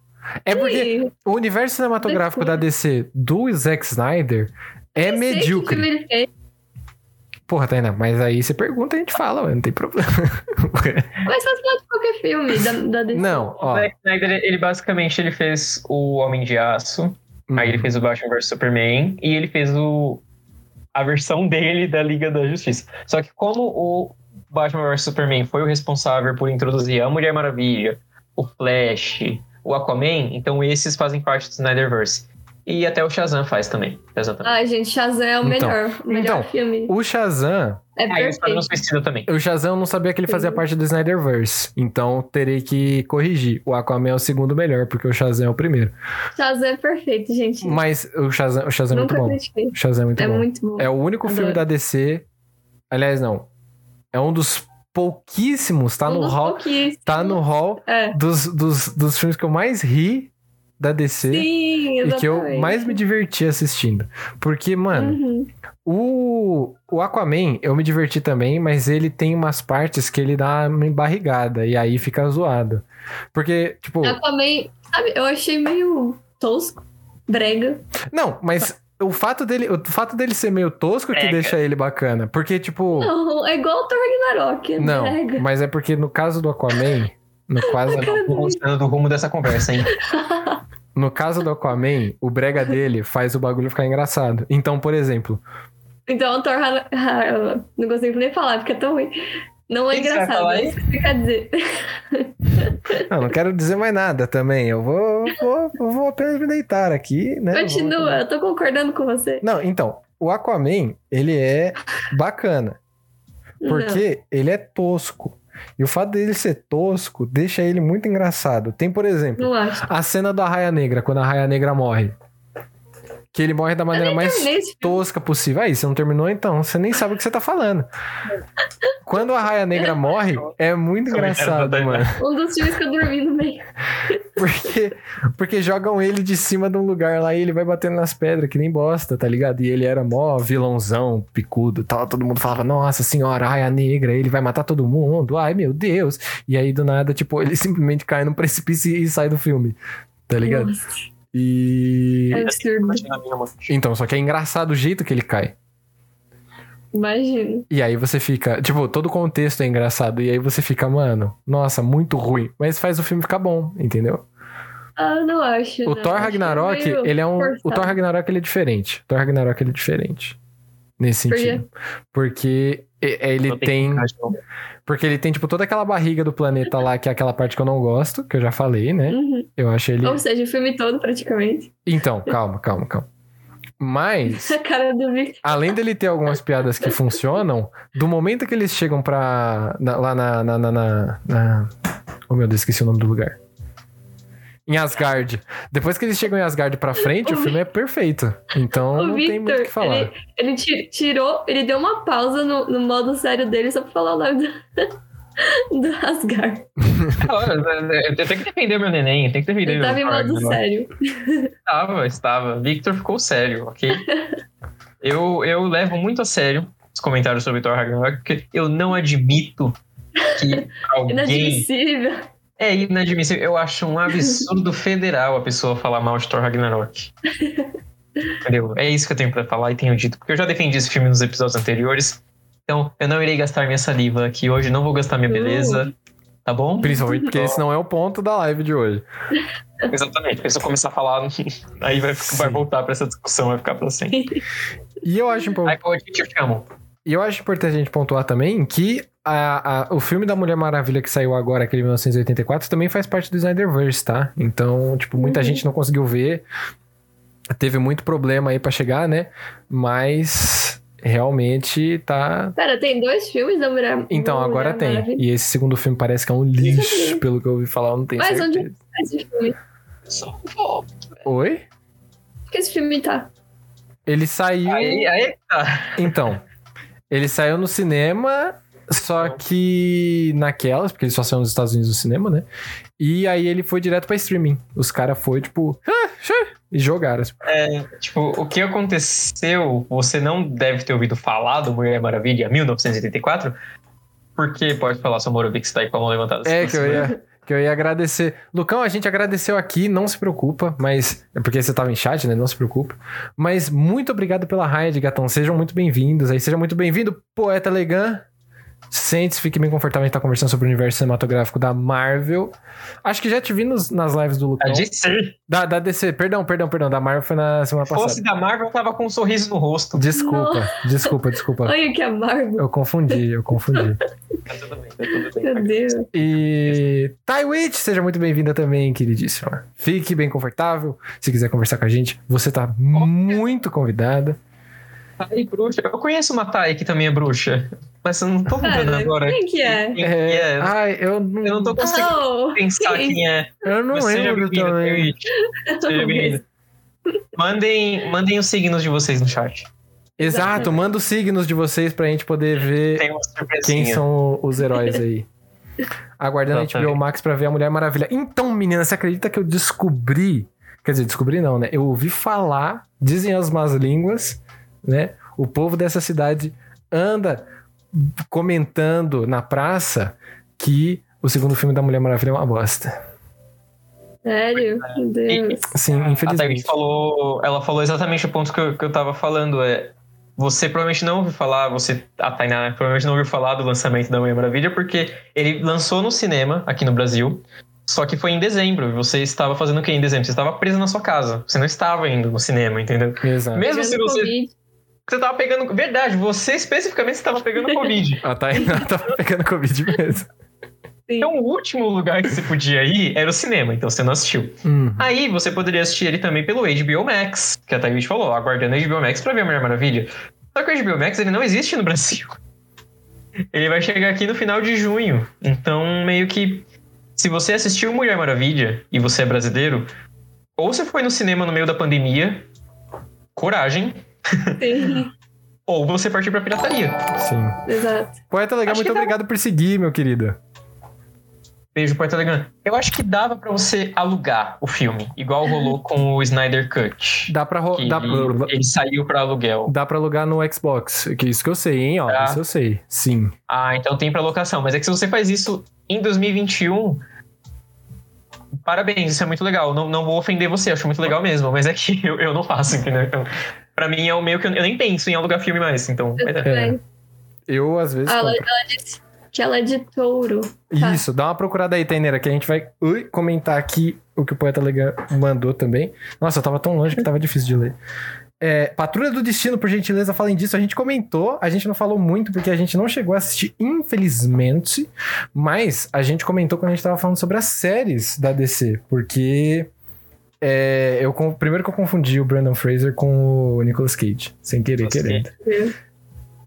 É porque Sim. o universo cinematográfico da DC do Zack Snyder é Eu sei que medíocre. filme ele fez. Porra, Tainá, mas aí você pergunta e a gente fala, ué, não tem problema. Mas faz falar de qualquer filme da, da DC. não, O ó. Zack Snyder, ele basicamente ele fez o Homem de Aço, aí ele fez o Batman vs Superman, e ele fez o a versão dele da Liga da Justiça. Só que como o Batman vs Superman foi o responsável por introduzir a Mulher Maravilha, o Flash, o Aquaman, então esses fazem parte do Snyderverse. E até o Shazam faz também. Shazam também. Ai, gente, Shazam é o Então, melhor. o melhor então, filme. O Shazam, É Ah, e o Esquadrão perfeito. Suicida também. o Shazam eu não sabia que ele fazia Sim. parte do Snyderverse, então terei que corrigir. O Aquaman é o segundo melhor, porque o Shazam é o primeiro. Shazam é perfeito, gente. Mas o Shazam, o Shazam é muito Nunca bom. critiquei. O Shazam é muito é bom. muito bom. É o único Adoro. filme da DC. Aliás, não. É um dos pouquíssimos, tá Um no dos hall, pouquíssimos. tá no hall É. dos, dos, dos filmes que eu mais ri da DC Sim, e exatamente. que eu mais me diverti assistindo. Porque, mano, Uhum. o, o Aquaman eu me diverti também, mas ele tem umas partes que ele dá uma embarrigada e aí fica zoado. Porque, tipo, Ah. Aquaman, sabe, eu achei meio tosco, brega. não, mas o fato dele, o fato dele ser meio tosco que Brega. deixa ele bacana, porque tipo, Não, é igual o Thor Ragnarok, é não, brega. mas é porque no caso do Aquaman, no caso Cara, Tô gostando do rumo dessa conversa, hein? No caso do Aquaman, o brega dele faz o bagulho ficar engraçado. Então, por exemplo, Então o Thor Ra- Ra- não consigo nem falar, fica tão ruim. Não é O que que você vai engraçado, falar é aí? isso que você quer dizer. É eu não quero dizer mais nada também. Eu vou, vou, eu vou apenas me deitar aqui, né? Continua, eu tô concordando com você. Não, então, o Aquaman, ele é bacana, porque ele é tosco. E o fato dele ser tosco deixa ele muito engraçado. Tem, por exemplo, Não, não acho. a cena da Raia Negra, quando a Raia Negra morre. Que ele morre da maneira mais Terminei esse tosca possível. Aí, você não terminou então, você nem sabe o que você tá falando. Quando a Raia Negra morre, é muito engraçado, mano. filme. Um dos filmes que eu dormi no meio. Porque, porque jogam ele de cima de um lugar lá e ele vai batendo nas pedras, que nem bosta, tá ligado? E ele era mó vilãozão, picudo e tal. Todo mundo falava, nossa senhora, Raia Negra, ele vai matar todo mundo, ai meu Deus. E aí, do nada, tipo, ele simplesmente cai num precipício e sai do filme, tá ligado? Nossa, E. é absurdo. Então, só que é engraçado o jeito que ele cai. Imagino. E aí você fica, tipo, todo o contexto é engraçado. E aí você fica, mano, nossa, muito ruim. Mas faz o filme ficar bom, entendeu? Ah, eu não acho. O não. Thor Acho é Ragnarok, meio ele é um. O forçado. Thor Ragnarok ele é diferente. O Thor Ragnarok ele é diferente. Nesse Por quê? sentido. Porque e- é, ele tem. Porque ele tem, tipo, toda aquela barriga do planeta lá, que é aquela parte que eu não gosto, que eu já falei, né? Uhum. Eu acho ele. Ou seja, o filme todo, praticamente. Então, calma, calma, calma. Mas. A cara do Victor. além dele ter algumas piadas que funcionam, do momento que eles chegam pra. na- lá na, na, na, na- na- Oh meu Deus, esqueci o nome do lugar. Em Asgard. Depois que eles chegam em Asgard pra frente, o, O filme é perfeito. Então O não tem muito o Victor, que falar. ele, ele ti- tirou, ele deu uma pausa no, no modo sério dele só pra falar o nome do, do Asgard. Eu tenho que defender meu neném, eu tenho que defender Ele tava em meu modo Ragnarok. sério. Estava, estava. Victor ficou sério, ok? eu, eu levo muito a sério os comentários sobre Thor Ragnarok, porque eu não admito que alguém... Inadmissível. É inadmissível. Eu acho um absurdo federal a pessoa falar mal de Thor Ragnarok. Entendeu? É isso que eu tenho pra falar e tenho dito, porque eu já defendi esse filme nos episódios anteriores. Então, eu não irei gastar minha saliva aqui hoje, não vou gastar minha Uh. beleza. Tá bom? Principalmente porque esse não é o ponto da live de hoje. Exatamente. A pessoa começar a falar, aí vai, Sim. vai voltar pra essa discussão, vai ficar pra sempre. E eu acho, um impor- Aí, como é que eu te chamo? e eu acho importante a gente pontuar também que a- a- o filme da Mulher Maravilha que saiu agora, aquele 1984, também faz parte do Snyderverse, tá? Então, tipo, muita Uhum. gente não conseguiu ver. Teve muito problema aí pra chegar, né? Mas realmente tá. Pera, tem dois filmes da Mulher Então, Mulher agora tem. Maravilha? E esse segundo filme parece que é um lixo, pelo que eu ouvi falar, eu não tenho Mas onde- certeza. Esse filme. Oi? Por que esse filme tá? Ele saiu. Aí, aí, tá. Então, ele saiu no cinema, só que naquelas, porque ele só saiu nos Estados Unidos no cinema, né? E aí ele foi direto pra streaming. Os caras foi tipo, "Ah, xê", e jogaram. Tipo, o que aconteceu, você não deve ter ouvido falar do Mulher Maravilha 1984, porque pode falar, seu Morovic está aí com a mão levantada. É que eu ia que eu ia agradecer. Lucão, a gente agradeceu aqui, não se preocupa, mas é porque você tava em chat, né? Não se preocupa. Mas muito obrigado pela raid, gatão. Sejam muito bem-vindos aí. Seja muito bem-vindo, poeta Legan. Sente-se, fique bem confortável. A gente tá conversando sobre o universo cinematográfico da Marvel. Acho que já te vi nos- nas lives do A Lucão. DC, Da, da DC, perdão, perdão, perdão. Da Marvel foi na semana se passada. fosse da Marvel, eu tava com um sorriso no rosto. Desculpa, desculpa, desculpa. Olha que amargo, Eu confundi, eu confundi. Tá tudo bem, tá tudo bem. meu Deus. E. Taiwitch, seja muito bem-vinda também, queridíssima. Fique bem confortável. Se quiser conversar com a gente, você tá muito convidada. Thay, bruxa. Eu conheço uma Thay que também é bruxa, mas eu não tô lembrando Cara, Tá agora. quem que é? Quem que é? Ai, eu não, Eu não tô conseguindo Oh, pensar quem é. eu não Mas seja lembro bem-vinda, também. Thay. Seja bem-vinda. Mandem, mandem os signos de vocês no chat. Exato, manda os signos de vocês pra gente poder ver É, Tem uma surpresinha. quem são os heróis aí. Aguardando a gente ver o Exatamente. Max pra ver a Mulher Maravilha. Então, menina, você acredita que eu descobri Quer dizer, descobri não, né? Eu ouvi falar, dizem as más línguas, né? O povo dessa cidade anda comentando na praça que o segundo filme da Mulher Maravilha é uma bosta. Sério? Meu Deus. Sim, A Thaís infelizmente. falou, ela falou exatamente o ponto que eu, que eu tava falando, é você provavelmente não ouviu falar, você, a Tainá né, provavelmente não ouviu falar do lançamento da Mulher Maravilha, porque ele lançou no cinema aqui no Brasil, só que foi em dezembro, e você estava fazendo o que em dezembro? Você estava presa na sua casa, você não estava indo no cinema, entendeu? Exato. Mesmo se Pegando você, Covid. você tava pegando, verdade, você especificamente estava pegando Covid. A Tainá tá pegando Covid mesmo. Então o último lugar que você podia ir era o cinema, então você não assistiu. Hum. Aí você poderia assistir ele também pelo HBO Max, que a Thaís falou, aguardando o HBO Max pra ver a Mulher Maravilha. Só que o HBO Max ele não existe no Brasil. Ele vai chegar aqui no final de junho. Então, meio que. Se você assistiu Mulher Maravilha e você é brasileiro, ou você foi no cinema no meio da pandemia, coragem, Sim, ou você partiu pra pirataria. Sim. exato. Poeta Legal, Acho muito que dá- obrigado por seguir, meu querido. Beijo, Porto Telegram. Eu acho que dava pra você alugar o filme, igual rolou com o Snyder Cut. Dá pra, ro- Que dá, pra- ele saiu pra aluguel. dá pra alugar no Xbox. Que isso que eu sei, hein? Ó, Tá. Isso eu sei. Sim. Ah, então tem pra locação. Mas é que se você faz isso em 2021, parabéns, isso é muito legal. Não, não vou ofender você, acho muito legal mesmo. Mas é que eu, eu não faço, entendeu? Então, pra mim é o meio que eu, eu nem penso em alugar filme mais. Então, mas é. É. Eu, às vezes. Ah, ela, compro. ela disse né? que ela é de touro. tá. Isso, dá uma procurada aí, Taineira, que a gente vai ui, comentar aqui o que o Poeta Legal mandou também. Nossa, eu tava tão longe que tava difícil de ler. É, Patrulha do Destino, por gentileza, falem disso. A gente comentou, a gente não falou muito porque a gente não chegou a assistir, infelizmente. Mas a gente comentou quando a gente tava falando sobre as séries da DC, porque é, eu con- primeiro que eu confundi o Brandon Fraser com o Nicolas Cage, sem querer, Nicolas querendo.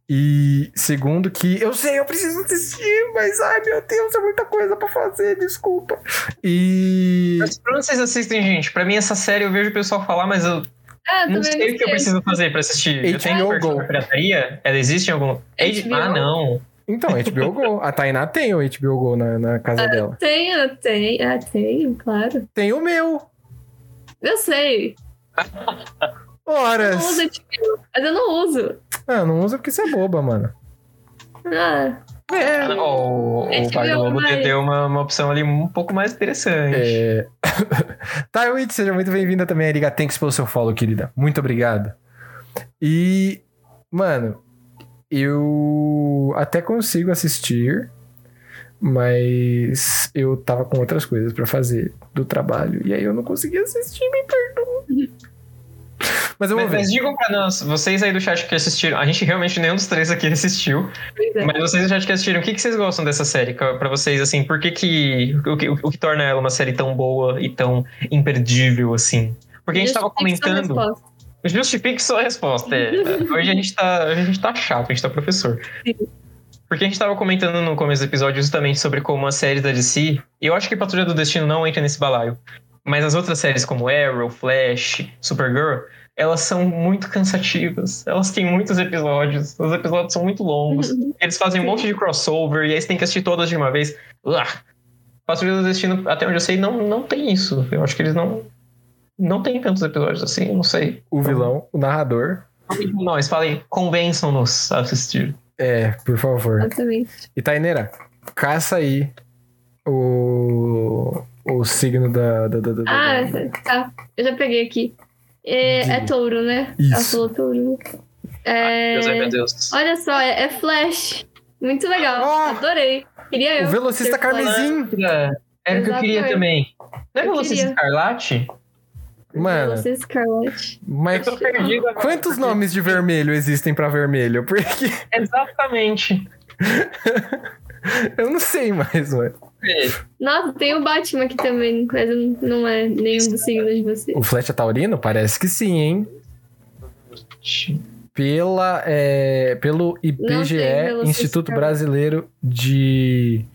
E segundo que eu sei, eu preciso assistir, mas ai meu Deus, é muita coisa pra fazer, desculpa. E Mas pra onde vocês assistem, gente? Pra mim, essa série eu vejo o pessoal falar, mas eu Ah, eu não também sei o que eu preciso fazer pra assistir. eu tenho HBO a versão Go. da pirataria? Ela existe em algum. HBO? Ah, não. então, HBO Go, a Tainá tem o HBO Go na, na casa dela. Tenho, tenho. Ah, tenho, claro. Tem o meu. Eu sei. Eu não Horas. uso HBO, mas eu não uso. Ah, não usa porque você é boba, mano. Ah, Ah, não, O, o HBO Pablo Lobo mais. deu uma, uma opção ali um pouco mais interessante. É... Taiwit, seja muito bem-vinda também, Ariga. Thanks pelo seu follow, querida. Muito obrigado. E, mano, eu até consigo assistir, mas eu tava com outras coisas pra fazer do trabalho. E aí eu não consegui assistir, me perdoa. Mas eu vou Mas, é ver. mas digam pra nós, vocês aí do chat que assistiram, a gente realmente nenhum dos três aqui assistiu, pois é. mas vocês do chat que assistiram, o que, que vocês gostam dessa série? Qual- Pra vocês, assim, por que que o, que. o que torna ela uma série tão boa e tão imperdível, assim? Porque a gente tava Justifique sua comentando. resposta. Justifique sua resposta. é. hoje, a gente tá, hoje a gente tá chato, a gente tá professor. Porque a gente tava comentando no começo do episódio justamente sobre como as séries da DC. E eu acho que Patrulha do Destino não entra nesse balaio. Mas as outras séries como Arrow, Flash, Supergirl, elas são muito cansativas. Elas têm muitos episódios. Os episódios são muito longos. Eles fazem um Uhum. Sim. monte de crossover e aí você tem que assistir todas de uma vez. Uah. Patrulha do Destino, até onde eu sei, não, não tem isso. Eu acho que eles não. Não tem tantos episódios assim, eu não sei. O vilão, o narrador. Falem com Nós falem, convençam-nos a assistir. É, por favor. Exatamente. E Taineira, caça aí o, o signo da. da, da, da- da- Ah, da- tá. Eu já peguei aqui. É, Diga. é touro, né? Isso. Ela falou touro. É, Deus, ai, meu Deus. olha só, é, é Flash. Muito legal. Ah! Adorei. Queria eu. O velocista ser Flash. carmesim. Era, era o que eu queria Exatamente. também. Não é Eu Velocista queria. Escarlate? Mano, Velocista Scarlet. Eu mas tô perdido agora. quantos nomes de vermelho existem pra vermelho? Porque Exatamente. eu não sei mais, mano. É. Nossa, tem o Batman aqui também, mas não- não é nenhum dos signos de vocês. O Flecha Taurino? Parece que sim, hein? Pela, é, pelo IPGE, tem velocista. Instituto Brasileiro de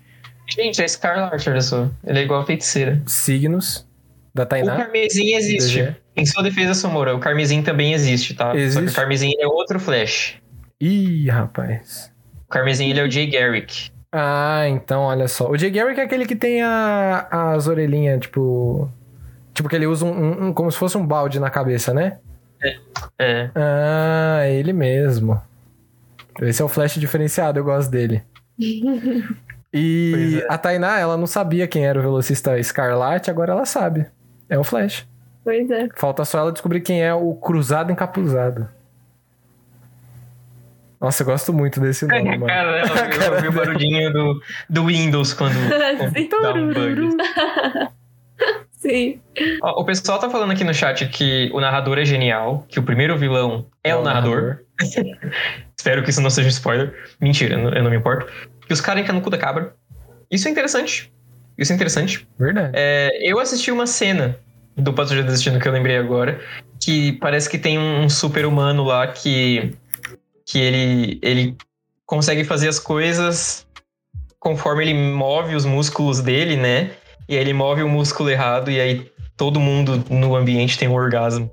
Gente, é Scarlate, olha só. Ele é igual a feiticeira. Signos, da O Tainá. Carmesim existe. IBGE. Em sua defesa, Somora, o Carmesim também existe, tá? Só que Existe? o Carmesim é outro Flash. Ih, rapaz. O Carmesim, ele é o Jay Garrick. Ah, então, olha só. O Jay Garrick é aquele que tem a- as orelhinhas, tipo... Tipo, que ele usa um, um- um- como se fosse um balde na cabeça, né? É. Ah, ele mesmo. Esse é o Flash diferenciado, eu gosto dele. E Pois a Tainá, ela não sabia quem era o velocista escarlate, agora ela sabe. É o Flash. Pois é. Falta só ela descobrir quem é o Cruzado Encapuzado. Nossa, eu gosto muito desse É, nome, mano. Cara, eu, eu ouvi o barulhinho do, do Windows quando. quando dá um bug. Sim. Ó, o pessoal tá falando aqui no chat que o narrador é genial, que o primeiro vilão é, um o narrador. Espero que isso não seja um spoiler. Mentira, eu não- eu não me importo. Que os caras encanam no cu da cabra. Isso é interessante. Isso é interessante. Verdade. É, eu assisti uma cena do Patrulha do Destino que eu lembrei agora, que parece que tem um, um super-humano lá que que ele ele consegue fazer as coisas conforme ele move os músculos dele, né? E aí ele move o músculo errado e aí todo mundo no ambiente tem um orgasmo.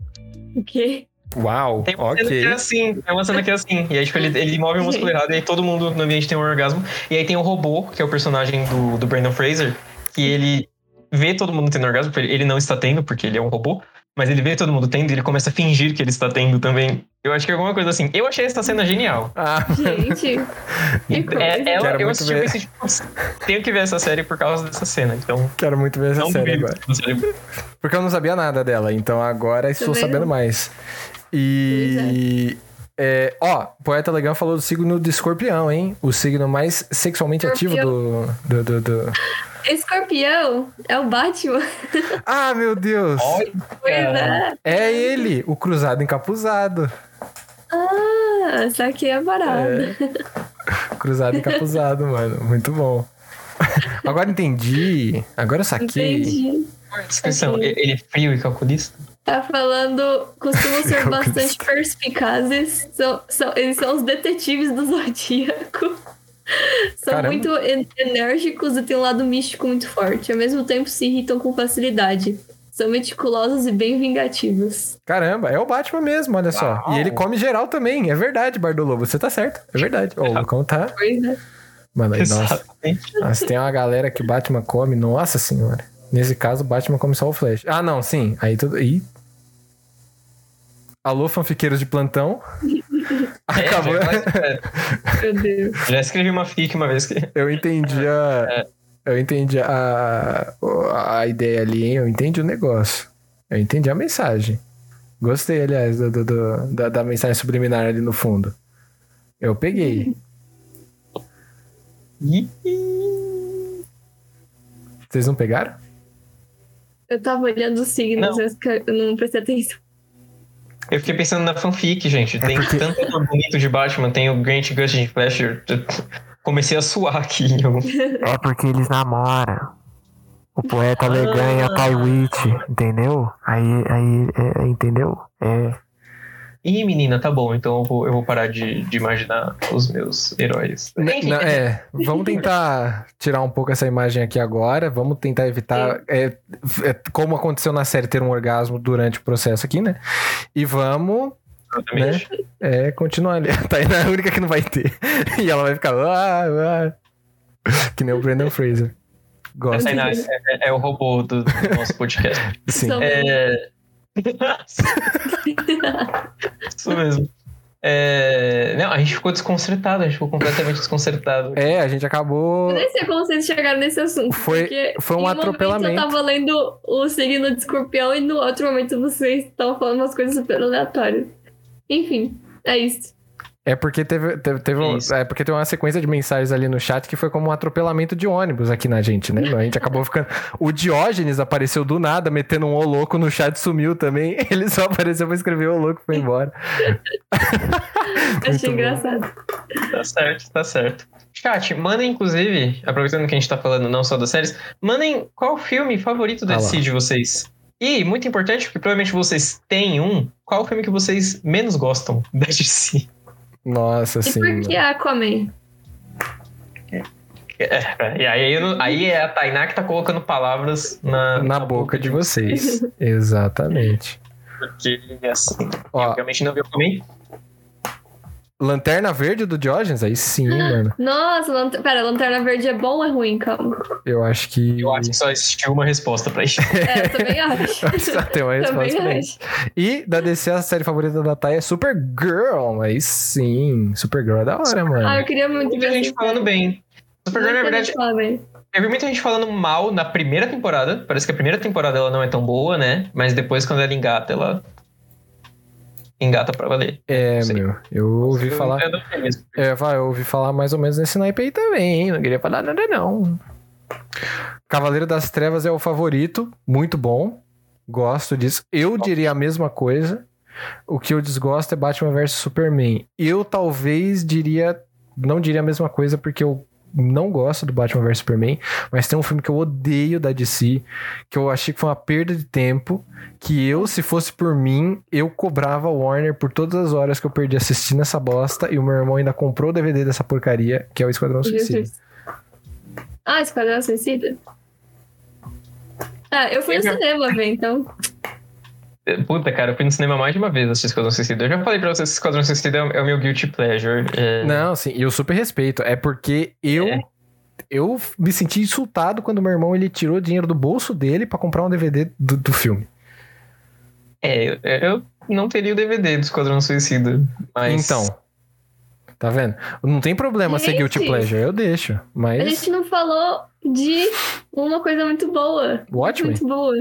O quê? Uau, Tem uma cena que é ok. assim, tem uma cena que é assim. E aí, tipo, ele, ele move o músculo Gente. errado e aí todo mundo no ambiente tem um orgasmo. E aí tem o robô, que é o personagem do, do Brandon Fraser, que ele vê todo mundo tendo orgasmo, porque ele ele não está tendo, porque ele é um robô, mas ele vê todo mundo tendo e ele começa a fingir que ele está tendo também. Eu acho que é alguma coisa assim. Eu achei essa cena genial. Ah, Gente. Que coisa. É, ela- Quero eu muito assisti ver. e pensei, tipo, "Putz, tenho que ver essa série por causa dessa cena. Então, quero muito ver essa não série duvido agora. que você- Porque eu não sabia nada dela, então agora estou Também não. sabendo mais. E. É, ó, Poeta Legal falou do signo de escorpião, hein? O signo mais sexualmente ativo do, do, do, do- é Escorpião é o Batman. Ah, meu Deus! Olha, Pois é. É ele, o cruzado encapuzado. Ah, saquei a parada. Cruzado encapuzado, mano. Muito bom. Agora entendi. Agora eu saquei. Entendi. descrição. Ok. E- Ele é frio e calculista? Tá falando, costumam ser Eu bastante perspicazes. São, são, eles são os detetives do zodíaco. São Caramba. muito en- enérgicos e têm um lado místico muito forte. Ao mesmo tempo, se irritam com facilidade. São meticulosos e bem vingativos. Caramba, é o Batman mesmo, olha só. Uau. E ele come geral também. É verdade, Bardolo. Você tá certo. É verdade. Ô, o Lucão tá. Pois é. Mano, aí, nossa. Exatamente. Mas tem uma galera que o Batman come, nossa senhora. Nesse caso, o Batman come só o Flash. Ah, não, sim. Aí tudo. Ih. Alô, fanfiqueiros de plantão. Acabou. É, já- Meu Deus. Já escrevi uma fic uma vez que. Eu entendi a. É. Eu entendi a, a ideia ali, hein? Eu entendi o negócio. Eu entendi a mensagem. Gostei, aliás, do- do- do- da, da mensagem subliminar ali no fundo. Eu peguei. Ih, Vocês não pegaram? Eu tava olhando os signos, Não. mas que eu não prestei atenção. Eu fiquei pensando na fanfic, gente. Tem tanto ator bonito de Batman, tem o Grant Gustin de Flash. eu- eu Comecei a suar aqui. Eu... É porque eles namoram. O poeta Legan e a Taiwit, entendeu? Aí, aí, é, entendeu? É. Ih, menina, tá bom. Então eu vou, eu vou parar de, de imaginar os meus heróis. Né, Enfim, não, é, vamos tentar tirar um pouco essa imagem aqui agora. Vamos tentar evitar, é, é, como aconteceu na série, ter um orgasmo durante o processo aqui, né? E vamos exatamente. é, continuar ali. A Tainá é a única que não vai ter. E ela vai ficar. "Ah, ah", que nem o Brandon Fraser. A Gosto. assim. Tainá é, é- é o robô do, do nosso podcast. Sim. São- É... Isso mesmo. É, Não, a gente ficou desconcertado, a gente ficou completamente desconcertado. É, a gente acabou. Eu nem sei como vocês chegaram nesse assunto. Foi- porque foi um em momento atropelamento. Eu tava lendo o signo de escorpião e no outro momento vocês estavam falando umas coisas super aleatórias. Enfim, é isso. É porque teve, teve, teve um- Isso. é porque teve uma sequência de mensagens ali no chat que foi como um atropelamento de ônibus aqui na gente, né? A gente acabou ficando. O Diógenes apareceu do nada, metendo um ô louco no chat, sumiu também. Ele só apareceu pra escrever ô louco e foi embora. Muito Achei bom. engraçado. Tá certo, tá certo. Chat, mandem, inclusive, aproveitando que a gente tá falando não só das séries, mandem qual filme favorito Ah lá. desse de vocês. E, muito importante, porque provavelmente vocês têm um, qual filme que vocês menos gostam da DC? Nossa, E sim. né? por que Aquaman? É, e aí, eu não- aí é a Tainá que tá colocando palavras na, Na boca de vocês. Exatamente. Porque, assim, eu Ó, realmente não vi o filme. Lanterna Verde do Diógenes? Aí sim, Ah. hein, mano. Nossa, lanter... pera, Lanterna Verde é bom ou é ruim, calma? Eu acho que. Eu acho que só existiu uma resposta pra isso. É, eu também acho. Só tem uma resposta pra também isso. acho. E da DC, a série favorita da Thay é Supergirl. Aí sim, Supergirl é da hora, mano. Ah, eu queria muito ver Muita gente essa falando bem. Supergirl, na Muita verdade, gente fala bem. Eu vi muita gente falando mal na primeira temporada. Parece que a primeira temporada ela não é tão boa, né? Mas depois, quando ela engata, ela. Engata pra valer. É, sim. meu. Eu ouvi Eu- falar. Eu, não sei mesmo. Eu, ia falar, eu ouvi falar mais ou menos nesse naipe aí também, hein? Não queria falar nada, não. Cavaleiro das Trevas é o favorito, muito bom. Gosto disso. Eu diria a mesma coisa. O que eu desgosto é Batman vs Superman. Eu talvez diria. Não diria a mesma coisa, porque eu não gosto do Batman vs Superman. Mas tem um filme que eu odeio da DC, que eu achei que foi uma perda de tempo. Que eu, se fosse por mim, eu cobrava a Warner por todas as horas que eu perdi assistindo essa bosta. E o meu irmão ainda comprou o DVD dessa porcaria, que é o Esquadrão Suicida. Jesus. Ah, Esquadrão Suicida? Ah, eu fui no Eu- cinema ver, então. Puta, cara, eu fui no cinema mais de uma vez assistir Esquadrão Suicida. Eu já falei pra vocês que Esquadrão Suicida é o é o meu guilty pleasure. É, Não, sim, e eu super respeito. É porque eu É. eu me senti insultado quando meu irmão ele tirou dinheiro do bolso dele pra comprar um DVD do, do filme. é, eu- eu não teria o DVD do Esquadrão Suicida. Mas. Então, tá vendo? Não tem problema ser Gente! guilty pleasure, eu deixo. A Mas gente não falou de uma coisa muito boa. Watchmen? Muito boa.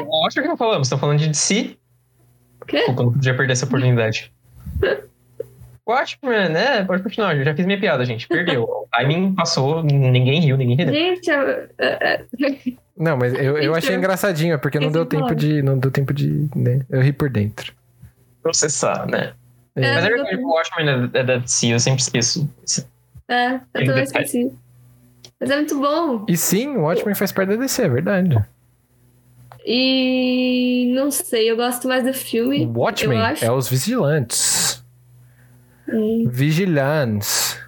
Eu acho que não falamos, estão falando de DC. Quê? Desculpa, não podia perder essa oportunidade. Watchmen, né? Pode continuar, eu já fiz minha piada, gente. Perdeu. O timing passou, ninguém riu, ninguém riu. Gente, eu- é, um é, não, mas eu, eu Então, achei engraçadinho, é porque não esse deu é tempo bom. de não deu tempo de, né? Eu ri por dentro. Processar, né? É. Mas é verdade que o Watchmen é, é da DC, eu sempre esqueço. é, eu também Detalhe. esqueci. Mas é muito bom. E sim, o Watchmen faz parte da DC, é verdade. E não sei, eu gosto mais do filme. O Watchmen eu acho. é os vigilantes. Hum. Vigilantes.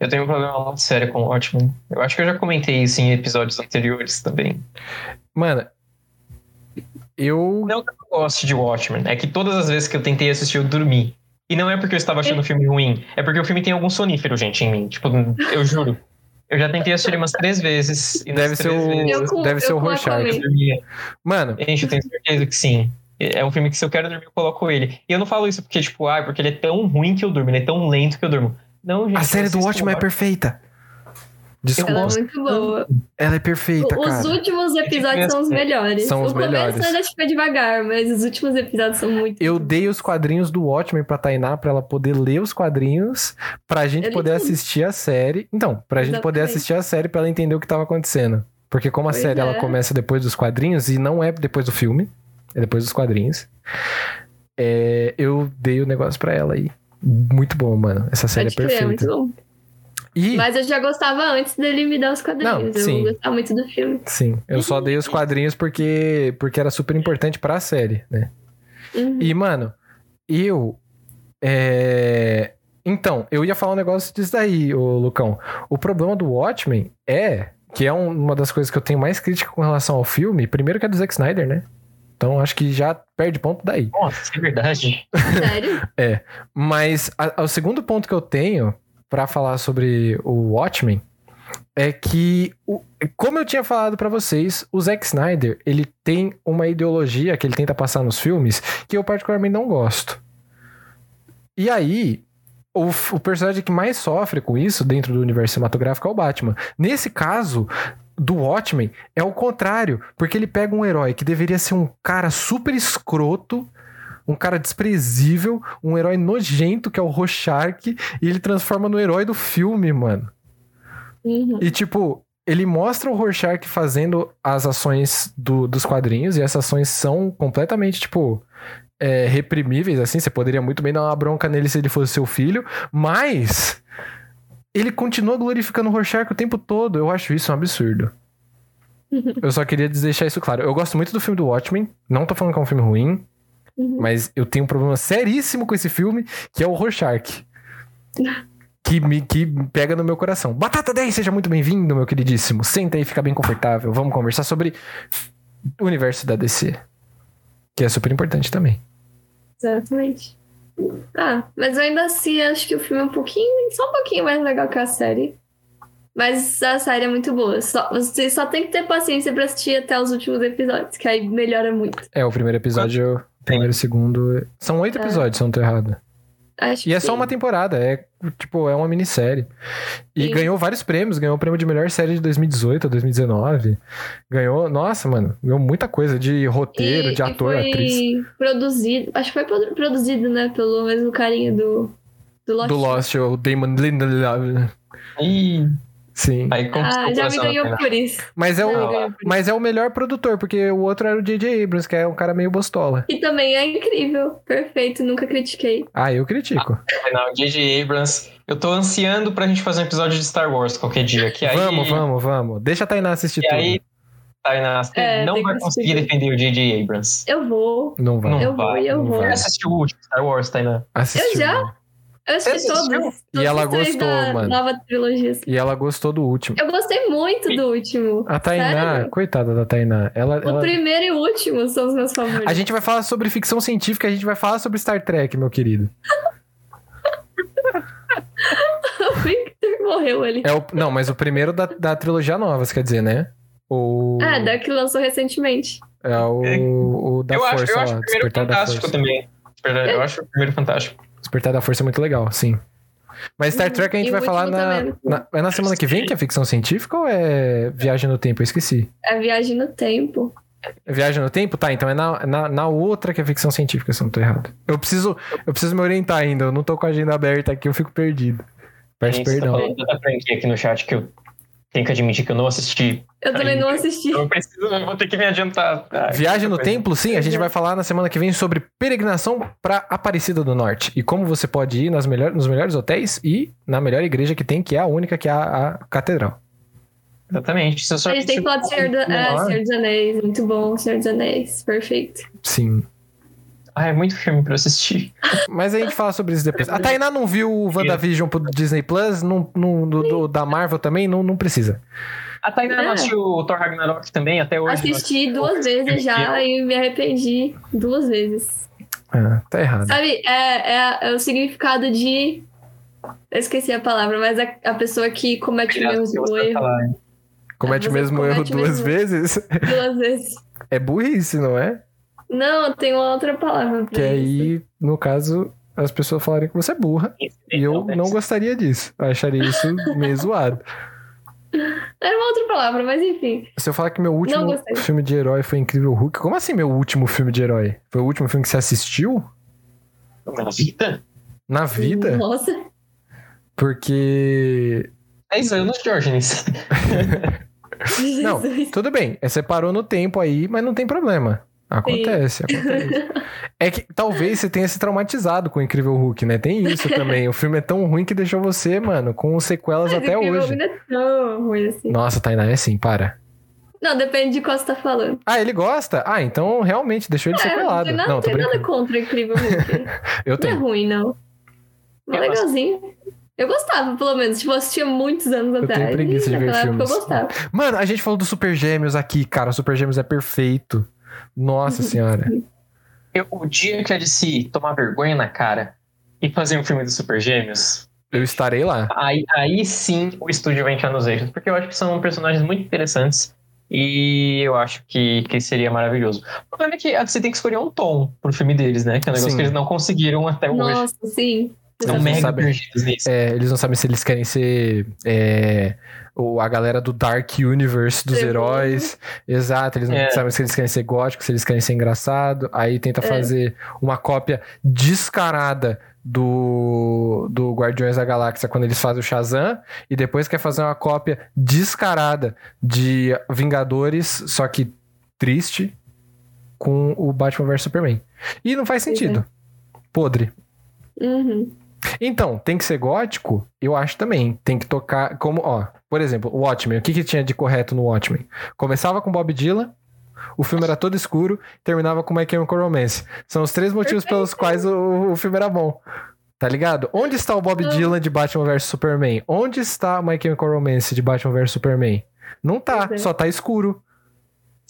Eu tenho um problema muito sério com o Watchmen. Eu acho que eu já comentei isso em episódios anteriores também. Mano, eu Não é que eu não goste de Watchmen, é que todas as vezes que eu tentei assistir, eu dormi. E não é porque eu estava achando o filme ruim, é porque o filme tem algum sonífero, gente, em mim. Tipo, eu juro. Eu já tentei assistir ele umas três vezes. E nas Deve ser três o- vezes Eu com- deve ser eu o com Rorschach. eu Aquaman. dormia. Mano, Gente, eu tenho certeza que sim. É um filme que se eu quero dormir, eu coloco ele. E eu não falo isso porque, tipo, ah, porque ele é tão ruim que eu durmo, ele é tão lento que eu durmo. Não, gente. a eu série do assisto Watchmen é Watchmen. perfeita. Ela é Desculpa, muito boa. ela é perfeita, O- Os cara. últimos episódios são os melhores. São os o começo melhores. ainda fica devagar, mas os últimos episódios são muito. Eu dei os quadrinhos do Watchmen pra Tainá pra ela poder ler os quadrinhos, pra gente Eu li poder tudo. assistir a série. Então, pra gente poder Exatamente. assistir a série pra ela entender o que tava acontecendo. Porque como a Pois série ela é. começa depois dos quadrinhos e não é depois do filme, é depois dos quadrinhos. é, eu dei o negócio pra ela aí. Muito bom, mano. Essa série Pode é crer, é muito perfeita. bom. E Mas eu já gostava antes dele me dar os quadrinhos. Não, sim. Eu gostava muito do filme. Sim, eu só dei os quadrinhos porque, porque era super importante pra série, né? Uhum. E, mano, eu. é, Então, eu ia falar um negócio disso daí, ô Lucão. O problema do Watchmen é. Que é um- uma das coisas que eu tenho mais crítica com relação ao filme. Primeiro que é do Zack Snyder, né? Então acho que já perde ponto daí. Nossa, é verdade. Sério? Mas a- a- o segundo ponto que eu tenho pra falar sobre o Watchmen é que, o- como eu tinha falado pra vocês, o Zack Snyder ele tem uma ideologia que ele tenta passar nos filmes que eu particularmente não gosto. E aí, o, f- o personagem que mais sofre com isso dentro do universo cinematográfico é o Batman. Nesse caso do Watchmen, é o contrário, porque ele pega um herói que deveria ser um cara super escroto, um cara desprezível, um herói nojento que é o Rorschach, e ele transforma no herói do filme, mano. Uhum. E tipo, ele mostra o Rorschach fazendo as ações do- dos quadrinhos, e essas ações são completamente, tipo, é, reprimíveis, assim. Você poderia muito bem dar uma bronca nele se ele fosse seu filho, mas ele continua glorificando o Rorschach o tempo todo. Eu acho isso um absurdo. Uhum. Eu só queria deixar isso claro. Eu gosto muito do filme do Watchmen. Não tô falando que é um filme ruim, Uhum. mas eu tenho um problema seríssimo com esse filme, que é o Rorschach. Que me, que me pega no meu coração. Batata 10, seja muito bem-vindo, meu queridíssimo. Senta aí, fica bem confortável. Vamos conversar sobre o universo da DC. Que é super importante também. Exatamente. Ah, mas eu ainda assim acho que o filme é um pouquinho, só um pouquinho mais legal que a série. Mas a série é muito boa. Só, você só tem que ter paciência pra assistir até os últimos episódios, que aí melhora muito. É, o primeiro episódio, o primeiro e segundo. São oito É. episódios, se eu não tô errado. Acho E é que só uma temporada, é tipo, é uma minissérie. E Sim. ganhou vários prêmios, ganhou o prêmio de melhor série de 2018 a 2019. Ganhou, nossa, mano, ganhou muita coisa de roteiro, E- de ator, e foi atriz. Produzido, acho que foi produ- produzido, né, pelo mesmo carinha do, do Lost. Do Lost, o Damon Lindelof. Ih, Sim. aí conquistou Ah, o já me coração né? da ganhou Tainá. por isso. Mas é, Já o, me ganhou por isso. mas é o melhor produtor, porque o outro era o J.J. Abrams, que é um cara meio bostola. E também é incrível, perfeito, nunca critiquei. Ah, eu critico. Não, J.J. Abrams. Eu tô ansiando pra gente fazer um episódio de Star Wars qualquer dia. Que aí, vamos, vamos, vamos. Deixa a Tainá assistir E tudo. aí, Tainá, você É, não tem vai que conseguir assistir. defender o J.J. Abrams. Eu vou, Não vai. Não eu vai, vou, eu não vou. vai. Você assistiu o último Star Wars, Tainá? Assistiu. já? Eu assisti Você todos. assistiu? todos E ela os três gostou, da mano. Nova trilogia. assim. E ela gostou do último. Eu gostei muito do último. A Tainá, Sério? coitada da Tainá. Ela, O ela- primeiro e o último são os meus favoritos. A gente vai falar sobre ficção científica, a gente vai falar sobre Star Trek, meu querido. O Victor morreu ali. É o, não, mas o primeiro da, da trilogia nova, você quer dizer, né? O, Ah, da que lançou recentemente. é o, o da eu Força acho, eu acho lá, o primeiro Despertar da fantástico Força. também. Eu acho o primeiro fantástico. Despertar da Força é muito legal, sim. Mas Star Hum, Trek a gente e o vai falar último na, também. na- É na semana que vem que é ficção científica ou é Viagem no Tempo? Eu esqueci. A Viagem no Tempo. É Viagem no Tempo? Tá, então é na, na, na outra que é ficção científica, se eu não tô errado. Eu preciso, eu preciso me orientar ainda, eu não tô com a agenda aberta aqui, eu fico perdido. Peço Gente, você tá perdão. falando tanta franquia aqui no chat que eu tenho que admitir que eu não assisti. Eu também não assisti. Eu preciso, eu vou ter que me adiantar. Ah, Viagem no muita coisa. Templo, sim, a gente Exato. vai falar na semana que vem sobre peregrinação para Aparecida do Norte e como você pode ir nas melhor, nos melhores hotéis e na melhor igreja que tem, que é a única, que é a, a catedral. Exatamente. Se eu só A gente tem que falar do Senhor, do... Ah, menor- Senhor dos Anéis. Muito bom, Senhor dos Anéis. Perfeito. Sim. Ah, é muito filme pra eu assistir. Mas a gente fala sobre isso depois. A Tainá não viu o WandaVision pro Disney Plus, não, não- do, do- da Marvel também, não, não precisa. A Tainá É. não assistiu o Thor Ragnarok também, até hoje. Assisti duas vezes já e me arrependi duas vezes. Ah, tá errado. Sabe, é, é- é o significado de. Eu esqueci a palavra, mas a, a pessoa que tá comete o Obrigado mesmo pelo seu erro salário. Comete o você mesmo comete erro o duas mesmo- vezes, duas Então, vezes. é burrice, não é? Não, tem uma outra palavra pra Que é isso. aí, no caso, as pessoas falarem que você é burra. E eu Então, não é. gostaria disso. Eu acharia isso meio zoado. Era uma outra palavra, mas enfim. Se eu falar que meu Não último gostei. filme de herói foi Incrível Hulk, como assim meu último filme de herói? Foi o último filme que você assistiu Na vida? na vida? Nossa. Porque. 10 anos, Jorgens. Não, Jesus. tudo bem, é, você parou no tempo aí, mas não tem problema. Acontece, acontece. É que talvez você tenha se traumatizado com o Incrível Hulk, né? Tem isso também. O filme é tão ruim que deixou você, mano, com sequelas Mas até incrível, hoje. Não é tão ruim assim. Nossa, Tainá, é assim, para. Não, depende de qual você tá falando. Ah, ele gosta? Ah, então realmente deixou ele É, não sequelado. tem nada, Não, não tô tem nada brincando. contra o Incrível Hulk. Eu não é tenho. ruim, não. Mas Eu gosto. legalzinho. Eu gostava, pelo menos. Tipo, eu assistia muitos anos tenho atrás. preguiça de ver naquela época eu filmes. gostava. Mano, a gente falou do Super Gêmeos aqui, cara. O Super Gêmeos é perfeito. Uhum. Nossa senhora. Eu, o dia que a DC tomar vergonha na cara e fazer um filme dos Super Gêmeos, Eu estarei lá. aí, aí sim o estúdio vai entrar nos eixos. Porque eu acho que são personagens muito interessantes e eu acho que, que seria maravilhoso. O problema é que a DC tem que escolher um tom pro filme deles, né? Que é um negócio Sim. que eles não conseguiram até hoje. Nossa, sim. São eles não mega sabem. perdidos nisso. É, eles não sabem se eles querem ser é, o- a galera do Dark Universe dos Sim. heróis. Exato, eles não É. sabem se eles querem ser góticos, se eles querem ser engraçado. Aí tenta É. fazer uma cópia descarada do, do Guardiões da Galáxia quando eles fazem o Shazam. E depois quer fazer uma cópia descarada de Vingadores, só que triste, com o Batman vs Superman. E não faz Pois é. sentido. Podre. Uhum. Então, tem que ser gótico? Eu acho também. Tem que tocar como, ó, por exemplo, o Watchmen. O que, que tinha de correto no Watchmen? Começava com Bob Dylan, o filme era todo escuro, terminava com My Chemical Romance. São os três motivos pelos quais o, o filme era bom. Tá ligado? Onde está o Bob Não. Dylan de Batman vs Superman? Onde está My Chemical Romance de Batman vs Superman? Não tá, Pois é. só tá escuro.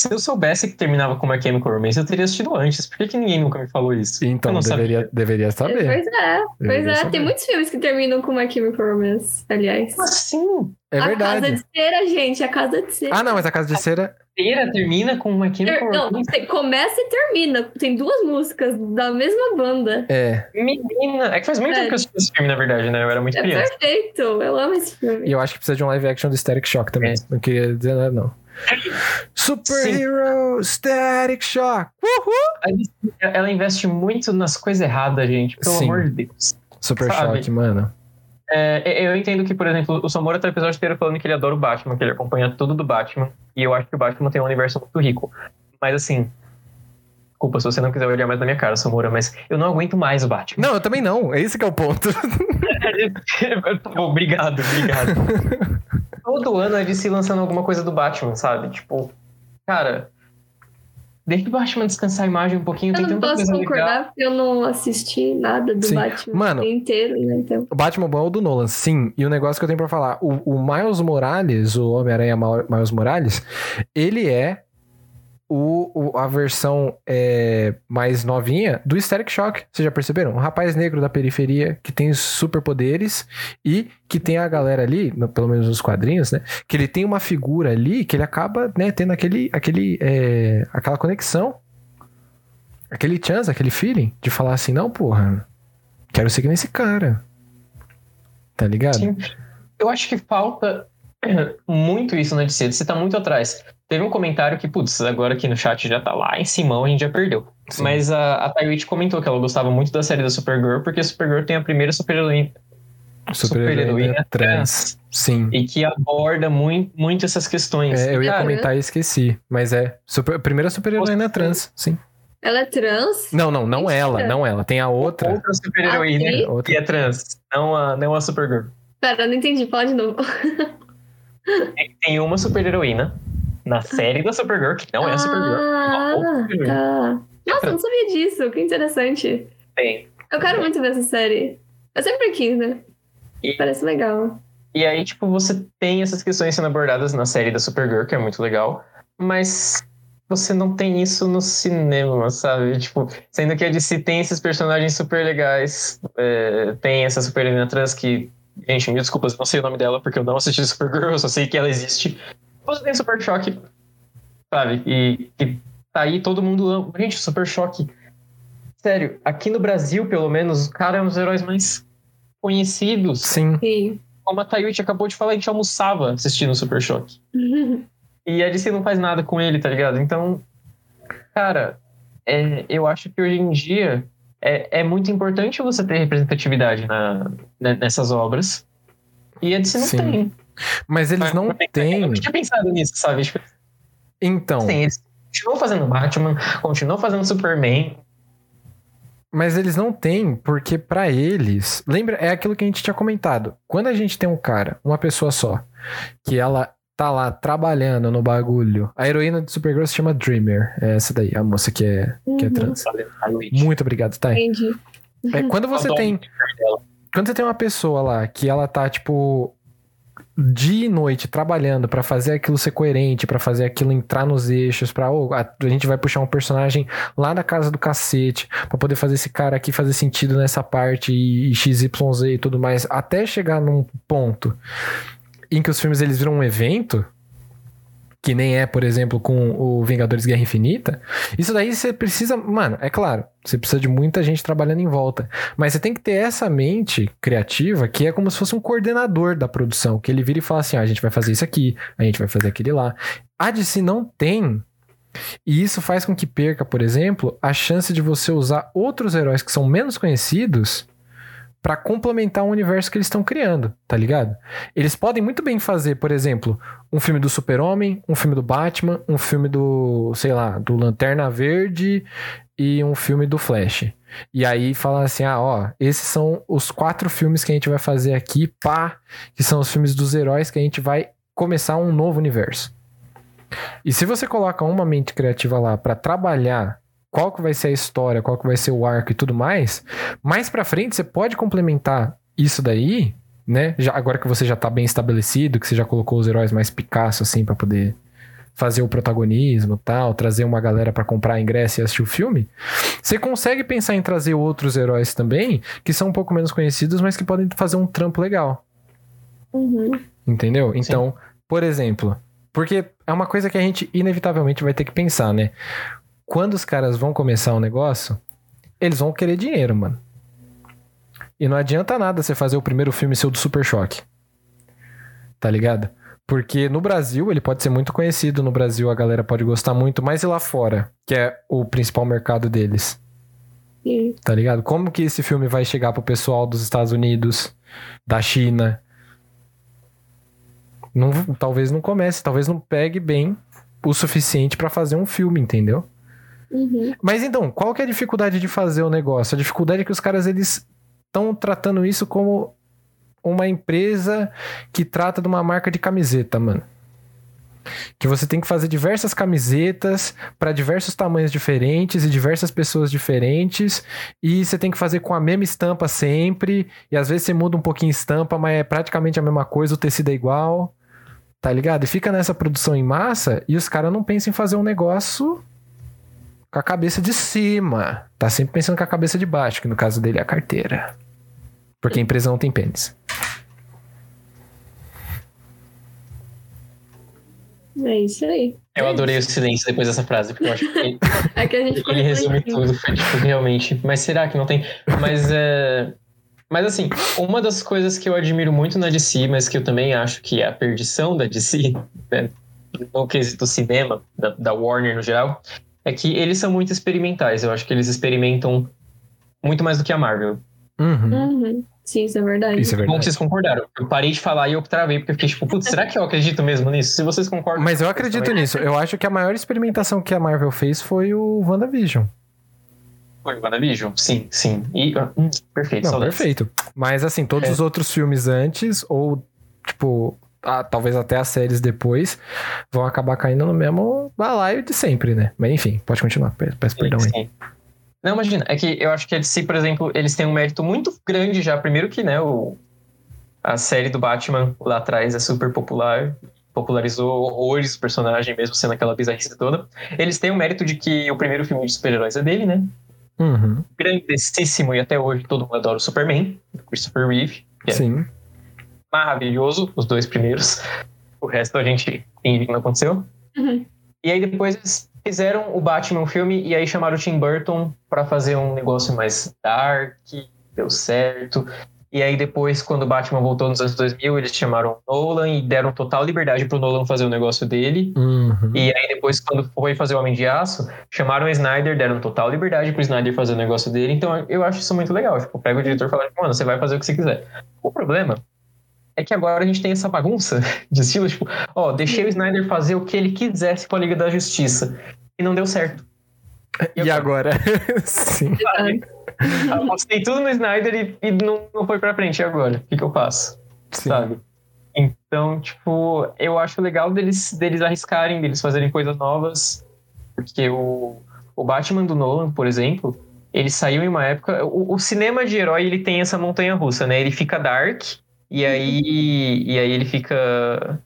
Se eu soubesse que terminava com My Chemical Romance, eu teria assistido antes. Por que, que ninguém nunca me falou isso? Então, eu não sabia. deveria, deveria saber. Pois é, pois Deveria é. saber. Tem muitos filmes que terminam com My Chemical Romance, aliás. Como assim? É A Casa verdade. de Cera, gente, a Casa de Cera. Ah, não, mas a Casa de Cera. Feira termina com My Ter- Chemical Não, Romance? tem- começa e termina. Tem duas músicas da mesma banda. É. Menina, é que faz muito tempo que eu assisti esse filme, na verdade, né? Eu era muito É criança. perfeito. Eu amo esse E filme. eu acho que precisa de um live action do Static Shock também. É. Não queria dizer nada, não. Super Sim. Hero Static Shock. A Disney, Ela investe muito nas coisas erradas, gente. Pelo Sim. amor de Deus. Super Sabe? Shock, mano. É, eu entendo que, por exemplo, o Samora tá o episódio inteiro falando que ele adora o Batman, que ele acompanha tudo do Batman. E eu acho que o Batman tem um universo muito rico. Mas assim. Desculpa se você não quiser olhar mais na minha cara, Samora, mas eu não aguento mais o Batman. Não, eu também não. Esse que é o ponto. Tá obrigado, obrigado. Todo ano a DC lançando alguma coisa do Batman, sabe? Tipo, cara, deixa o Batman descansar a imagem um pouquinho. Eu tem não tanta posso coisa legal. concordar porque eu não assisti nada do Sim. Batman Mano. inteiro, né? Então. O Batman bom é o do Nolan, sim. E o negócio que eu tenho pra falar, o, o Miles Morales, o Homem-Aranha Ma- Miles Morales, ele é o, o- a versão é, mais novinha do Static Shock. Vocês já perceberam? Um rapaz negro da periferia que tem superpoderes e que tem a galera ali, no- pelo menos nos quadrinhos, né? Que ele tem uma figura ali que ele acaba né, tendo aquele, aquele, é, aquela conexão. Aquele chance, aquele feeling de falar assim, não, porra, quero seguir nesse cara. Tá ligado? Sim. Eu acho que falta muito isso na DC. Você tá muito atrás. Teve um comentário que, putz, agora aqui no chat já tá lá em cima, a gente já perdeu. Sim. Mas a, a Tyrese comentou que ela gostava muito da série da Supergirl, porque a Supergirl tem a primeira super-heroína super-heroína é trans. Sim. e que aborda muito, muito essas questões. É, eu ia Cara, comentar e esqueci. Mas é. Super, primeira super-heroína Você- trans, sim. Ela é trans? Não, não, não Mentira. ela, não ela. Tem a outra. Outra super-heroína Atriz? outra. que é trans, não a, não a Supergirl. Pera, eu não entendi. Fala de novo. Tem uma super-heroína na série da Supergirl, que não é a Supergirl. uma outra Ah, Supergirl. tá. Ah, Nossa, eu não sabia disso. Que interessante. Tem. Eu quero muito ver essa série. Eu sempre quis, né? E- Parece legal. E aí, tipo, você tem essas questões sendo abordadas na série da Supergirl, que é muito legal, mas você não tem isso no cinema, sabe? Tipo, sendo que a DC tem esses personagens super legais, é, tem essa super trans que, gente, me desculpas, eu não sei o nome dela porque eu não assisti Supergirl, eu só sei que ela existe. Você tem Super Choque, sabe? E, e tá aí todo mundo ama. Gente, Super Choque. Sério, aqui no Brasil, pelo menos, o cara é um dos heróis mais conhecidos Sim. Sim. como a Tayuti acabou de falar, a gente almoçava assistindo o Super Choque. E a DC não faz nada com ele, tá ligado? Então, cara, é, eu acho que hoje em dia é, é muito importante você ter representatividade na, né, nessas obras. E a DC não Sim. tem. Mas eles não Eu têm. não tinha pensado nisso, sabe? Tipo, Então. assim, eles continuam fazendo Batman, continuam fazendo Superman. Mas eles não têm, porque pra eles. Lembra? É aquilo que a gente tinha comentado. Quando a gente tem um cara, uma pessoa só, que ela tá lá trabalhando no bagulho. A heroína de Supergirl se chama Dreamer. É essa daí, a moça que é, que é Uhum. trans. né? Sabe? Tayuti. Muito obrigado, Thay. Entendi. É, quando você Adoro tem. o Twitter dela. Quando você tem uma pessoa lá que ela tá, tipo, dia e noite trabalhando pra fazer aquilo ser coerente, pra fazer aquilo entrar nos eixos, pra ô, a, a gente vai puxar um personagem lá da casa do cacete, pra poder fazer esse cara aqui fazer sentido nessa parte e, e XYZ e tudo mais, até chegar num ponto em que os filmes eles viram um evento. Que nem é, por exemplo, com o Vingadores Guerra Infinita. Isso daí você precisa. Mano, é claro, você precisa de muita gente trabalhando em volta. Mas você tem que ter essa mente criativa que é como se fosse um coordenador da produção, que ele vira e fala assim: ah, a gente vai fazer isso aqui, a gente vai fazer aquele lá. A DC não tem. E isso faz com que perca, por exemplo, a chance de você usar outros heróis que são menos conhecidos para complementar o universo que eles estão criando, tá ligado? Eles podem muito bem fazer, por exemplo, um filme do Super-Homem, um filme do Batman, um filme do, sei lá, do Lanterna Verde e um filme do Flash. E aí fala assim: ah, ó, esses são os quatro filmes que a gente vai fazer aqui, pá, que são os filmes dos heróis que a gente vai começar um novo universo. E se você coloca uma mente criativa lá pra trabalhar qual que vai ser a história, qual que vai ser o arco e tudo mais, mais pra frente você pode complementar isso daí, né? Já, agora que você já tá bem estabelecido, que você já colocou os heróis mais Picasso assim pra poder fazer o protagonismo tal, trazer uma galera pra comprar ingresso e assistir o filme, você consegue pensar em trazer outros heróis também, que são um pouco menos conhecidos, mas que podem fazer um trampo legal. Uhum. Entendeu? Então, por exemplo, porque é uma coisa que a gente inevitavelmente vai ter que pensar, né? Quando os caras vão começar um negócio, eles vão querer dinheiro, mano. E não adianta nada você fazer o primeiro filme seu do Super Choque. Tá ligado? Porque no Brasil ele pode ser muito conhecido, no Brasil a galera pode gostar muito, mas e lá fora, que é o principal mercado deles, Sim. tá ligado? Como que esse filme vai chegar pro pessoal dos Estados Unidos, da China? Não, talvez não comece, talvez não pegue bem o suficiente pra fazer um filme, entendeu? Uhum. Mas então, qual que é a dificuldade de fazer o negócio? A dificuldade é que os caras eles estão tratando isso como uma empresa que trata de uma marca de camiseta, mano. Que você tem que fazer diversas camisetas para diversos tamanhos diferentes e diversas pessoas diferentes, e você tem que fazer com a mesma estampa sempre, e às vezes você muda um pouquinho a estampa, mas é praticamente a mesma coisa, o tecido é igual. Tá ligado? E fica nessa produção em massa e os caras não pensam em fazer um negócio com a cabeça de cima. Tá sempre pensando com a cabeça de baixo, que no caso dele é a carteira. Porque a empresa não tem pênis. É isso aí. Eu adorei o silêncio depois dessa frase, porque eu acho que É que a gente Ele resume refletindo. tudo, foi, tipo, realmente. Mas será que não tem? Mas é. Mas assim, uma das coisas que eu admiro muito na DC, mas que eu também acho que é a perdição da DC, né, no quesito cinema, da, da Warner no geral, é que eles são muito experimentais. Eu acho que eles experimentam muito mais do que a Marvel. Uhum. Uhum. Sim, isso é verdade. Isso é Bom que verdade. vocês concordaram. Eu parei de falar e eu travei, porque eu fiquei tipo, putz, será que eu acredito mesmo nisso? Se vocês concordam. Mas eu acredito é nisso. Eu acho que a maior experimentação que a Marvel fez foi o WandaVision. Foi WandaVision? Sim, sim. E, ah, hum, perfeito, Não, saudades. perfeito. Mas assim, todos É. os outros filmes antes, ou tipo, ah, talvez até as séries depois, vão acabar caindo no mesmo balaio de sempre, né? Mas enfim, pode continuar. Pe- Peço perdão aí. Sim. Não, imagina. É que eu acho que a DC, por exemplo, eles têm um mérito muito grande já. Primeiro que, né, o, a série do Batman lá atrás é super popular. Popularizou horrores o personagem, mesmo sendo aquela bizarrice toda. Eles têm o mérito de que o primeiro filme de super-heróis é dele, né? Uhum. Grandessíssimo, e até hoje todo mundo adora o Superman, do Christopher Reeve. É. Sim. Maravilhoso, os dois primeiros. O resto a gente finge que não aconteceu. Uhum. E aí depois eles fizeram o Batman o filme e aí chamaram o Tim Burton pra fazer um negócio mais dark, deu certo. E aí depois, quando o Batman voltou nos anos 2000, eles chamaram o Nolan e deram total liberdade pro Nolan fazer o negócio dele. Uhum. E aí depois, quando foi fazer o Homem de Aço, chamaram o Snyder, deram total liberdade pro Snyder fazer o negócio dele. Então eu acho isso muito legal. Tipo, pega o diretor e fala, mano, você vai fazer o que você quiser. O problema é que agora a gente tem essa bagunça de estilo, tipo, ó, deixei o Snyder fazer o que ele quisesse com a Liga da Justiça. E não deu certo. E agora? Sim. Eu postei tudo no Snyder e, e não, não foi pra frente. E agora? O que, que eu faço? Sim. sabe? Então, tipo, eu acho legal deles, deles arriscarem, deles fazerem coisas novas, porque o, o Batman do Nolan, por exemplo, ele saiu em uma época. O, o cinema de herói ele tem essa montanha russa, né? Ele fica dark e aí, e aí ele fica.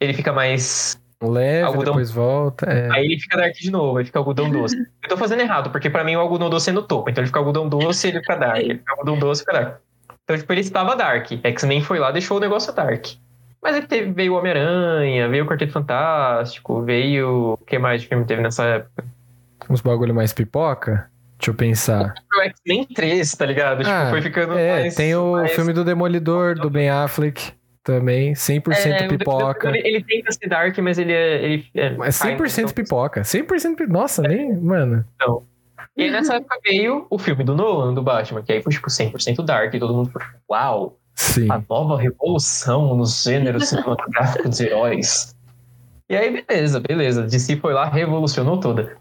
Ele fica mais. Leve, Algodão. depois volta. É. Aí ele fica dark de novo, aí fica algodão doce. Eu tô fazendo errado, porque pra mim o algodão doce é no topo. Então ele fica algodão doce e ele fica dark. Ele fica algodão doce e fica dark. Então, tipo, ele estava dark. X-Men foi lá deixou o negócio dark. Mas aí teve, veio o Homem-Aranha, veio o Quarteto Fantástico, veio. O que mais de filme teve nessa época? Uns bagulho mais pipoca? Deixa eu pensar. O X-Men 3, tá ligado? Ah, tipo, foi ficando é, mais. tem o mais- filme do Demolidor, do Ben Affleck, também. 100% É, o pipoca. Demolidor, Ele, ele tenta ser dark, mas ele é. Ele é Mas cai 100% no- pipoca. 100% pipoca. Nossa, nem. Mano. E aí nessa época veio o filme do Nolan, do Batman, que aí foi tipo 100% dark, e todo mundo foi, uau! Sim. A nova revolução nos gêneros cinematográficos de heróis. E aí, beleza, beleza. DC foi lá, revolucionou toda.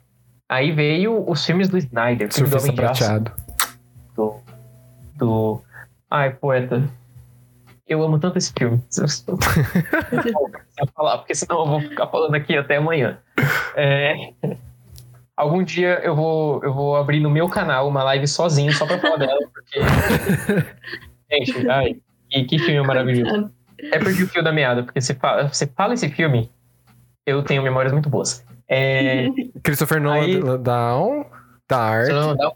Aí veio os filmes do Snyder, filme Surfista do Homem de Aço, prateado. do, um do... Ai, poeta. Eu amo tanto esse filme. Eu estou- Eu vou começar a falar, porque senão eu vou ficar falando aqui até amanhã. É, Algum dia eu vou, eu vou abrir no meu canal uma live sozinho só pra falar dela, porque. Gente, ai, que, que filme maravilhoso. É perdi o fio da meada, porque você fala, você fala esse filme, eu tenho memórias muito boas. É, Christopher Nolan Down, Dark. Não, não.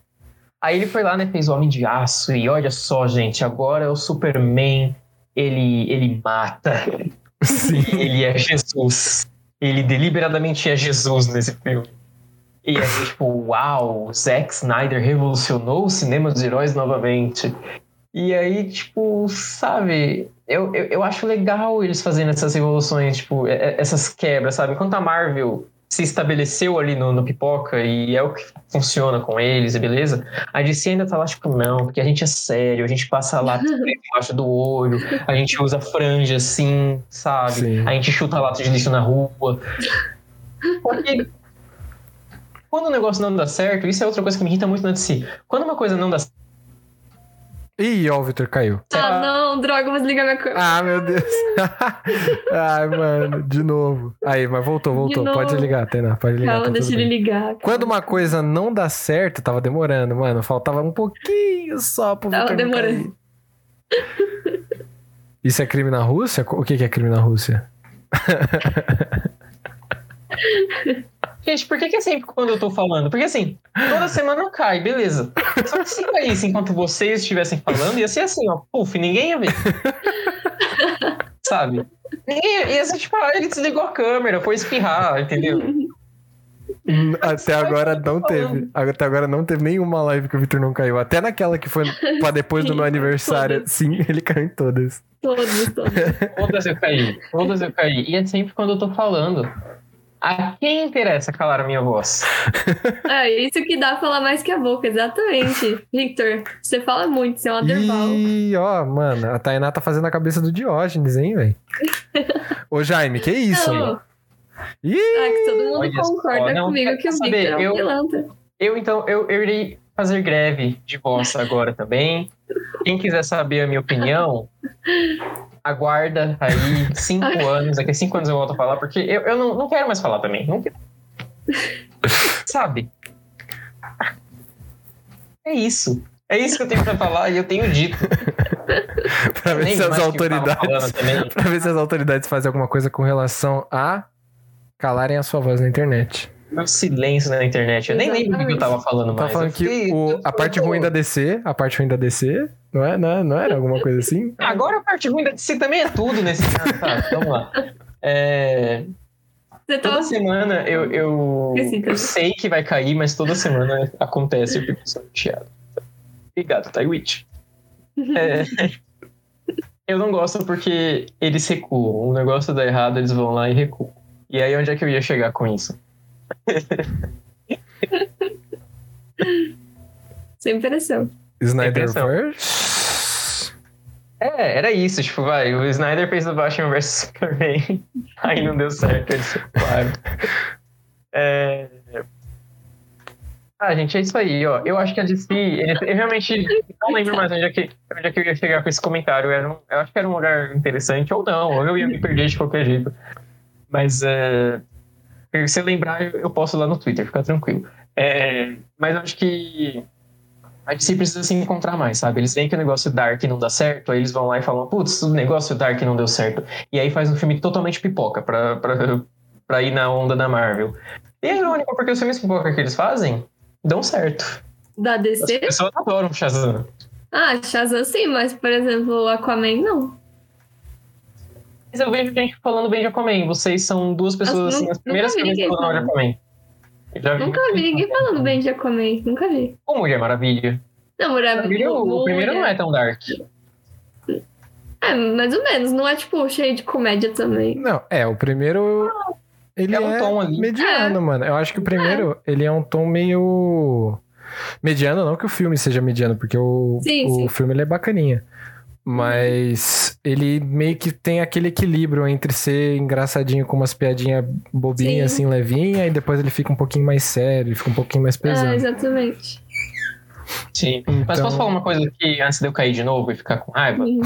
Aí ele foi lá, né? Fez o Homem de Aço. E olha só, gente, agora é o Superman. Ele, ele mata. Sim. Ele é Jesus. Ele deliberadamente é Jesus nesse filme. E aí, tipo, uau, Zack Snyder revolucionou os cinemas dos heróis novamente. E aí, tipo, sabe, eu, eu, eu acho legal eles fazendo essas revoluções, tipo, é- é- essas quebras, sabe? Enquanto a Marvel se estabeleceu ali no, no pipoca e é o que funciona com eles, e beleza? A DC ainda tá lá, tipo, não, porque a gente é sério, a gente passa lá embaixo do olho, a gente usa franja assim, sabe? Sim. A gente chuta lata de lixo na rua. Porque quando o negócio não dá certo, isso é outra coisa que me irrita muito na DC. Quando uma coisa não dá certo, Ih, ó, o Victor caiu. Ah, não, droga, vou desligar minha câmera. Ah, meu Deus. Ai, mano, de novo. Aí, mas voltou, voltou. novo. Pode ligar, Tainá, pode ligar. Calma, tá deixa tudo ele bem. ligar. Quando uma coisa não dá certo, tava demorando, mano. Faltava um pouquinho só pro Tava Victor não demorando. cair. Isso é crime na Rússia? O que que é crime na Rússia? Gente, por que, que é sempre quando eu tô falando? Porque assim, toda semana eu caio, beleza. Só que se caísse enquanto vocês estivessem falando, ia ser assim, ó, puf, ninguém ia ver. Sabe? Ninguém ia, ia ser tipo, ah, ele desligou a câmera, foi espirrar, entendeu? Hum, Até agora não teve. falando. Até agora não teve nenhuma live que o Victor não caiu. Até naquela que foi pra depois do meu Sim, aniversário. todas. Sim, ele caiu em todas. Todos, todos. Todas eu caí, todas eu caí. E é sempre quando eu tô falando. A quem interessa calar a minha voz? É isso que dá falar mais que a boca, exatamente. Victor, você fala muito, você é um aderval. Ih, ó, mano, a Tainá tá fazendo a cabeça do Diógenes, hein, velho? Ô, Jaime, que isso? Não, mano? Ih, ah, que todo mundo Olha só, concorda não comigo quero que o saber, Victor é um eu- pilantra. Eu, então, eu, eu irei fazer greve de bosta agora também. Quem quiser saber a minha opinião, aguarda aí cinco anos. Daqui a cinco anos eu volto a falar, porque eu, eu não, não quero mais falar também. Não quero. Sabe? É isso. É isso que eu tenho pra falar e eu tenho dito. pra ver Nem se as mais que eu tava autoridades. falando também. Pra ver se as autoridades fazem alguma coisa com relação a calarem a sua voz na internet. Meu silêncio na internet. Eu nem lembro o que que eu tava falando Tá mais. falando Eu que fiquei- o- a parte ruim da DC, a parte ruim da DC, não, é, não, é- não era alguma coisa assim? Agora a parte ruim da DC também é tudo nesse caso. Tá, vamos lá. É, Você tá Toda semana eu, eu, Esqueci, tá? eu sei que vai cair, mas toda semana acontece, eu fico chateado. Obrigado, Taiwitch. É, eu não gosto porque eles recuam. O negócio dá errado, eles vão lá e recuam. E aí, onde é que eu ia chegar com isso? sem pressão. Snyder Depressão. Verse? É, era isso. Tipo, vai, o Snyder fez o Batman vs Superman. Aí não deu certo, eles recuaram. É... Ah, gente, é isso aí, ó. Eu acho que a DC, ele- eu realmente não lembro mais onde é que, onde é que eu ia chegar com esse comentário. Era um- eu acho que era um lugar interessante, ou não, ou eu ia me perder de qualquer jeito. Mas é, se eu lembrar, eu eu posto lá no Twitter, fica tranquilo. É, mas eu acho que a DC precisa se encontrar mais, sabe? Eles veem que o negócio Dark não dá certo, aí eles vão lá e falam, putz, o negócio Dark não deu certo. E aí faz um filme totalmente pipoca pra, pra, pra ir na onda da Marvel. E é irônico, porque os filmes pipoca que eles fazem dão certo. Da As DC? pessoas adoram Shazam. Ah, Shazam sim, mas, por exemplo, o Aquaman não. Mas eu vejo gente falando bem de Aquaman. Vocês são duas pessoas, Nossa, assim, nu- as primeiras nunca vi pessoas que ninguém falam de Aquaman. Eu já vi Nunca muita vi gente ninguém falando bem de Aquaman, nunca vi. Como Mulher Maravilha. Não, Mulher Maravilha, o primeiro não é tão dark. É, mais ou menos, não é tipo cheio de comédia também. Não, é, o primeiro. Ele é, É um tom ali. mediano, mano. Eu acho que o primeiro, ele é um tom meio. Mediano, não que o filme seja mediano, porque o, Sim, o sim. filme ele é bacaninha. Mas ele meio que tem aquele equilíbrio entre ser engraçadinho com umas piadinhas bobinhas, Sim. assim, levinha, e depois ele fica um pouquinho mais sério, ele fica um pouquinho mais Ah, pesado. exatamente. Sim. assim. Mas Então- posso falar uma coisa que antes de eu cair de novo e ficar com É raiva? Uhum.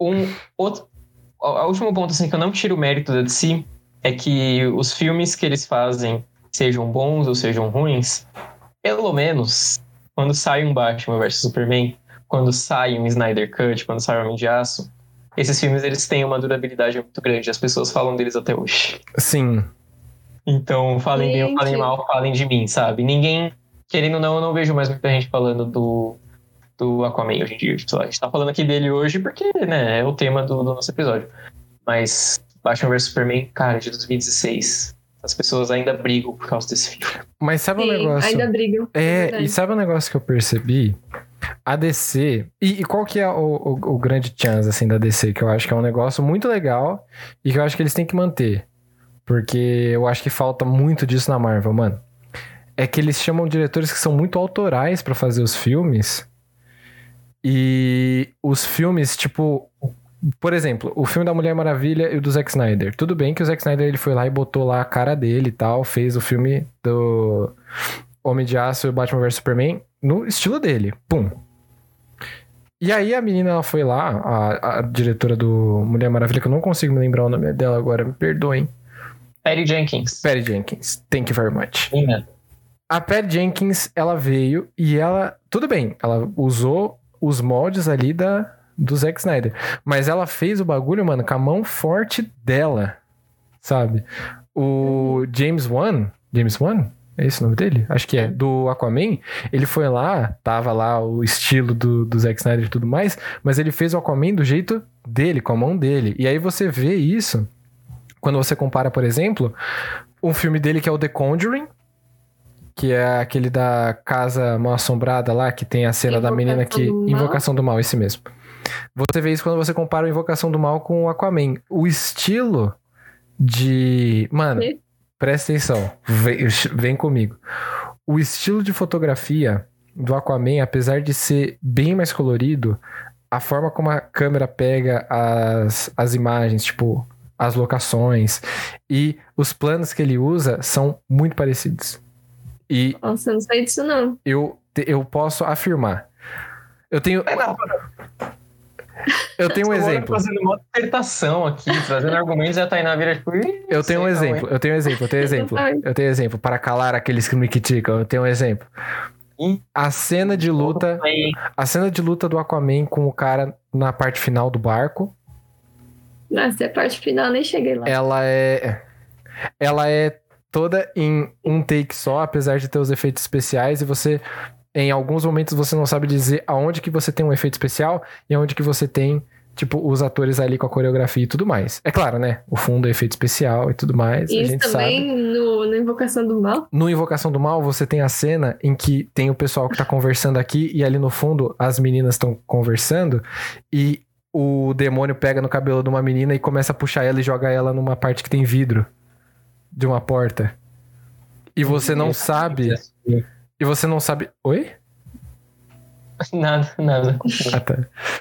Um outro. O o último ponto, assim, que eu não tiro o mérito da DC é que os filmes que eles fazem, sejam bons ou sejam ruins, pelo menos quando sai um Batman vs Superman, quando sai um Snyder Cut, quando sai um Homem de Aço, esses filmes eles têm uma durabilidade muito grande. As pessoas falam deles até hoje. Sim. Então, falem bem ou falem Gente. mal, falem de mim, sabe? Ninguém, querendo ou não, eu não vejo mais muita gente falando do, do Aquaman hoje em dia. Tipo, sei lá, a gente tá falando aqui dele hoje porque, né, é o tema do, do nosso episódio. Mas Batman vs Superman, cara, de 2016. As pessoas ainda brigam por causa desse filme. Mas sabe um Sim, negócio? ainda brigam. É, verdade. e sabe um negócio que eu percebi? A DC. E, e qual que é o, o- o grande chance, assim, da DC? Que eu acho que é um negócio muito legal e que eu acho que eles têm que manter. Porque eu acho que falta muito disso na Marvel, mano. É que eles chamam diretores que são muito autorais pra fazer os filmes. E os filmes, tipo. Por exemplo, o filme da Mulher Maravilha e o do Zack Snyder. Tudo bem que o Zack Snyder ele foi lá e botou lá a cara dele e tal, fez o filme do, Homem de Aço e Batman vs Superman no estilo dele. Pum. E aí a menina ela foi lá, a, a diretora do Mulher Maravilha, que eu não consigo me lembrar o nome dela agora, me perdoem. Patty Jenkins. Patty Jenkins, thank you very much. Menina, A Patty Jenkins, ela veio e ela. Tudo bem, ela usou os moldes ali da, do Zack Snyder. Mas ela fez o bagulho, mano, com a mão forte dela. Sabe? O James Wan. James Wan? É esse o nome dele? Acho que é. Do Aquaman. Ele foi lá, tava lá o estilo do, do Zack Snyder e tudo mais. Mas ele fez o Aquaman do jeito dele, com a mão dele. E aí você vê isso quando você compara, por exemplo, um filme dele que é o The Conjuring. Que é aquele da casa mal assombrada lá, que tem a cena da menina que. Invocação do Mal. Invocação do Mal, esse mesmo. Você vê isso quando você compara o Invocação do Mal com o Aquaman. O estilo de. Mano, Quê? presta atenção. Vem, vem comigo. O estilo de fotografia do Aquaman, apesar de ser bem mais colorido, a forma como a câmera pega as, as imagens, tipo, as locações e os planos que ele usa são muito parecidos. E Nossa, eu não sei disso não. eu, te- eu posso afirmar. Eu tenho, vai lá, eu tenho um Tô É, agora exemplo. Fazendo uma dissertação aqui, trazendo argumentos, e a Tainá vira tipo... "Ih, Eu tenho um sei não, exemplo, eu tenho um exemplo, eu tenho um exemplo. Ai. Eu tenho um exemplo. Para calar aqueles que me criticam, eu tenho um exemplo. Ih. A cena de luta, hein?" a cena de luta do Aquaman com o cara na parte final do barco, Nossa, é a parte final, nem cheguei lá. ela é ela é toda em um take só, apesar de ter os efeitos especiais e você em alguns momentos você não sabe dizer aonde que você tem um efeito especial e aonde que você tem tipo os atores ali com a coreografia e tudo mais. É claro, né? O fundo é efeito especial e tudo mais, E a isso gente sabe. também no, no Invocação do Mal. No Invocação do Mal, você tem a cena em que tem o pessoal que tá conversando aqui e ali no fundo as meninas estão conversando e o demônio pega no cabelo de uma menina e começa a puxar ela e joga ela numa parte que tem vidro de uma porta. E você não sabe, e você não sabe, oi? Nada, nada. Ah, tá.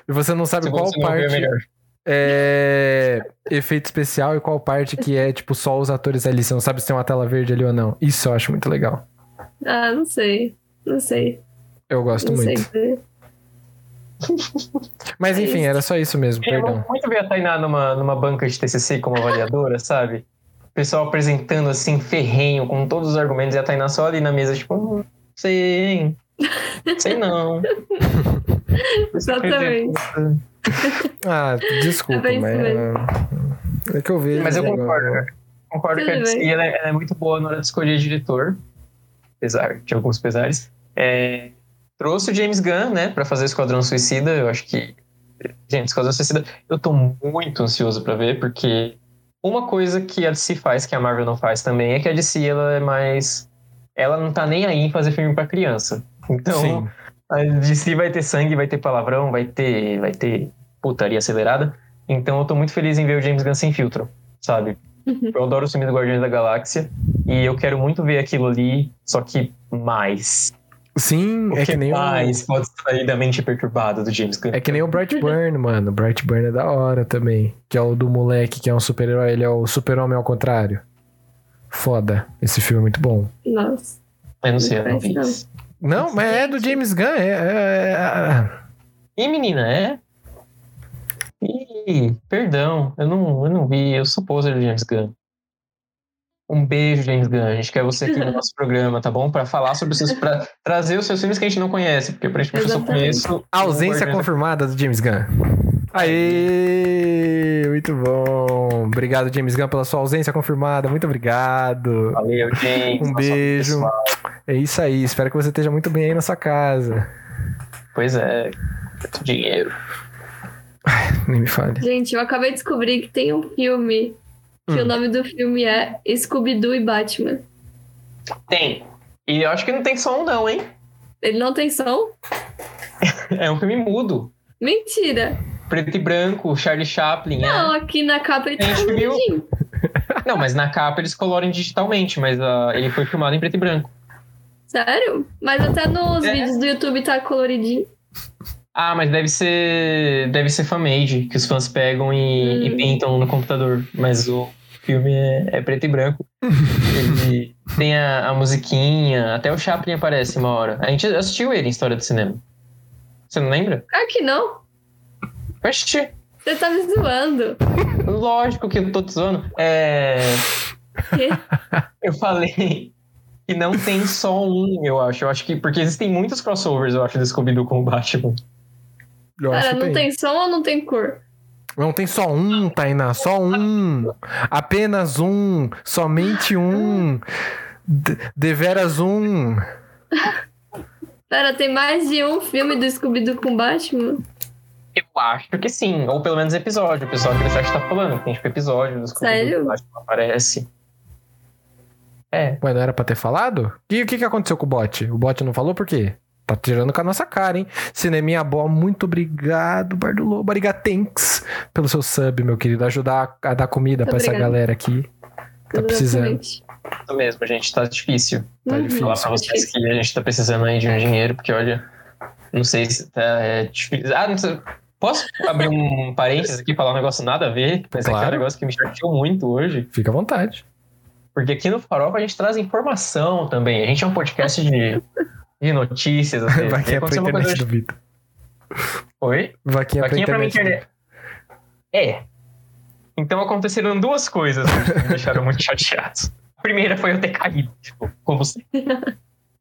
E você não sabe Se qual você não ver, é parte melhor. é efeito especial e qual parte que é tipo só os atores ali, você não sabe se tem uma tela verde ali ou não. Isso eu acho muito legal. Ah, não sei. Não sei. Eu gosto não muito. sei dizer. Mas É enfim, isso. era só isso mesmo, Queria perdão. muito ver a Tainá numa, numa banca de TCC como avaliadora, sabe? O pessoal apresentando assim, ferrenho, com todos os argumentos, e a Tainá só ali na mesa, tipo, "Hum, sei, hein? Sei não. Exatamente. Ah, desculpa, É bem isso mas. É que eu vejo. Mas eu esse negócio. concordo. né? Concordo que a Tudo DC bem. ela é, ela é muito boa na hora de escolher diretor, apesar de alguns pesares. É, trouxe o James Gunn, né, pra fazer Esquadrão Suicida. Eu acho que. Gente, Esquadrão Suicida, eu tô muito ansioso pra ver, porque uma coisa que a DC faz, que a Marvel não faz também, é que a DC ela é mais. Ela não tá nem aí em fazer filme pra criança. Então, Sim. a DC vai ter sangue, vai ter palavrão, vai ter, vai ter putaria acelerada. Então eu tô muito feliz em ver o James Gunn sem filtro, sabe? Eu adoro o filme do Guardiões da Galáxia e eu quero muito ver aquilo ali, só que mais. Sim, O é que que nem o. mais pode sair da mente perturbada do James Gunn? É que nem o Brightburn, mano. O Brightburn é da hora também. Que é o do moleque que é um super-herói. Ele é o super-homem ao contrário. Foda. Esse filme é muito bom. Nossa. É Eu não sei, eu não Não vi. faz, isso. Não, mas é do James Gunn. É, é- é- E menina, é? Ih, perdão, eu não, eu não vi, eu sou poser do James Gunn. Um beijo, James Gunn. A gente quer você aqui no nosso programa, tá bom? Pra falar sobre os seus. pra trazer os seus filmes que a gente não conhece, porque aparentemente eu só Exatamente. conheço. A ausência o Guardiões confirmada do James Gunn. Aê! Muito bom! Obrigado, James Gunn, pela sua ausência confirmada. Muito obrigado. Valeu, gente. Um beijo. pessoal. É isso aí. Espero que você esteja muito bem aí na sua casa. Pois é. Muito dinheiro. Nem me fale. Gente, eu acabei de descobrir que tem um filme que Hum. o nome do filme é Scooby-Doo e Batman. Tem. E eu acho que não tem som, não, hein? Ele não tem som? É um filme mudo. Mentira! Preto e branco, Charlie Chaplin. é. Não, aqui na capa ele tá A gente viu. um- verdinho. Não, mas na capa eles colorem digitalmente, mas ah, ele foi filmado em preto e branco. Sério? Mas até nos É. vídeos do YouTube tá coloridinho. Ah, mas deve ser. Deve ser fan-made, que os fãs pegam e, e Hum. pintam no computador. Mas o filme é, é preto e branco. Ele tem a, a musiquinha, até o Chaplin aparece uma hora. A gente assistiu ele em História do Cinema. Você não lembra? Claro que não. Eu assisti. Você tá me zoando. Lógico que eu tô te zoando. É, Quê? eu falei que não tem só um, eu acho. Eu acho que. Porque existem muitos crossovers, eu acho, do Scooby-Doo com o Batman. Eu acho Cara, que não tem som ou não tem cor? Não tem só um, Tainá. Só um. Apenas um. Somente um. De- Deveras um. Pera, tem mais de um filme do Scooby-Doo com Batman? Eu acho que sim. Ou pelo menos episódio. O pessoal que o chat tá falando. Tem tipo episódio do Scooby-Doo Sério? com o Batman aparece. É. Ué, não era pra ter falado? E o que, que aconteceu com o bot? O bot não falou por quê? Tá tirando com a nossa cara, hein? Cineminha Boa, muito obrigado, Bardulo. Obrigatenks pelo seu sub, meu querido. Ajudar a dar comida Muito pra essa obrigada. galera aqui. Tá precisando. Exatamente. Isso mesmo, gente. Tá difícil Tá Uhum. difícil. falar pra vocês que a gente tá precisando aí de um dinheiro, porque olha. Não sei se tá é, difícil. Ah, não sei. Posso abrir um parênteses aqui e falar um negócio nada a ver? Mas é que é Claro. um negócio que me chateou muito hoje. Fica à vontade. Porque aqui no Farofa a gente traz informação também. A gente é um podcast de, de notícias. Assim. Vai que é pra Aconteceu uma internet coisa do Vitor. hoje. Oi? Vai que é pra Vaquinha pra minha internet. do internet. É. Então aconteceram duas coisas que me deixaram muito chateados. A primeira foi eu ter caído, tipo, com você.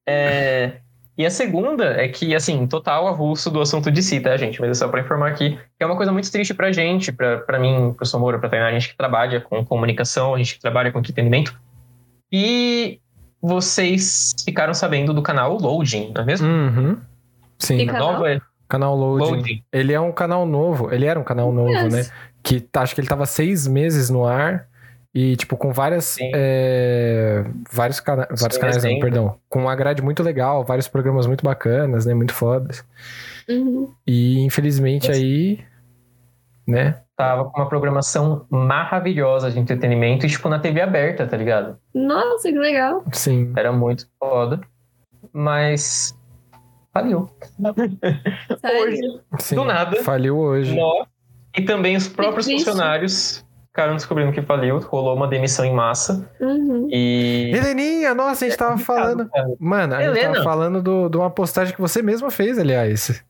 É, e a segunda é que, assim, total avulso do assunto de si, tá, gente? Mas é só pra informar aqui. Que é uma coisa muito triste pra gente, pra, pra mim, pro Somoro, pra Tainá, a gente que trabalha com comunicação, a gente que trabalha com entretenimento. E vocês ficaram sabendo do canal Loading, não é mesmo? Uhum. Sim, Fica- Canal? Nova é canal Loading. Loading. Ele é um canal novo. Ele era um canal é novo, né? Mas, que tá- acho que ele tava seis meses no ar e tipo com várias Sim. é, vários, cana vários Sim, canais não, desenho. perdão com uma grade muito legal vários programas muito bacanas né muito fodas uhum. e infelizmente Sim. aí né Tava com uma programação maravilhosa de entretenimento e, tipo, na TV aberta, tá ligado? Nossa, que legal. sim Era muito foda. Mas. Faliu. Sério. Hoje, sim do nada. faliu hoje nós e também os próprios Difícil. funcionários ficaram descobrindo que faliu, rolou uma demissão em massa. Uhum. E. Heleninha, nossa, a gente tava falando. Mano, a gente É Helena. tava falando do- de uma postagem que você mesma fez, aliás.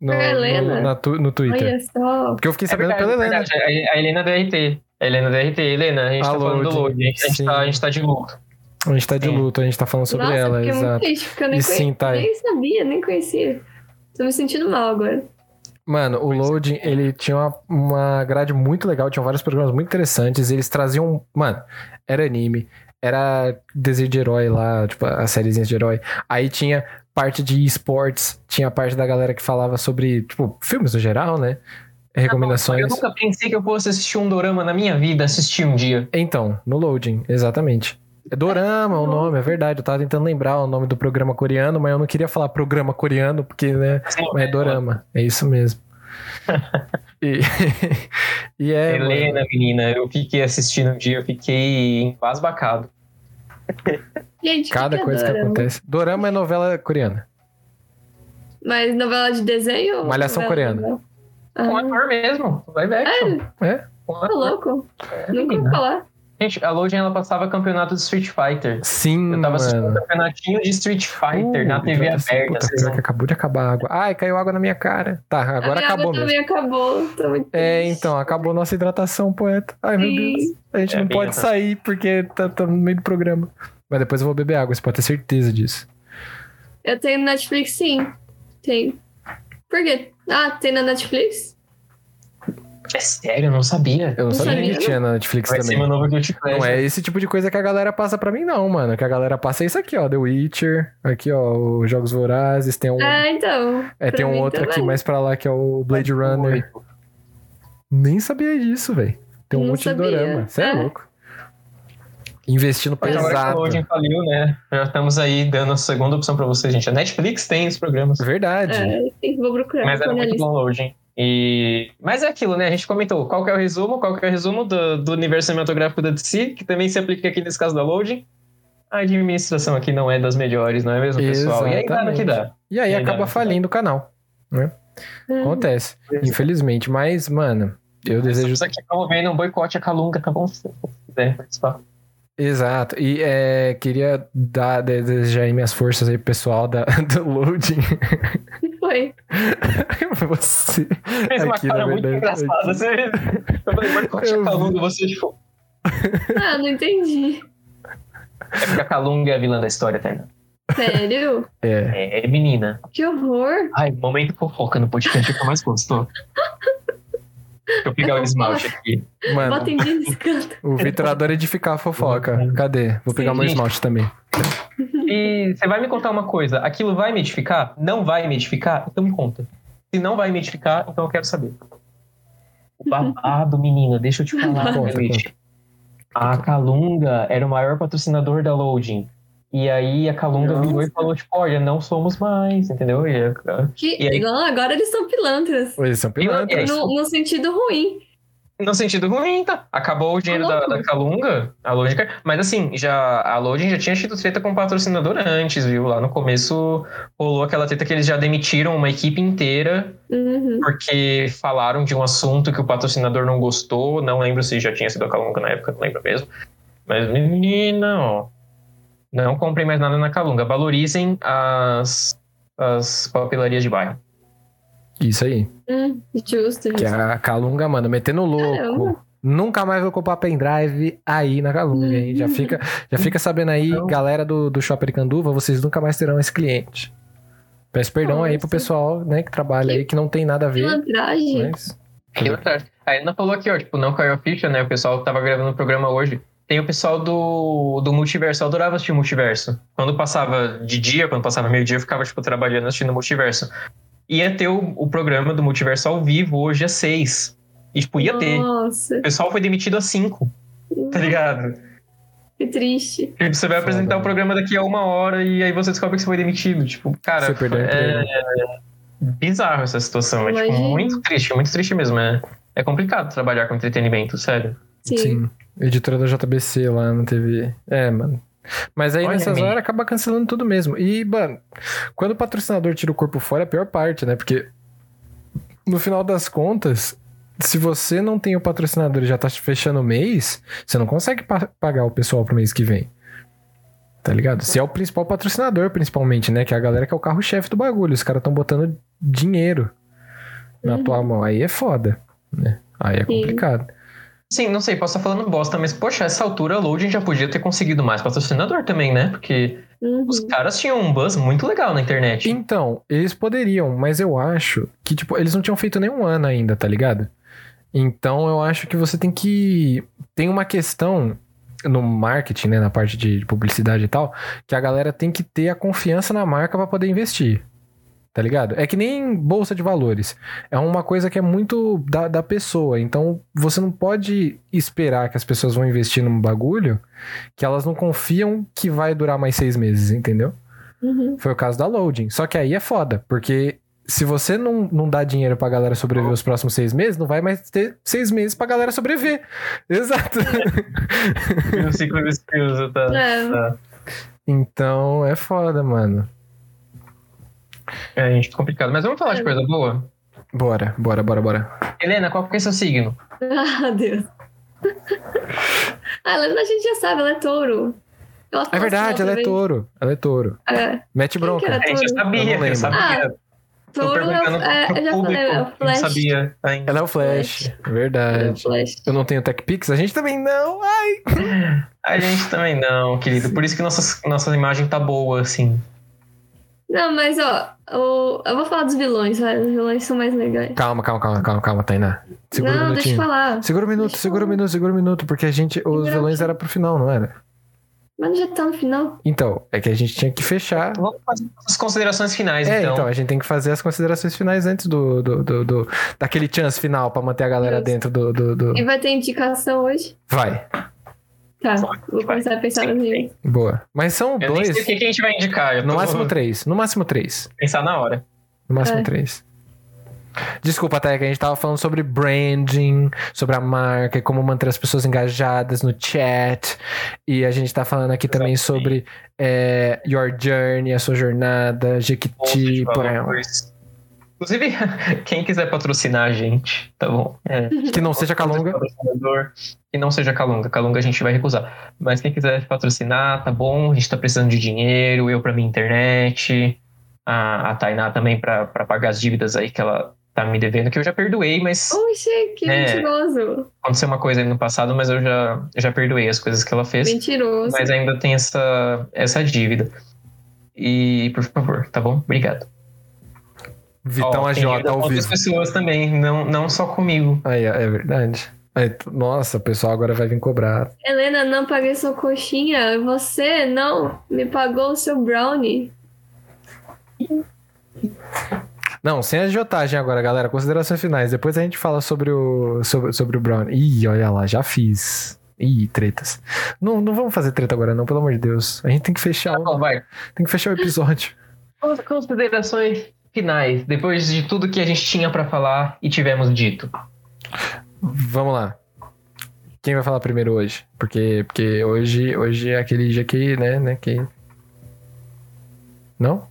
No, É, Helena. no, na tu- no Twitter. Olha só. Porque eu fiquei É sabendo verdade, pela é Helena. verdade. A- A Helena DRT. A Helena DRT. Helena, a gente A tá falando Loading, do load. A gente, a gente sim. tá, a gente tá de luto. A gente tá de Sim. luto, a gente tá falando sobre Nossa, ela, fiquei muito exato. triste, porque eu nem, E conhe- sim, tá aí. nem sabia, nem conhecia. Tô me sentindo mal agora. Mano, o Pois é. Loading, ele tinha uma, uma grade muito legal, tinha vários programas muito interessantes, eles traziam, mano, era anime, era desenho de herói lá, tipo, as sériezinhas de herói. Aí tinha parte de esportes, tinha parte da galera que falava sobre, tipo, filmes no geral, né? Eu Recomendações. nunca pensei que eu fosse assistir um dorama na minha vida, assistir um dia. Então, no Loading, exatamente. É Dorama o nome, é verdade. Eu tava tentando lembrar o nome do programa coreano, mas eu não queria falar programa coreano, porque, né? Sim, É Dorama, é isso mesmo. E, e é. mano. Helena, menina, eu fiquei assistindo um dia, eu fiquei embasbacado. Gente, o Cada que é coisa que dorama? acontece. Dorama é novela coreana. Mas novela de desenho? ou Malhação novela coreana. normal? Com Ah, ator mesmo, live action. É? Com tá ator. louco. né? Nunca menina. ouvi falar. Gente, a Loading ela passava campeonato de Street Fighter. Sim, Eu tava assistindo um mano. campeonatinho de Street Fighter na Uh, TV nossa, aberta. assim. Puta, vocês pior não- que acabou de acabar a água. Ai, caiu água na minha cara. Tá, a agora minha acabou água mesmo. também acabou. Tô muito É, triste. então, acabou nossa hidratação, poeta. Ai, meu Sim. Deus. A gente É, não bem pode isso. sair porque tá, tá no meio do programa. Mas depois eu vou beber água, você pode ter certeza disso. Eu tenho no Netflix, sim. Tem. Por quê? Ah, tem na Netflix? É sério, eu não sabia. Eu não, Não sabia, sabia. que tinha na Netflix Vai ser também. meu novo Guilty Pleasure. Não é esse tipo de coisa que a galera passa pra mim, não, mano. Que a galera passa é isso aqui, ó. The Witcher. Aqui, ó. os Jogos Vorazes. Tem um, É, então. é, tem pra um mim outro aqui também. mais pra lá que é o Blade Runner. Nem sabia disso, velho. Tem um Não monte sabia. de dorama. Você é, É. louco. Investindo Mas agora que o pesado. Loading faliu, né? Já estamos aí dando a segunda opção pra vocês, gente. A Netflix tem os programas. Verdade. É, tem- vou procurar Mas pôr era na muito lista. bom o Loading. E... Mas é aquilo, né? A gente comentou qual que é o resumo, qual que é o resumo do, do universo cinematográfico da DC, que também se aplica aqui nesse caso da Loading. A administração aqui não é das melhores, não é mesmo, pessoal? E aí dá no que dá. E aí É, acaba não, falindo o canal. Né? Acontece. Infelizmente. Mas, mano, eu desejo. Estamos aqui promovendo um boicote a Calunga, tá bom? Se você quiser participar. Exato. E é, queria dar, de- desejar aí minhas forças aí pro pessoal da, do Loading. Foi. Você. Fez uma Aqui, cara na muito verdade, engraçada. aqui. você- Eu falei, boicote Eu a vi. Calunga, você tipo. Ah, não entendi. É porque a Calunga é a vilã da história, tá? né? Sério? É. É, é menina. Que horror. Ai, momento fofoca no podcast que eu mais gosto. Deixa eu pegar o esmalte aqui. é. Mano, Bota em dia nesse canto. o Vitor adora edificar a fofoca. Cadê? Vou pegar Sim. meu esmalte também. E você vai me contar uma coisa: aquilo vai me edificar? Não vai me edificar? Então me conta. Se não vai me edificar, então eu quero saber. O babado, menina, deixa eu te falar. Conta, Elite. A Calunga era o maior patrocinador da Loading. E aí a Calunga Nossa. virou e falou: tipo, olha, não somos mais, entendeu? E a- Que... E aí? Não, agora eles são pilantras. Eles são pilantras. No, no sentido ruim. No sentido ruim, tá? Acabou o dinheiro da, da Calunga, a Loading. Mas assim, já, a Loading já tinha tido treta com o patrocinador antes, viu? Lá no começo rolou aquela treta que eles já demitiram uma equipe inteira Uhum. porque falaram de um assunto que o patrocinador não gostou. Não lembro se já tinha sido a Calunga na época, não lembro mesmo. Mas, menina, ó. Não comprem mais nada na Calunga. Valorizem as, as papelarias de bairro. Isso aí. Hum, justo, Que é justo. a Calunga, mano, metendo louco. Caramba. Nunca mais vou comprar pendrive aí na Calunga, hein? Já fica, já fica sabendo aí, Então- galera do, do Shopping Canduva, vocês nunca mais terão esse cliente. Peço perdão aí pro Nossa. pessoal, né, que trabalha aí, que não tem nada a ver. Pilantragem. Mas... Que verdade. A Ana falou aqui, ó, tipo, não caiu a ficha, né? O pessoal que tava gravando o programa hoje. Tem o pessoal do, do multiverso, eu adorava assistir multiverso. Quando passava de dia, quando passava meio-dia, eu ficava, tipo, trabalhando assistindo multiverso. Ia ter o, o programa do multiverso ao vivo hoje às seis. E, tipo, ia ter. Nossa, O pessoal foi demitido às cinco, tá ligado? que triste. Tipo, você vai Foda, apresentar o né? programa daqui a uma hora e aí você descobre que você foi demitido. Tipo, cara, Você perdeu o é emprego. bizarro essa situação. É, tipo, Imagina. muito triste, muito triste mesmo. É, é complicado trabalhar com entretenimento, sério. Sim. Sim. Editora da JBC lá na TV. É, mano. Mas aí Olha nessas aí. horas acaba cancelando tudo mesmo. E, mano, quando o patrocinador tira o corpo fora é a pior parte, né? Porque no final das contas, se você não tem o patrocinador e já tá fechando o mês, você não consegue pa- pagar o pessoal pro mês que vem. Tá ligado? Se é o principal patrocinador, principalmente, né? Que é a galera que é o carro-chefe do bagulho. Os caras estão botando dinheiro na tua mão. Aí é foda, né? Aí é complicado. Sim, não sei, posso estar falando bosta, mas poxa, essa altura a Loading já podia ter conseguido mais patrocinador também, né? Porque Uhum. os caras tinham um buzz muito legal na internet. Então, eles poderiam, mas eu acho que, tipo, eles não tinham feito nenhum ano ainda, tá ligado? Então, eu acho que você tem que. Tem uma questão no marketing, né, na parte de publicidade e tal, que a galera tem que ter a confiança na marca pra poder investir. Tá ligado? É que nem bolsa de valores. É uma coisa que é muito da, da pessoa. Então, você não pode esperar que as pessoas vão investir num bagulho que elas não confiam que vai durar mais seis meses, entendeu? Uhum. Foi o caso da loading. Só que aí é foda, porque se você não, não dá dinheiro pra galera sobreviver os próximos seis meses, não vai mais ter seis meses pra galera sobreviver. Exato. o ciclo de skills, tá? É, Então é foda, mano. É, gente, complicado. Mas vamos É. falar de coisa boa? Bora, bora, bora, bora. Helena, qual que é seu signo? Ah, Deus. ah, ela, a gente já sabe, ela é touro. Ela É fala verdade, assim, ela é touro. Ela é touro. É, Mete que bronca. era? A gente já Eu não sabia, lembro. eu sabia. Tô touro é, perguntando o- Ah, é, pro eu já falei, é o público, não Flash. sabia ainda. Ela é o Flash. É o Verdade. Flash. Eu não tenho TechPix, a gente também não. Ah, A gente também não, querido. Por isso que nossas, nossa imagem tá boa, assim. Não, mas ó, o- eu vou falar dos vilões, vai. Os vilões são mais legais. Calma, calma, calma, calma, calma, Tainá. Segura um não, deixa eu minutinho. falar. Segura um minuto, Deixa eu segura um falar. minuto, segura um minuto, porque a gente. Os Segura um vilões minuto. era pro final, não era? Mas já tá no final. Então, é que a gente tinha que fechar. Vamos fazer as considerações finais, É, então. então, a gente tem que fazer as considerações finais antes do, do, do, do- daquele chance final pra manter a galera Justo. dentro do. do- do- E vai ter indicação hoje? Vai, Tá, Vai, vou vai. começar a pensar assim. Sim, nos sim. vilões. boa. Mas são Eu nem sei o dois. que que a gente vai indicar. Eu No tô- máximo vou três. No máximo três. pensar na hora. No máximo É. três. Desculpa, Thay, que a gente tava falando sobre branding, sobre a marca e como manter as pessoas engajadas no chat. E a gente tá falando aqui também Exatamente. sobre é, Your Journey, a sua jornada, Bolsa de Jequiti, porém, valores. Inclusive, quem quiser patrocinar a gente, tá bom? É. que não seja calonga. Patrocinador, Que não seja Calunga. Calunga a gente vai recusar. Mas quem quiser patrocinar, tá bom. A gente tá precisando de dinheiro, eu pra minha internet, a, a Tainá também pra, pra pagar as dívidas aí que ela tá me devendo, que eu já perdoei, mas Oh. Oxe, que É. mentiroso. aconteceu uma coisa aí no passado, mas eu já, eu já perdoei as coisas que ela fez. Mentiroso. Mas é. ainda tem essa, essa dívida. E, por favor, tá bom? Obrigado. Vitão Ó, tem AJ dívida com ao outras vivo. pessoas também, não, não só comigo. Aí, ó, é verdade. Aí, t- nossa, o pessoal agora vai vir cobrar. Helena, não paguei sua coxinha. Você não me pagou o seu brownie. Não, sem agiotagem agora, galera. Considerações finais. Depois a gente fala sobre o, sobre, sobre o Brown. Ih, olha lá, já fiz. Ih, tretas. Não, não vamos fazer treta agora, não, pelo amor de Deus. A gente tem que fechar, Tá o, bom, vai. tem que fechar o episódio. As considerações finais, depois de tudo que a gente tinha pra falar e tivemos dito. Vamos lá. Quem vai falar primeiro hoje? Porque, porque hoje, hoje é aquele dia que, né, né, que... Não?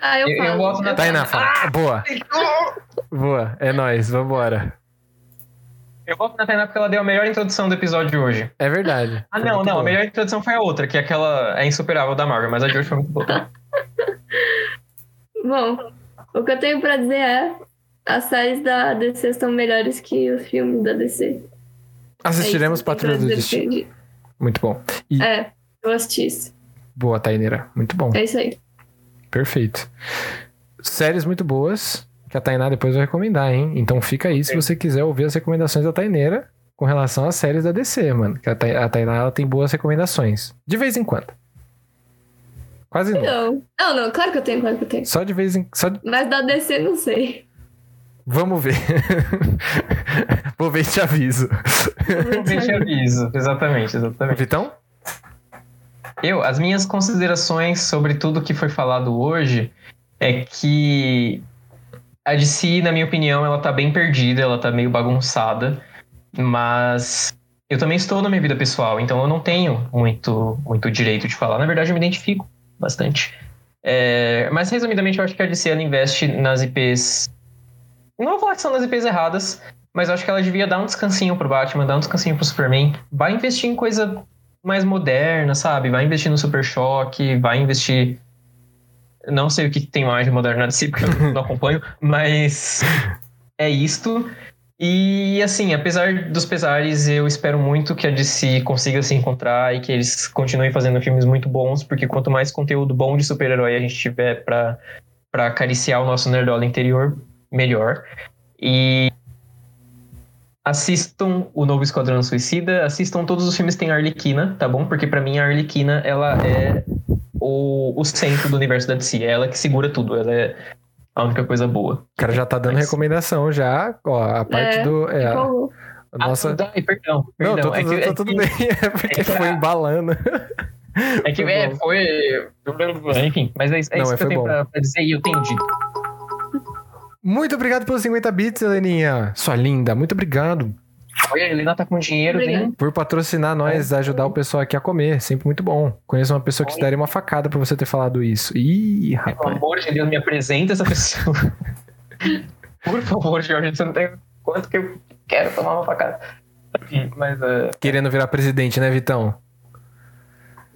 Ah, eu, Eu- eu falo. boto na- Tainá, fala. Boa, boa. É nóis, vambora. Eu volto na Tainá porque ela deu a melhor introdução do episódio de hoje. É verdade. Ah, Foi não, muito não, a boa. melhor introdução foi a outra, que é aquela é insuperável da Marvel, mas a de hoje foi muito boa. Bom, o que eu tenho pra dizer é: as séries da DC estão melhores que os filmes da DC. Assistiremos é Patrulha do Destino. Destino. Muito bom. E É, eu assisti isso. boa, Taineira. Muito bom. É isso aí. Perfeito. Séries muito boas que a Tainá depois vai recomendar, hein? Então fica aí se Sim. você quiser ouvir as recomendações da Taineira com relação às séries da DC, mano. Que a Tai- a Tainá ela tem boas recomendações. De vez em quando. Quase não. Não, não, não, claro que eu tenho, claro que eu tenho. Só de vez em só de- Mas da DC não sei. Vamos ver. Vou ver e te aviso. Deixa eu aviso. Exatamente, exatamente. Vitão? Eu, as minhas considerações sobre tudo que foi falado hoje é que a DC, na minha opinião, ela tá bem perdida, ela tá meio bagunçada, mas eu também estou na minha vida pessoal, então eu não tenho muito, muito direito de falar. Na verdade, eu me identifico bastante. É, mas, resumidamente, eu acho que a DC ela investe nas IPs. Não vou falar que são nas IPs erradas, mas eu acho que ela devia dar um descansinho pro Batman, dar um descansinho pro Superman. Vai investir em coisa mais moderna, sabe? Vai investir no Super Choque, vai investir. Não sei o que tem mais de moderno na DC, porque eu não acompanho, mas é isto. E assim, apesar dos pesares, eu espero muito que a DC consiga se encontrar e que eles continuem fazendo filmes muito bons, porque quanto mais conteúdo bom de super-herói a gente tiver pra, pra acariciar o nosso nerdola interior, melhor. E assistam o novo Esquadrão Suicida, assistam todos os filmes que tem a Arlequina, tá bom? Porque pra mim a Arlequina, ela é o, o centro do universo da DC, é ela que segura tudo, ela é a única coisa boa. O cara já tá dando Mas- recomendação já. Ó, a parte É, do. É, a Bom, nossa. Ah, ai, perdão, Não, perdão. tá é tudo, que, tá é tudo que- bem. É porque é que foi a- embalando. É que, Foi é, bom. foi... Enfim, mas é, isso- é Não, isso mas que foi eu tenho bom. pra, pra dizer e eu tenho dito. Muito obrigado pelos 50 bits, Heleninha. Sua linda, muito obrigado Olha, a Helena tá com dinheiro, Obrigada. né? por patrocinar nós, É. ajudar o pessoal aqui a comer. Sempre muito bom. Conheço uma pessoa que te daria uma facada por você ter falado isso. Ih, Pelo rapaz. amor de Deus, me apresenta essa pessoa. Por favor, Jorge, você não tem quanto que eu quero tomar uma facada. Enfim, Mas é, Querendo virar presidente, né, Vitão?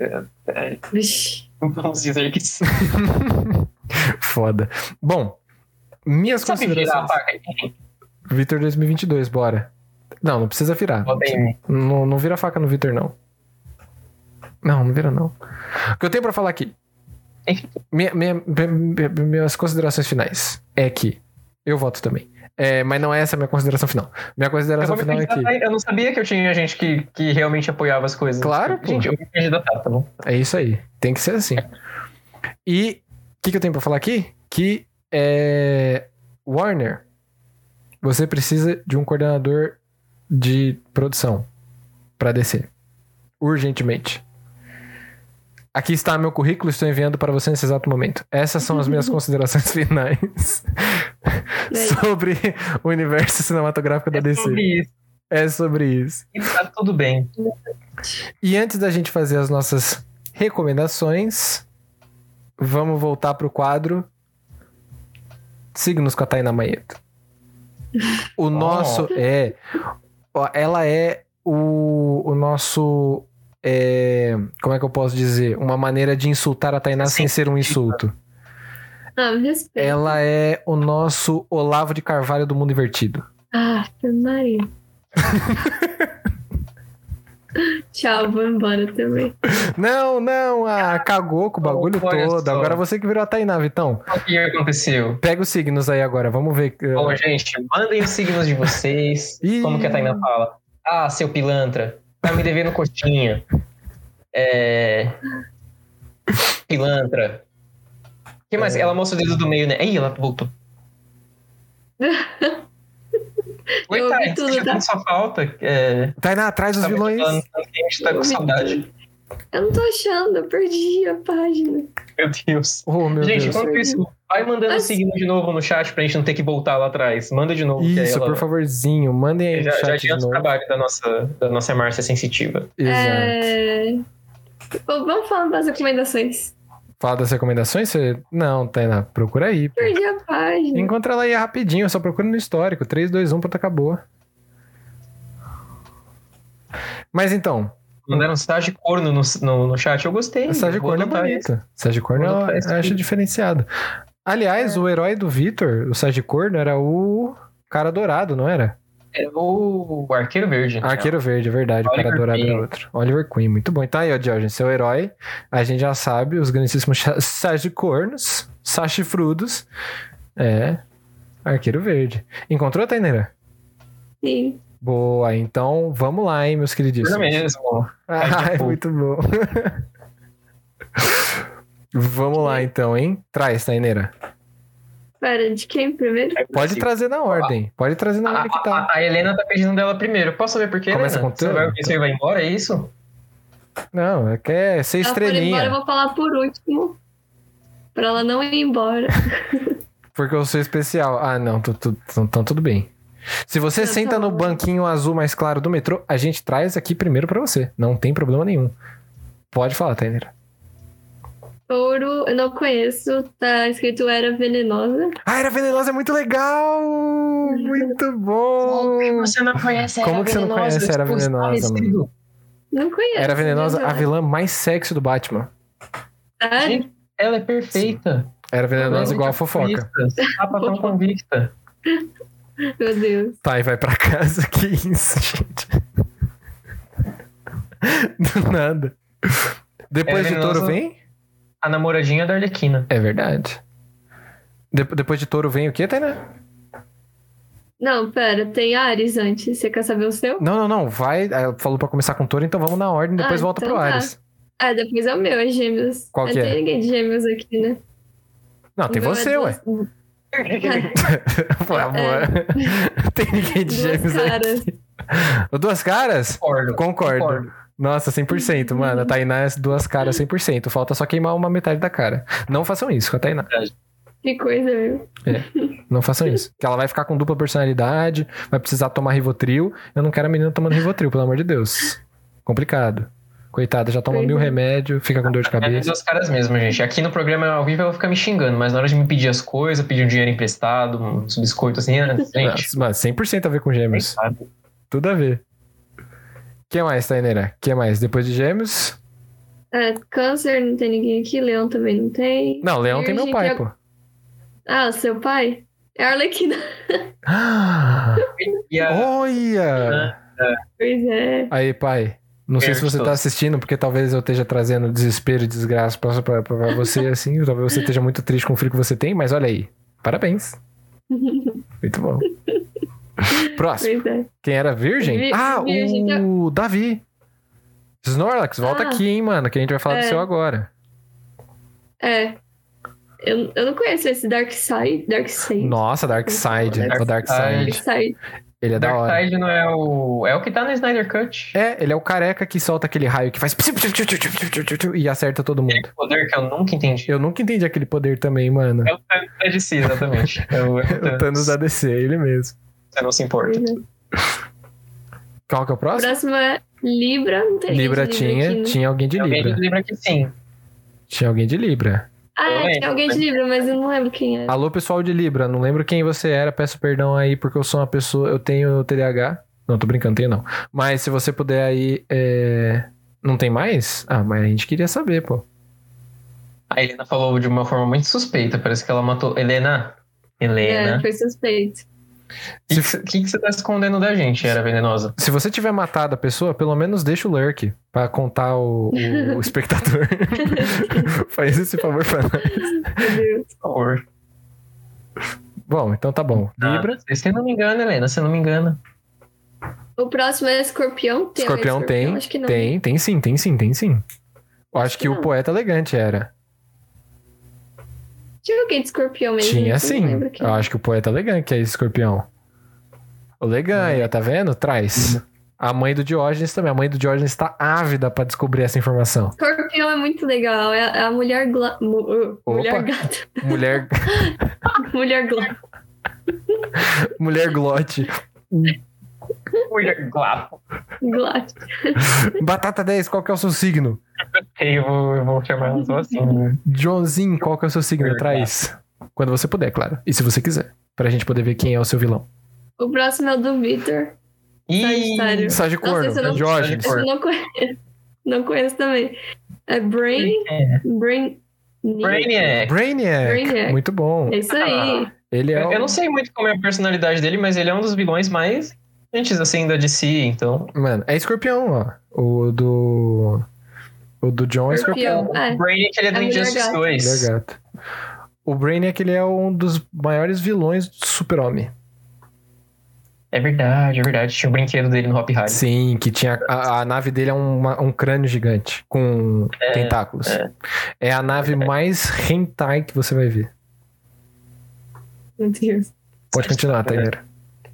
Vixe. vamos dizer que sim. Foda. Bom, minhas Sabe virar a considerações. faca? Vitor 2022, bora. Não, não precisa virar. Podem- Não, não vira faca no Vitor, não. Não, não vira, não. O que eu tenho pra falar aqui Minha- minha- minha- minha- minhas considerações finais é que eu voto também. É, mas não é essa a minha consideração final. Minha Eu, consideração vou me final é que. candidatar, eu não sabia que eu tinha gente que, que realmente apoiava as coisas. Claro, pô. Gente, eu vou me candidatar, tá bom? É isso aí. Tem que ser assim. E o que, que eu tenho pra falar aqui? Que é. Warner, você precisa de um coordenador de produção pra descer. Urgentemente. Aqui está meu currículo, estou enviando para você nesse exato momento. Essas são as minhas considerações finais sobre o universo cinematográfico da É DC. sobre isso. É sobre isso. E tá tudo bem. E antes da gente fazer as nossas recomendações, vamos voltar pro quadro Signos com a Taina Maeta. O nosso é. ó, Ela é o, o nosso. é, como é que eu posso dizer? Uma maneira de insultar a Tainá sem ser um insulto. Ah, me respeita. Ela é o nosso Olavo de Carvalho do mundo invertido. Ah, Maria. Tchau, vou embora também. Não, não, ah, cagou com o bagulho Olha todo. só. Agora você que virou a Tainá, Vitão. Então, O que aconteceu? Pega os signos aí agora, vamos ver. eh, Bom, gente, mandem os signos de vocês. Ih. Como que a Tainá fala? Ah, seu pilantra, tá me devendo coxinha. É... Pilantra. O que É. mais? Ela mostra o dedo do meio, né? Ih, ela voltou. Oi, Eu ouvi Tainá, tudo, tá? tá? sentindo sua falta? É... Tainá, traz os tá me vilões. falando tanto que A gente tá Eu com ouvi saudade. tudo. Eu não tô achando, eu perdi a página. Meu Deus. Oh, meu gente, Deus. enquanto isso, vai mandando o Mas- signo de novo no chat pra gente não ter que voltar lá atrás. Manda de novo. que é aí Isso, ela- por favorzinho, mandem aí Já, no já chat de adianta o novo. trabalho da nossa, da nossa Márcia Sensitiva. Exato. É... Bom, vamos falar das recomendações. Fala das recomendações? Você... Não, Tainá, procura aí. pô. Perdi a página. Encontra ela aí rapidinho, só procura no histórico. 3, 2, 1, pronto, acabou. Mas então, Mandaram um Sage Corno no, no, no chat. Eu gostei. a Sage Vou Corno é anotar isso. bonita. Sage Corno é Vou eu anotar isso acho aqui. diferenciado. Aliás, o herói do Vitor, o Sage Corno, era o cara dourado, não era? É o Arqueiro Verde. Arqueiro Verde, é verdade. o Oliver cara dourado Queen. era outro. Oliver Queen, muito bom. Então aí, ó, Diogen, seu herói. A gente já sabe, os grandíssimos cha- Sagicornos, Sachifrudos. É, Arqueiro Verde. Encontrou, Tainera? Sim. Boa, então vamos lá, hein, meus queridíssimos. Isso mesmo. É, tipo, Ai, Ai, que muito bom. vamos lá, então, hein? Traz, Tainera. Pera, de quem primeiro? Pode assim. trazer na ordem. Pode trazer na A, ordem que tá. a- a Helena tá pedindo dela primeiro. Posso saber por quê? Começa Helena? com Você tudo? vai, você vai embora, é isso? Não, é que é ser Ela for embora, eu estrelinha. vou falar por último. Pra ela não ir embora. Porque eu sou especial. Ah, não, tu- tu- então tudo bem. Se você Eu senta tô- no banquinho azul mais claro do metrô, a gente traz aqui primeiro pra você. Não tem problema nenhum. Pode falar, Tainera. Ouro, eu não conheço. Tá escrito Era Venenosa. Ah, era venenosa, é muito legal! Muito bom! Você não conhece Como que você não conhece Era Venenosa, mano? Não conheço. Era é? venenosa, né? a vilã mais sexy do Batman. Sério? Gente, ela é perfeita. Era venenosa Ela é igual a muito fofoca. convicta. Capa tão convicta. Meu Deus. Tá, e vai pra casa. Que isso, gente? Do nada. Depois Era de touro venenosa- vem? A namoradinha da Arlequina. É verdade. De- depois de touro vem o quê, Tainá? Não, pera, tem Ares antes. Você quer saber o seu? Não, não, não. Vai. Ela falou pra começar com touro, então vamos na ordem, depois Ah, volta então pro tá. Ares. Ah, depois é o meu, é Gêmeos. Qual não que é? tem ninguém de Gêmeos aqui, né? Não, tem O meu você, é ué. duas- Por amor. tem ninguém de É. Duas gêmeos aí. caras. Duas caras? Concordo. Concordo. Concordo. Nossa, 100%, mano. A Tainá é duas caras 100%. Falta só queimar uma metade da cara. Não façam isso com a Tainá. Que coisa, meu. Não façam isso. Que ela vai ficar com dupla personalidade, vai precisar tomar Rivotril. Eu não quero a menina tomando Rivotril, pelo amor de Deus. Complicado. Coitada, já toma mil Verdade. remédios, fica com dor de É cabeça. dos caras mesmo, gente. Aqui no programa ao vivo ela fica me xingando, mas na hora de me pedir as coisas, pedir um dinheiro emprestado, uns biscoitos assim, né? gente. Nossa, Mano, 100% a ver com gêmeos. sabe? Tudo a ver. O que mais, Taineira? O que mais? Depois de gêmeos? É, câncer não tem ninguém aqui, Leão também não tem. Não, leão tem meu Virgem, pai, que é- pô. Ah, seu pai? É a Arlequina. Ah, E a, Olha! Pois é. Aí, pai. Não sei Eu se você estou. tá assistindo, porque talvez eu esteja trazendo desespero e desgraça pra, pra, pra você, assim. Talvez você esteja muito triste com o frio que você tem, mas olha aí. Parabéns. Muito bom. Próximo. Pois é. Quem era virgem? Vi- ah, virgem, tá- o Davi. Snorlax, volta Ah. aqui, hein, mano, que a gente vai falar do É. seu agora. É. Eu, eu não conheço esse Dark Side. Dark Side. Nossa, Darkseid. Dark O Darkseid. Dark Side. Ele é da hora. Darkseid não é o. É o que tá no Snyder Cut. É, ele é o careca que solta aquele raio que faz psiu, psiu, psiu, psiu, psiu, psiu, psiu, e acerta todo mundo. É um poder que eu nunca entendi. Eu nunca entendi aquele poder também, mano. É o Thanos da DC, exatamente. É o, é o O Thanos da DC, ele mesmo. Você não se importa. Pois é. Qual que é o O próximo? próximo é Libra. Não tem Libra ninguém de Libra aqui, tinha, né? tinha alguém de Alguém Libra. lembra que sim. Tinha alguém de Libra. Ah, Eu é, lembro, tinha alguém de né? Libra, mas eu não lembro quem é. era. Alô, pessoal de Libra, não lembro quem você era, peço perdão aí, porque eu sou uma pessoa, eu tenho TDAH. Não, tô brincando, tenho não. Mas se você puder aí, é... não tem mais? Ah, mas a gente queria saber, pô. A Helena falou de uma forma muito suspeita. Parece que ela matou. Helena? É, Helena. foi suspeito. O que, que, que você tá escondendo da gente, era venenosa? Se você tiver matado a pessoa, pelo menos deixa o lurk pra contar o, o espectador. Faz esse favor pra nós. Meu Deus. Por favor. Bom, então tá bom. Libra, Ah, você não me engana, Helena. Você não me engana. O próximo é Escorpião. Tem alguém de escorpião tem, Acho que não. tem, tem sim, tem sim, tem sim. Eu acho que não. o poeta elegante era. Tinha alguém de Escorpião mesmo. Tinha não sim. lembro quem. Eu acho que o poeta elegante que é esse escorpião. O Leganha, tá vendo? Traz. A mãe do Diógenes também. A mãe do Diógenes tá ávida pra descobrir essa informação. Escorpião é muito legal. É a- é a mulher gla... mu- uh, Opa. Mulher gata. Mulher, Mulher gla... mulher glote. Mulher é glapo. gla... Batata 10, qual que é o seu signo? Eu vou, eu vou chamar ela só assim. Johnzinho, qual que é o seu signo? Traz. Quando você puder, claro. E se você quiser. Pra gente poder ver quem é o seu vilão. O próximo é o do Vitor. E Sagitário. Sagicorno, Nossa, esse eu não- Diógenes. Esse eu não conheço. Não conheço também. É Brain. É. Brain. Brainiac. Brainiac. Brainiac. Muito bom. É isso aí. Ele é Eu, eu o... não sei muito como é a personalidade dele, mas ele é um dos vilões mais antes assim da DC, então. Mano, é escorpião, ó. O do... O do John é escorpião. Escorpião. É. Brainiac ele é É do a mulher Injustice gata. 2. Ele é gato. O Brainiac, ele é um dos maiores vilões do super-homem. É verdade, é verdade. Tinha o brinquedo dele no Hop Hard. Sim, que tinha... A, a nave dele é uma- um crânio gigante com tentáculos. É. a nave mais hentai que você vai ver. Meu Deus. Pode continuar, é. tá Tainara.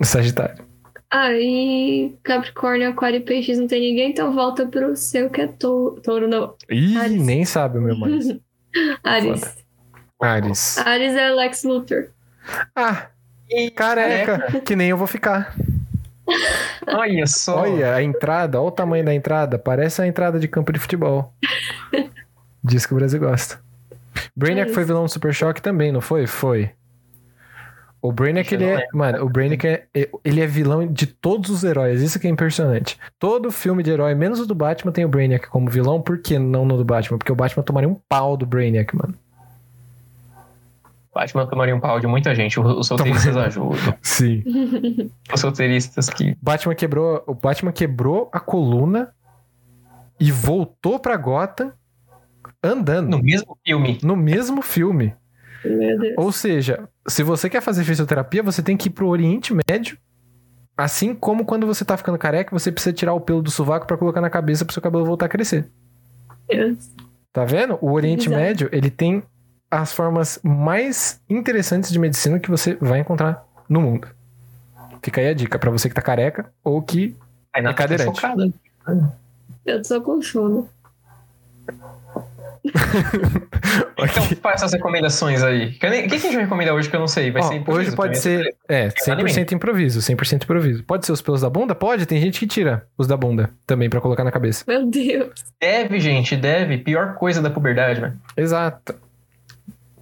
Sagitário. Aí, Capricórnio, Aquário e Peixes não tem ninguém, então volta pro seu que é touro. Touro não. Ih, Ares. nem sabe o meu mãe. Ares. Ares. Ares é Lex Luthor. Ah, careca, que nem eu vou ficar. Olha só. Olha a entrada, olha o tamanho da entrada. Parece a entrada de campo de futebol. Diz que o Brasil gosta. Brainiac É foi vilão do Super Choque também, não foi? Foi. O Brainiac, Eu não ele é. Mano, o Brainiac é, ele é vilão de todos os heróis. Isso que é impressionante. Todo filme de herói, menos o do Batman, tem o Brainiac como vilão. Por que não no do Batman? Porque o Batman tomaria um pau do Brainiac, mano. Batman tomaria um pau de muita gente. o- Os solteiristas ajudam. Sim. Os solteiristas que. Batman quebrou, o Batman quebrou a coluna e voltou pra Gotham andando No mesmo filme. no mesmo filme. Meu Deus. Ou seja, se você quer fazer fisioterapia, você tem que ir pro Oriente Médio. Assim como quando você tá ficando careca, você precisa tirar o pelo do sovaco pra colocar na cabeça pro seu cabelo voltar a crescer. Deus. Tá vendo? O Oriente Bizarro. Médio, ele tem as formas mais interessantes de medicina que você vai encontrar no mundo. Fica aí a dica pra você que tá careca ou que Aí na É cadeirante. Chocada. Eu tô com sono. Então, faça as recomendações aí. Que eu nem- O que, que a gente vai recomendar hoje que eu não sei? Vai Ó, ser improviso hoje pode também. ser. É, 100% improviso, 100% improviso. Pode ser os pelos da bunda? Pode, tem gente que tira os da bunda também pra colocar na cabeça. Meu Deus. Deve, gente, deve. Pior coisa da puberdade, né? Exato.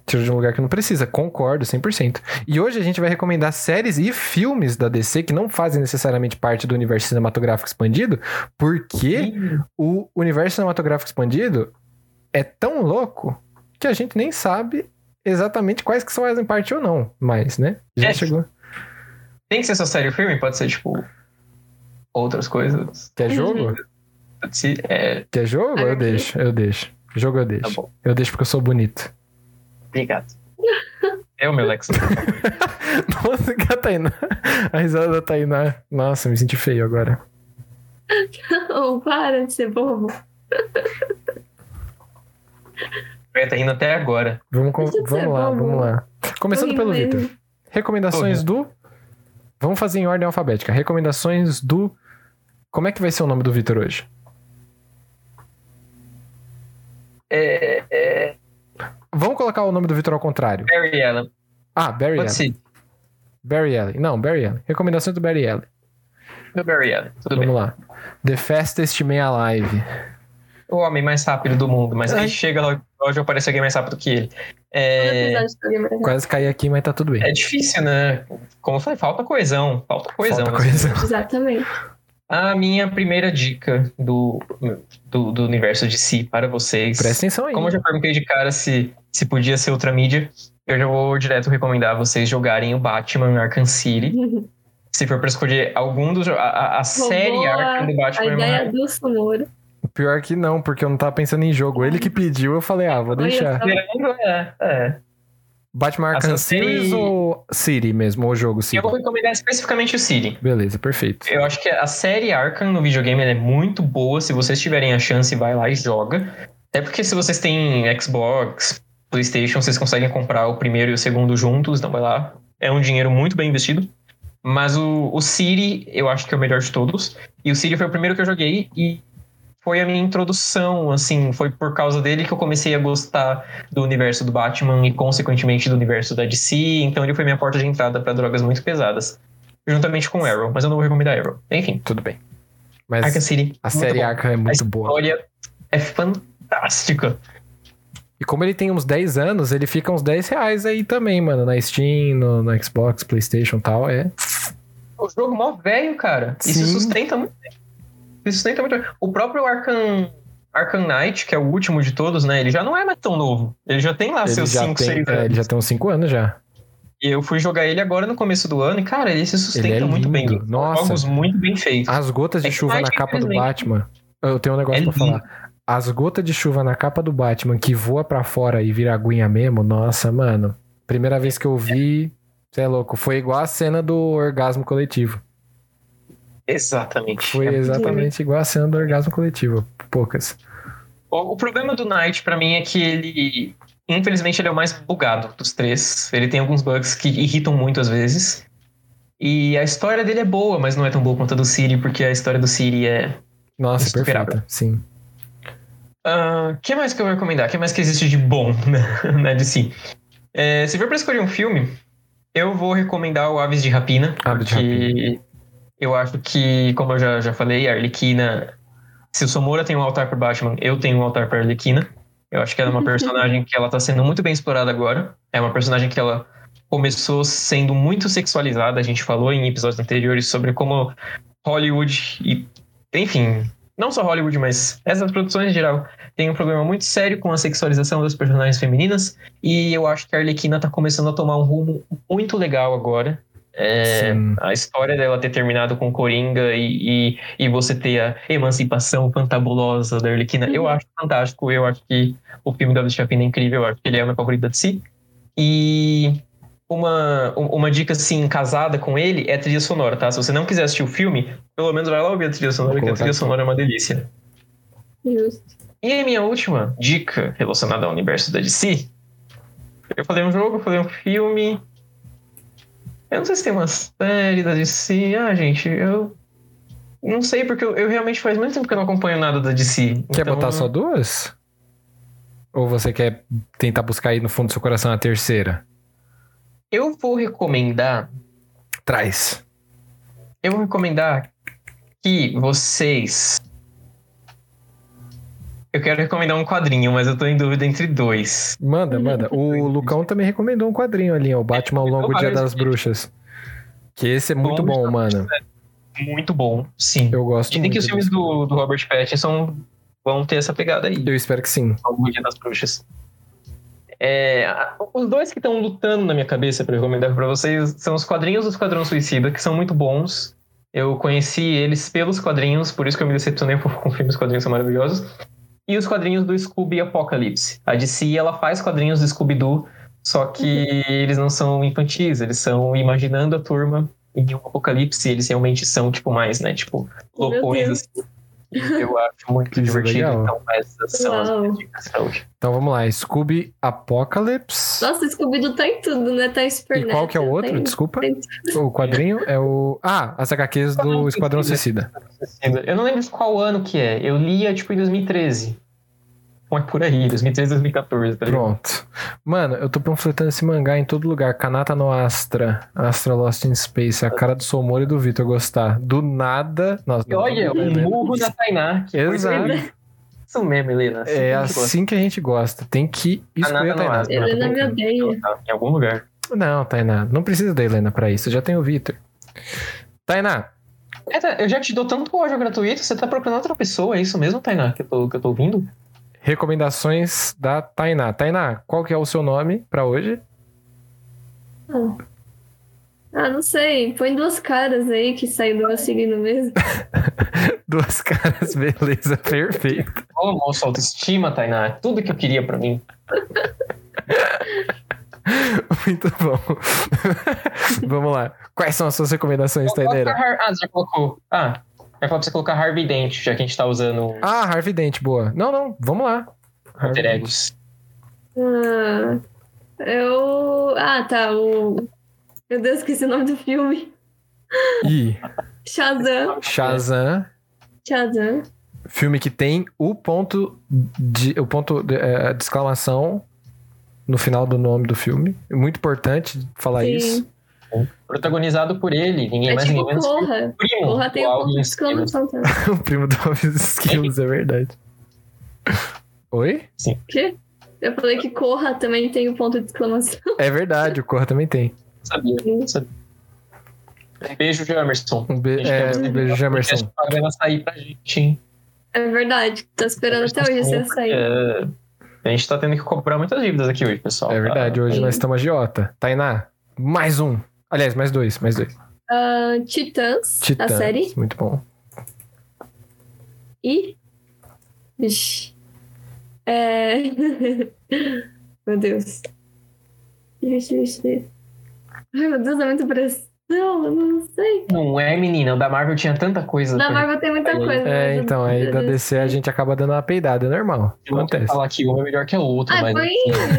Tira de um lugar que não precisa, concordo 100%. E hoje a gente vai recomendar séries e filmes da DC que não fazem necessariamente parte do universo cinematográfico expandido, porque o universo cinematográfico expandido é tão louco que a gente nem sabe exatamente quais que são fazem parte ou não, mas, né? Já É. chegou. Tem que ser só série ou filme? Pode ser, tipo, outras coisas. Quer jogo? Se, é, Quer jogo? Eu deixo, eu deixo. Jogo eu tá deixo. bom. Eu deixo porque eu sou bonito. Obrigado. É o meu Lex. Nossa, que a Tainá. A risada da Tainá. Nossa, me senti feio agora. Ô, Oh, para de ser bobo. Eu tô rindo até agora. Vamos, com- Deixa eu vamos ser lá, bobo. vamos lá. Começando Tô pelo rindo Vitor. mesmo. Recomendações do. Vamos fazer em ordem alfabética. Recomendações do. Como é que vai ser o nome do Vitor hoje? É, é, Vamos colocar o nome do Vitor ao contrário. Barry Allen. Ah, Barry Pode Allen. ser. Barry Allen. Não, Barry Allen. Recomendações do Barry Allen. Do Barry Allen. Tudo Vamos bem. lá. The Fastest Man Alive. O homem mais rápido do mundo, mas Ai. aí chega lá hoje aparece alguém mais rápido que ele. É, Apesar de ter alguém mais Quase caí aqui, mas tá tudo bem. é difícil, né? Como eu falei, falta coesão. Falta coesão. né? Falta coisa. rápido. Exatamente. A minha primeira dica do, do, do universo de si para vocês. Presta atenção aí. Como eu já perguntei de cara se, se podia ser outra mídia, eu já vou direto recomendar vocês jogarem o Batman Arkham City. Se for pra escolher algum dos. jo- A, a- a série Arkham do A Batman é ideia do Sumoro. Pior que não, porque eu não tava pensando em jogo. Ele que pediu, eu falei, ah, vou Olha deixar. só. maravilhosa. É, é. Batman Arkham Essa Series série- ou City mesmo, ou jogo E City? eu vou recomendar especificamente o City. Beleza, perfeito. Eu acho que a série Arkham no videogame ela é muito boa. Se vocês tiverem a chance, vai lá e joga. Até porque se vocês têm Xbox, Playstation, vocês conseguem comprar o primeiro e o segundo juntos, então vai lá. É um dinheiro muito bem investido. Mas o, o City, eu acho que é o melhor de todos. E o City foi o primeiro que eu joguei e foi a minha introdução, assim, foi por causa dele que eu comecei a gostar do universo do Batman e, consequentemente, do universo da DC. Então ele foi minha porta de entrada para drogas muito pesadas juntamente com Arrow, mas eu não vou recomendar Arrow. Enfim, Tudo bem. Arkham Mas City. a série A Arkham é muito boa. história é fantástica. E como ele tem uns 10 anos, ele fica uns 10 reais aí também, mano. Na Steam, no, no Xbox, Playstation e tal. É. O jogo mó velho, cara. Isso Sim. sustenta muito. bem. Isso sustenta muito. bem. O próprio Arkham Arkham Knight, que é o último de todos, né? Ele já não é mais tão novo. Ele já tem lá Ele seus já, 5, tem, 6 é, anos. ele já tem uns 5 anos já. E eu fui jogar ele agora no começo do ano e, cara, ele se sustenta Ele é muito bem. lindo. Nossa. Ah. Jogos muito bem feitos. As gotas de É que chuva mais na capa do infelizmente- Batman. Eu tenho um negócio É pra lindo. falar. As gotas de chuva na capa do Batman que voa pra fora e vira aguinha mesmo, nossa, mano. Primeira vez que eu vi, você é louco, foi igual a cena do orgasmo coletivo. Exatamente. Foi É exatamente igual a cena do orgasmo coletivo. Poucas. O, o problema do Knight, pra mim, é que ele. Infelizmente, ele é o mais bugado dos três. Ele tem alguns bugs que irritam muito às vezes. E a história dele é boa, mas não é tão boa quanto a do Siri, porque a história do Siri é. Nossa, Insuperável. perfeita. Sim. O ah, que mais que eu vou recomendar? O que mais que existe de bom né? na, na DC? É, se for pra escolher um filme, eu vou recomendar o Aves de Rapina. Aves de porque eu acho que, como eu já, já falei, a Arlequina. Se o Somora tem um altar pro Batman, eu tenho um altar pra Arlequina. Eu acho que ela é uma personagem que ela tá sendo muito bem explorada agora. É uma personagem que ela começou sendo muito sexualizada. A gente falou em episódios anteriores sobre como Hollywood e, enfim, não só Hollywood, mas essas produções em geral têm um problema muito sério com a sexualização das personagens femininas. E eu acho que a Arlequina tá começando a tomar um rumo muito legal agora. É, Sim. a história dela ter terminado com Coringa e, e, e você ter a emancipação fantabulosa da Arlequina, Uhum. eu acho fantástico. Eu acho que o filme da Chapina é incrível, eu acho que ele é o meu favorito da DC. E uma, um- uma dica assim, casada com ele é a trilha sonora, tá? Se você não quiser assistir o filme, pelo menos vai lá ouvir a trilha sonora, que a colocar trilha aqui. sonora é uma delícia. Justo. E a minha última dica relacionada ao universo da DC. Eu falei um jogo, eu falei um filme. Eu não sei se tem uma série da DC. Ah, gente, eu. Não sei, porque eu, eu realmente faz muito tempo que eu não acompanho nada da DC. Quer Então, botar só duas? Ou você quer tentar buscar aí no fundo do seu coração a terceira? Eu vou recomendar. Traz. Eu vou recomendar que vocês. Eu quero recomendar um quadrinho, mas eu tô em dúvida entre dois. Manda, manda. O Lucão também recomendou um quadrinho ali, ó. O Batman ao longo do Dia das Bruxas. Que esse é muito bom, mano. Muito bom, sim. Eu gosto Dizem muito. que os filmes desse. do, do Robert Pattinson vão ter essa pegada aí, Eu espero que sim. algum dia das bruxas. É, a- os dois que estão lutando na minha cabeça pra recomendar pra vocês são os quadrinhos do Esquadrão Suicida, que são muito bons. Eu conheci eles pelos quadrinhos, por isso que eu me decepcionei um pouco com o filme, os quadrinhos são maravilhosos. E os quadrinhos do Scooby Apocalipse. A DC, ela faz quadrinhos do Scooby-Doo, só que eles não são infantis, eles são imaginando a turma em um apocalipse, eles realmente são, tipo, mais, né? Tipo, Meu loucões. Deus. assim. Eu acho muito Isso é divertido. legal. Então, essas são as Uau. minhas dicas pra hoje. Então vamos lá, Scooby Apocalypse. Nossa, Scooby-Doo tá em tudo, né? Tá em Super E qual Neto, que é o tá outro? em- Desculpa. tem- O quadrinho é o. Ah, as HQs do Esquadrão Suicida. Eu não lembro de qual ano que é. Eu lia, tipo, em 2013. Então é por aí, 2013, 2014, tá ligado? Pronto. Mano, eu tô panfletando esse mangá em todo lugar. Kanata no Astra. Astra Lost in Space. A cara do Somoro e do Vitor gostar. Do nada. Nossa, E olha, um né? murro na Tainá. que foi Exato. bem- Isso mesmo, Helena. assim É que a gente gosta. assim que a gente gosta. Tem que escolher a Kanata no Tainá. Astra. Helena me odeia. tá Em algum lugar. Não, Tainá. Não precisa da Helena pra isso. Já tem o Vitor. Tainá, Eita, É, tá, eu já te dou tanto ódio gratuito, você tá procurando outra pessoa, é isso mesmo, Tainá, que eu tô, que eu tô ouvindo? recomendações da Tainá. Tainá, qual que é o seu nome pra hoje? Ah, não sei. Põe duas caras aí que saiu do meu signo mesmo. Duas caras, beleza, perfeito. Ô, moço, autoestima, Tainá, é tudo que eu queria pra mim. Muito bom. Vamos lá. Quais são as suas recomendações, Coloca Taineira? Har- Ah, você já colocou. Ah, vai falar pra você colocar Harvey Dent, já que a gente tá usando Ah, Harvey Dent, boa. Não, não, vamos lá. alter egos. Ah, eu. Ah, tá. O. Meu Deus, esqueci o nome do filme. E Shazam. Shazam, Shazam. filme que tem o ponto de, o ponto de, eh, de exclamação no final do nome do filme. É Muito importante falar Sim. isso. Protagonizado por ele, ninguém É mais, tipo ninguém menos. que Corra. o Primo, Corra tem o um ponto de Alvin Skills. exclamação também. O primo do Alves Skills, é verdade. Oi? O quê? Eu falei que Corra também tem um ponto de exclamação. É verdade, o Corra também tem. Sabia, Hum. sabia. Beijo, Jamerson. Um, be- é, um beijo, Jamerson. tá Podcast Pagando sair pra gente, hein? É verdade. Tô esperando até hoje você sair. É, a gente tá tendo que cobrar muitas dívidas aqui hoje, pessoal. É tá? verdade, hoje Sim. nós estamos agiota. Tainá, mais um. Aliás, mais dois, mais dois. Ah, Titãs, Titã. a série. Muito bom. E. Vixe. É. meu Deus. Vixe, vixe, vixe. Ai, meu Deus, é muita pressão. Eu não sei. Não é, menina. O da Marvel tinha tanta coisa. Na pra Marvel tem muita É, coisa. né? É, mas- então, aí da DC a gente acaba dando uma peidada, é normal. gente. Eu não quero Acontece. falar que um é melhor que o outro, Ah, mas... foi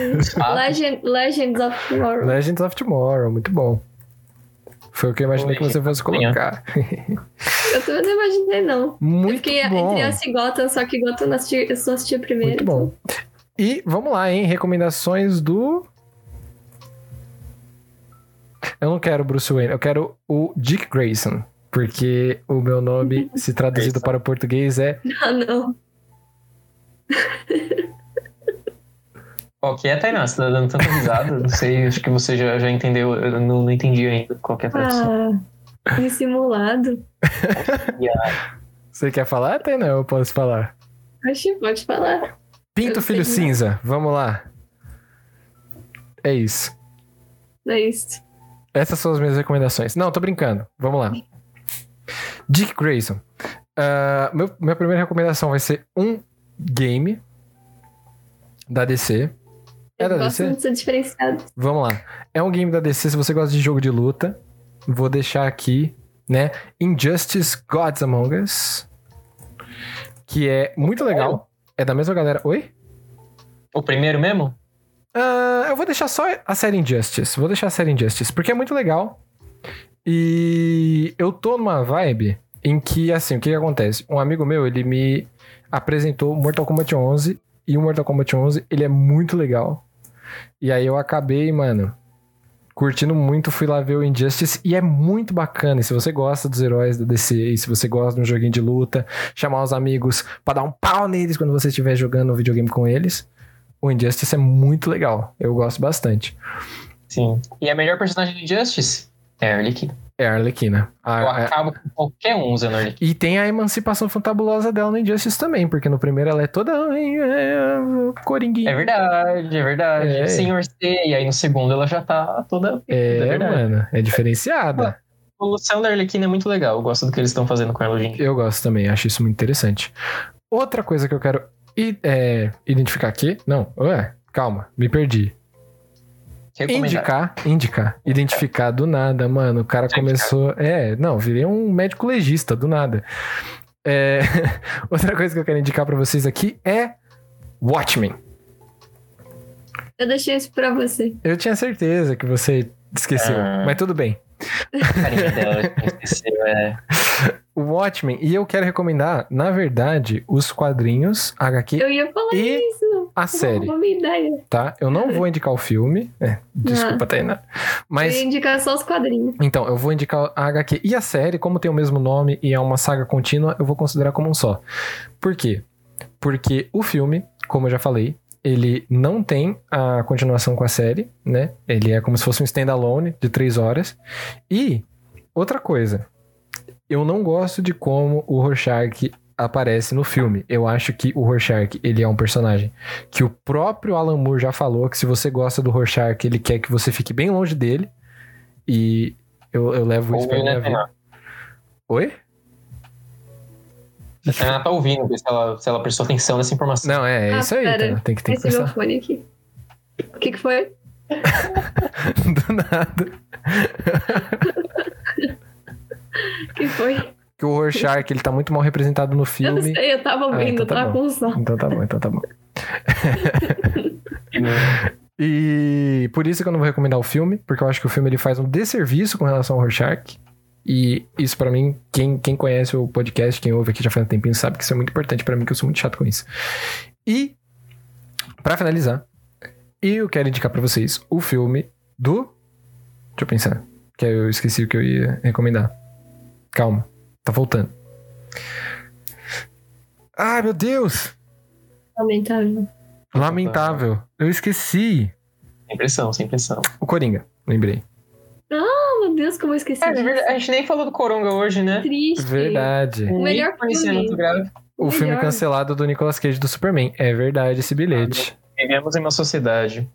Ah, Legend, Legends of Tomorrow. Legends of Tomorrow, muito bom. Foi o que eu imaginei que você fosse colocar. Eu também não imaginei, não. eu Muito fiquei bom. entre essa e Gotham, só que Gotham eu assisti- eu só assisti a primeira. Muito bom. E vamos lá, hein? Recomendações do. Eu não quero Bruce Wayne, eu quero o Dick Grayson. Porque o meu nome, se traduzido para o português, é Ah, não. Qual que é, Tainá? Você tá dando tanta risada. Não sei, acho que você já, já entendeu. Eu não, não entendi ainda qual que é a tradução. Ah, me simulado. Você quer falar, Tainá? Eu posso falar. Acho que pode falar. Pinto Eu Filho sei. Cinza, vamos lá. É isso. É isso. Essas são as minhas recomendações. Não, tô brincando. Vamos lá. Dick Grayson. Ah, meu, minha primeira recomendação vai ser um game da DC. É Eu da gosto DC? de ser diferenciado. Vamos lá. É um game da DC, se você gosta de jogo de luta, vou deixar aqui, né? Injustice Gods Among Us. Que é muito legal. É da mesma galera. Oi? O primeiro mesmo? Ah, eu vou deixar só a série Injustice. Vou deixar a série Injustice, porque é muito legal. E eu tô numa vibe em que, assim, o que, que acontece? Um amigo meu, ele me apresentou Mortal Kombat 11. E o Mortal Kombat 11, ele é muito legal. E aí eu acabei, mano, curtindo muito. Fui lá ver o Injustice. E é muito bacana. E se você gosta dos heróis da DC, e se você gosta de um joguinho de luta, chamar os amigos pra dar um pau neles quando você estiver jogando um videogame com eles. O Injustice é muito legal. Eu gosto bastante. Sim. E a melhor personagem do Injustice? É a Arlequina. É a Arlequina. A- Eu a- acabo com qualquer um usando a Arlequina. E tem a emancipação fantabulosa dela no Injustice também, porque no primeiro ela é toda "Ai, é, coringuinha. É verdade, é verdade. É. Senhor C, e aí no segundo ela já tá toda. É, mano, é diferenciada. evolução da Arlequina é muito legal. Eu gosto do que eles estão fazendo com ela hoje em dia. Eu gosto também, acho isso muito interessante. Outra coisa que eu quero i- é, identificar aqui. Não, ué, calma, me perdi. Recomendado. Indicar, indicar. Identificar do nada, mano. O cara Indicar. começou. É, não, virei um médico legista do nada. É, outra coisa que eu quero indicar pra vocês aqui é Watchmen. Eu deixei isso pra você. Eu tinha certeza que você esqueceu, Ah. mas tudo bem. Carinha dela, que esqueceu, é. O Watchmen, e eu quero recomendar, na verdade, os quadrinhos, a HQ, Eu ia falar E isso. a série, Uma ideia. tá? Eu não vou indicar o filme, é, desculpa, Tainá. Eu ia Mas, indicar só os quadrinhos. então, eu vou indicar a HQ e a série, como tem o mesmo nome e é uma saga contínua, eu vou considerar como um só. Por quê? Porque o filme, como eu já falei, ele não tem a continuação com a série, né? Ele é como se fosse um standalone de três horas. E outra coisa, eu não gosto de como o Rorschach aparece no filme. Eu acho que o Rorschach, ele é um personagem que o próprio Alan Moore já falou que se você gosta do Rorschach, ele quer que você fique bem longe dele. E eu, eu levo isso pra Ouviu, minha né, vida. Tainá? Oi? A Tainá tá ouvindo, ver se ela, se ela prestou atenção nessa informação. Não, é, é Ah, isso aí, pera. Tainá, tem que, tem que Esse meu pensar. fone aqui. O que, que foi? do nada. O que foi? que o Rorschach, ele tá muito mal representado no Eu não filme. sei, eu tava ouvindo, então eu tá tava bom. com som. Então tá bom, então tá bom. E por isso que eu não vou recomendar o filme, porque eu acho que o filme ele faz um desserviço com relação ao Rorschach. E isso pra mim, quem, quem conhece o podcast, quem ouve aqui já faz um tempinho, sabe que isso é muito importante pra mim, que eu sou muito chato com isso. E pra finalizar, eu quero indicar pra vocês o filme do Deixa eu pensar, que eu esqueci o que eu ia recomendar. Calma, tá voltando. Ai, meu Deus! Lamentável. Lamentável. Eu esqueci. Sem pressão, sem pressão. O Coringa, lembrei. Oh, meu Deus, como eu esqueci. É, de disso. verdade, a gente nem falou do Coronga hoje, né? Triste. Verdade. O melhor Nem conhecendo filme. outro grave. O filme Melhor. cancelado do Nicolas Cage do Superman. É verdade esse bilhete. Vivemos em uma sociedade.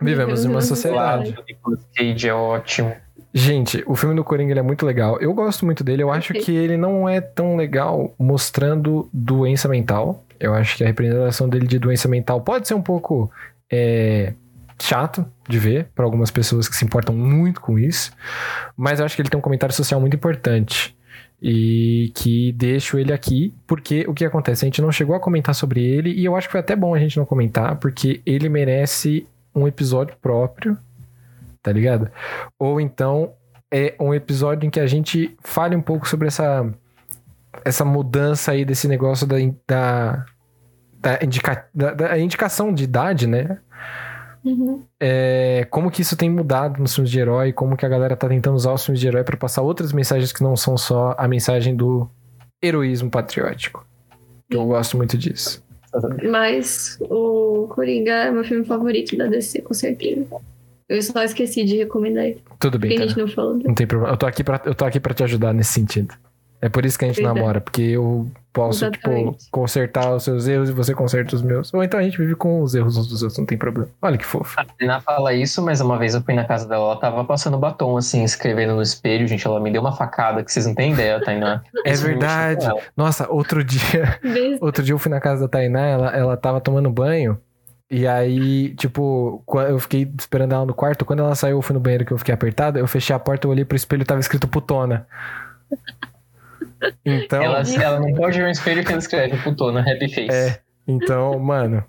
Vivemos em uma Vivemos em uma O sociedade. lado do Nicolas Cage é ótimo. Gente, o filme do Coringa ele é muito legal. Eu gosto muito dele. Eu acho Ok. que ele não é tão legal mostrando doença mental. Eu acho que a representação dele de doença mental pode ser um pouco é, chato de ver para algumas pessoas que se importam muito com isso. Mas eu acho que ele tem um comentário social muito importante. E que deixo ele aqui, porque o que acontece? A gente não chegou a comentar sobre ele, e eu acho que foi até bom a gente não comentar, porque ele merece um episódio próprio, tá ligado? ou então é um episódio em que a gente fale um pouco sobre essa essa mudança aí desse negócio da in- da, da, indica, da, da indicação de idade, né? Uhum. É, como que isso tem mudado nos filmes de herói, como que a galera tá tentando usar os filmes de herói pra passar outras mensagens que não são só a mensagem do heroísmo patriótico. Eu gosto muito disso. Mas o Coringa é meu filme favorito da DC, com certeza. Eu só esqueci de recomendar ele. Tudo Porque bem, a Tana. gente não falou. Não tem problema. Eu tô aqui pra, eu tô aqui pra te ajudar nesse sentido. É por isso que a gente Verdade. namora, porque eu posso, tipo, Exatamente. consertar os seus erros e você conserta os meus. Ou então a gente vive com os erros uns dos outros, não tem problema. Olha que fofo. A Tainá fala isso, mas uma vez eu fui na casa dela, ela tava passando batom, assim, escrevendo no espelho, gente, ela me deu uma facada que vocês não têm ideia, Tainá. É Isso me mexeu verdade. com ela. Nossa, outro dia, Bem- outro dia eu fui na casa da Tainá, ela, ela tava tomando banho. E aí, tipo, qua- eu fiquei esperando ela no quarto. Quando ela saiu, eu fui no banheiro que eu fiquei apertado. Eu fechei a porta, eu olhei pro espelho e tava escrito putona. Então, Ela, ela não pode ver um espelho que ela escreve, putona, happy face. É. então, mano.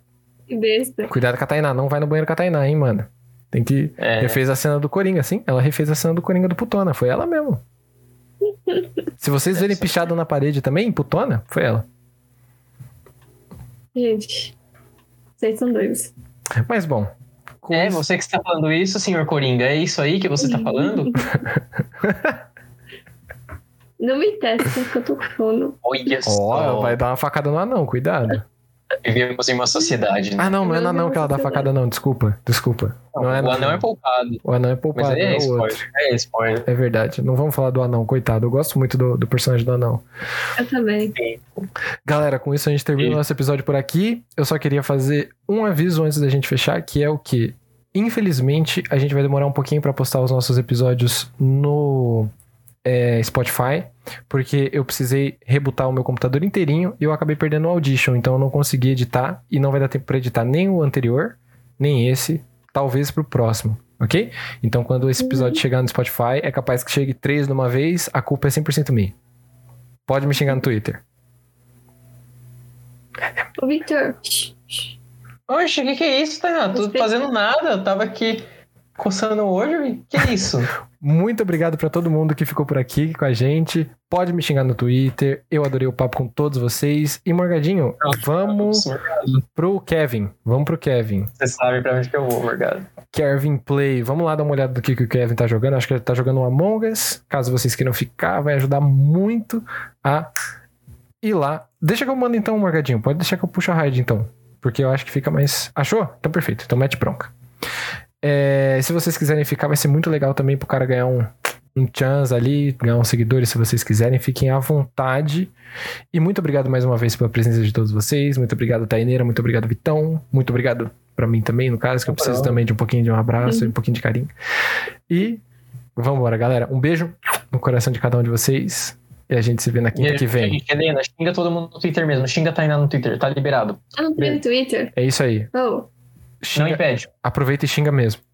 Que besta. Cuidado com a Tainá, não vai no banheiro com a Tainá, hein, mano. Tem que. É. Refez a cena do Coringa, sim. Ela refez a cena do Coringa do Putona, foi ela mesmo. Se vocês verem pichado na parede também, Putona, foi ela. Gente, vocês são dois. Mas bom. com É, isso- você que está falando isso, senhor Coringa, é isso aí que você está falando? Não me testa, que eu tô com sono. Olha Ó, só, vai dar uma facada no anão, cuidado. vivemos em uma sociedade. Né? Ah, não, não é Não, no anão não, que ela dá não. facada, não. Desculpa, desculpa. Não é o anão é poupado, O anão é mas poupado, aí é é o outro. spoiler, é spoiler. É verdade. Não vamos falar do anão, coitado. Eu gosto muito do, do personagem do anão. Eu também. Galera, com isso a gente termina o Sim. nosso episódio por aqui. Eu só queria fazer um aviso antes da gente fechar, que é o que, infelizmente, a gente vai demorar um pouquinho pra postar os nossos episódios no é, Spotify, porque eu precisei rebutar o meu computador inteirinho e eu acabei perdendo o Audition, então eu não consegui editar e não vai dar tempo para editar nem o anterior, nem esse, talvez pro próximo, ok? Então quando esse episódio chegar no Spotify, é capaz que chegue três de uma vez, a culpa é 100% minha. Pode me xingar no Twitter. Ô, É. Victor. Oxe, o que, que é isso, Tainá? Tô Você- fazendo nada, eu tava aqui coçando o olho e que é isso? Muito obrigado pra todo mundo que ficou por aqui com a gente. Pode me xingar no Twitter. Eu adorei o papo com todos vocês. E Morgadinho, vamos pro Kevin. Vamos pro Kevin. Você sabe pra onde que eu vou, obrigado. Kevin Play. Vamos lá dar uma olhada do que, que o Kevin tá jogando. Acho que ele tá jogando um Among Us. Caso vocês queiram ficar, vai ajudar muito a ir lá. Deixa que eu mando então, Morgadinho. Pode deixar que eu puxo a raid então. Porque eu acho que fica mais. Achou? Então perfeito. Então mete bronca. É, se vocês quiserem ficar, vai ser muito legal também pro cara ganhar um, um chance ali, ganhar uns seguidores se vocês quiserem. Fiquem à vontade. E muito obrigado mais uma vez pela presença de todos vocês. Muito obrigado, Taineira. Muito obrigado, Vitão. Muito obrigado pra mim também, no caso, que eu preciso também de um pouquinho de um abraço e um pouquinho de carinho. E vamos embora, galera. Um beijo no coração de cada um de vocês. E a gente se vê na quinta É, que vem. Helena, né? xinga todo mundo no Twitter mesmo. Xinga a Tainá no Twitter, tá liberado. Eu não tenho Twitter. É isso aí. Oh. Não Xinga- impede. aproveita e xinga mesmo.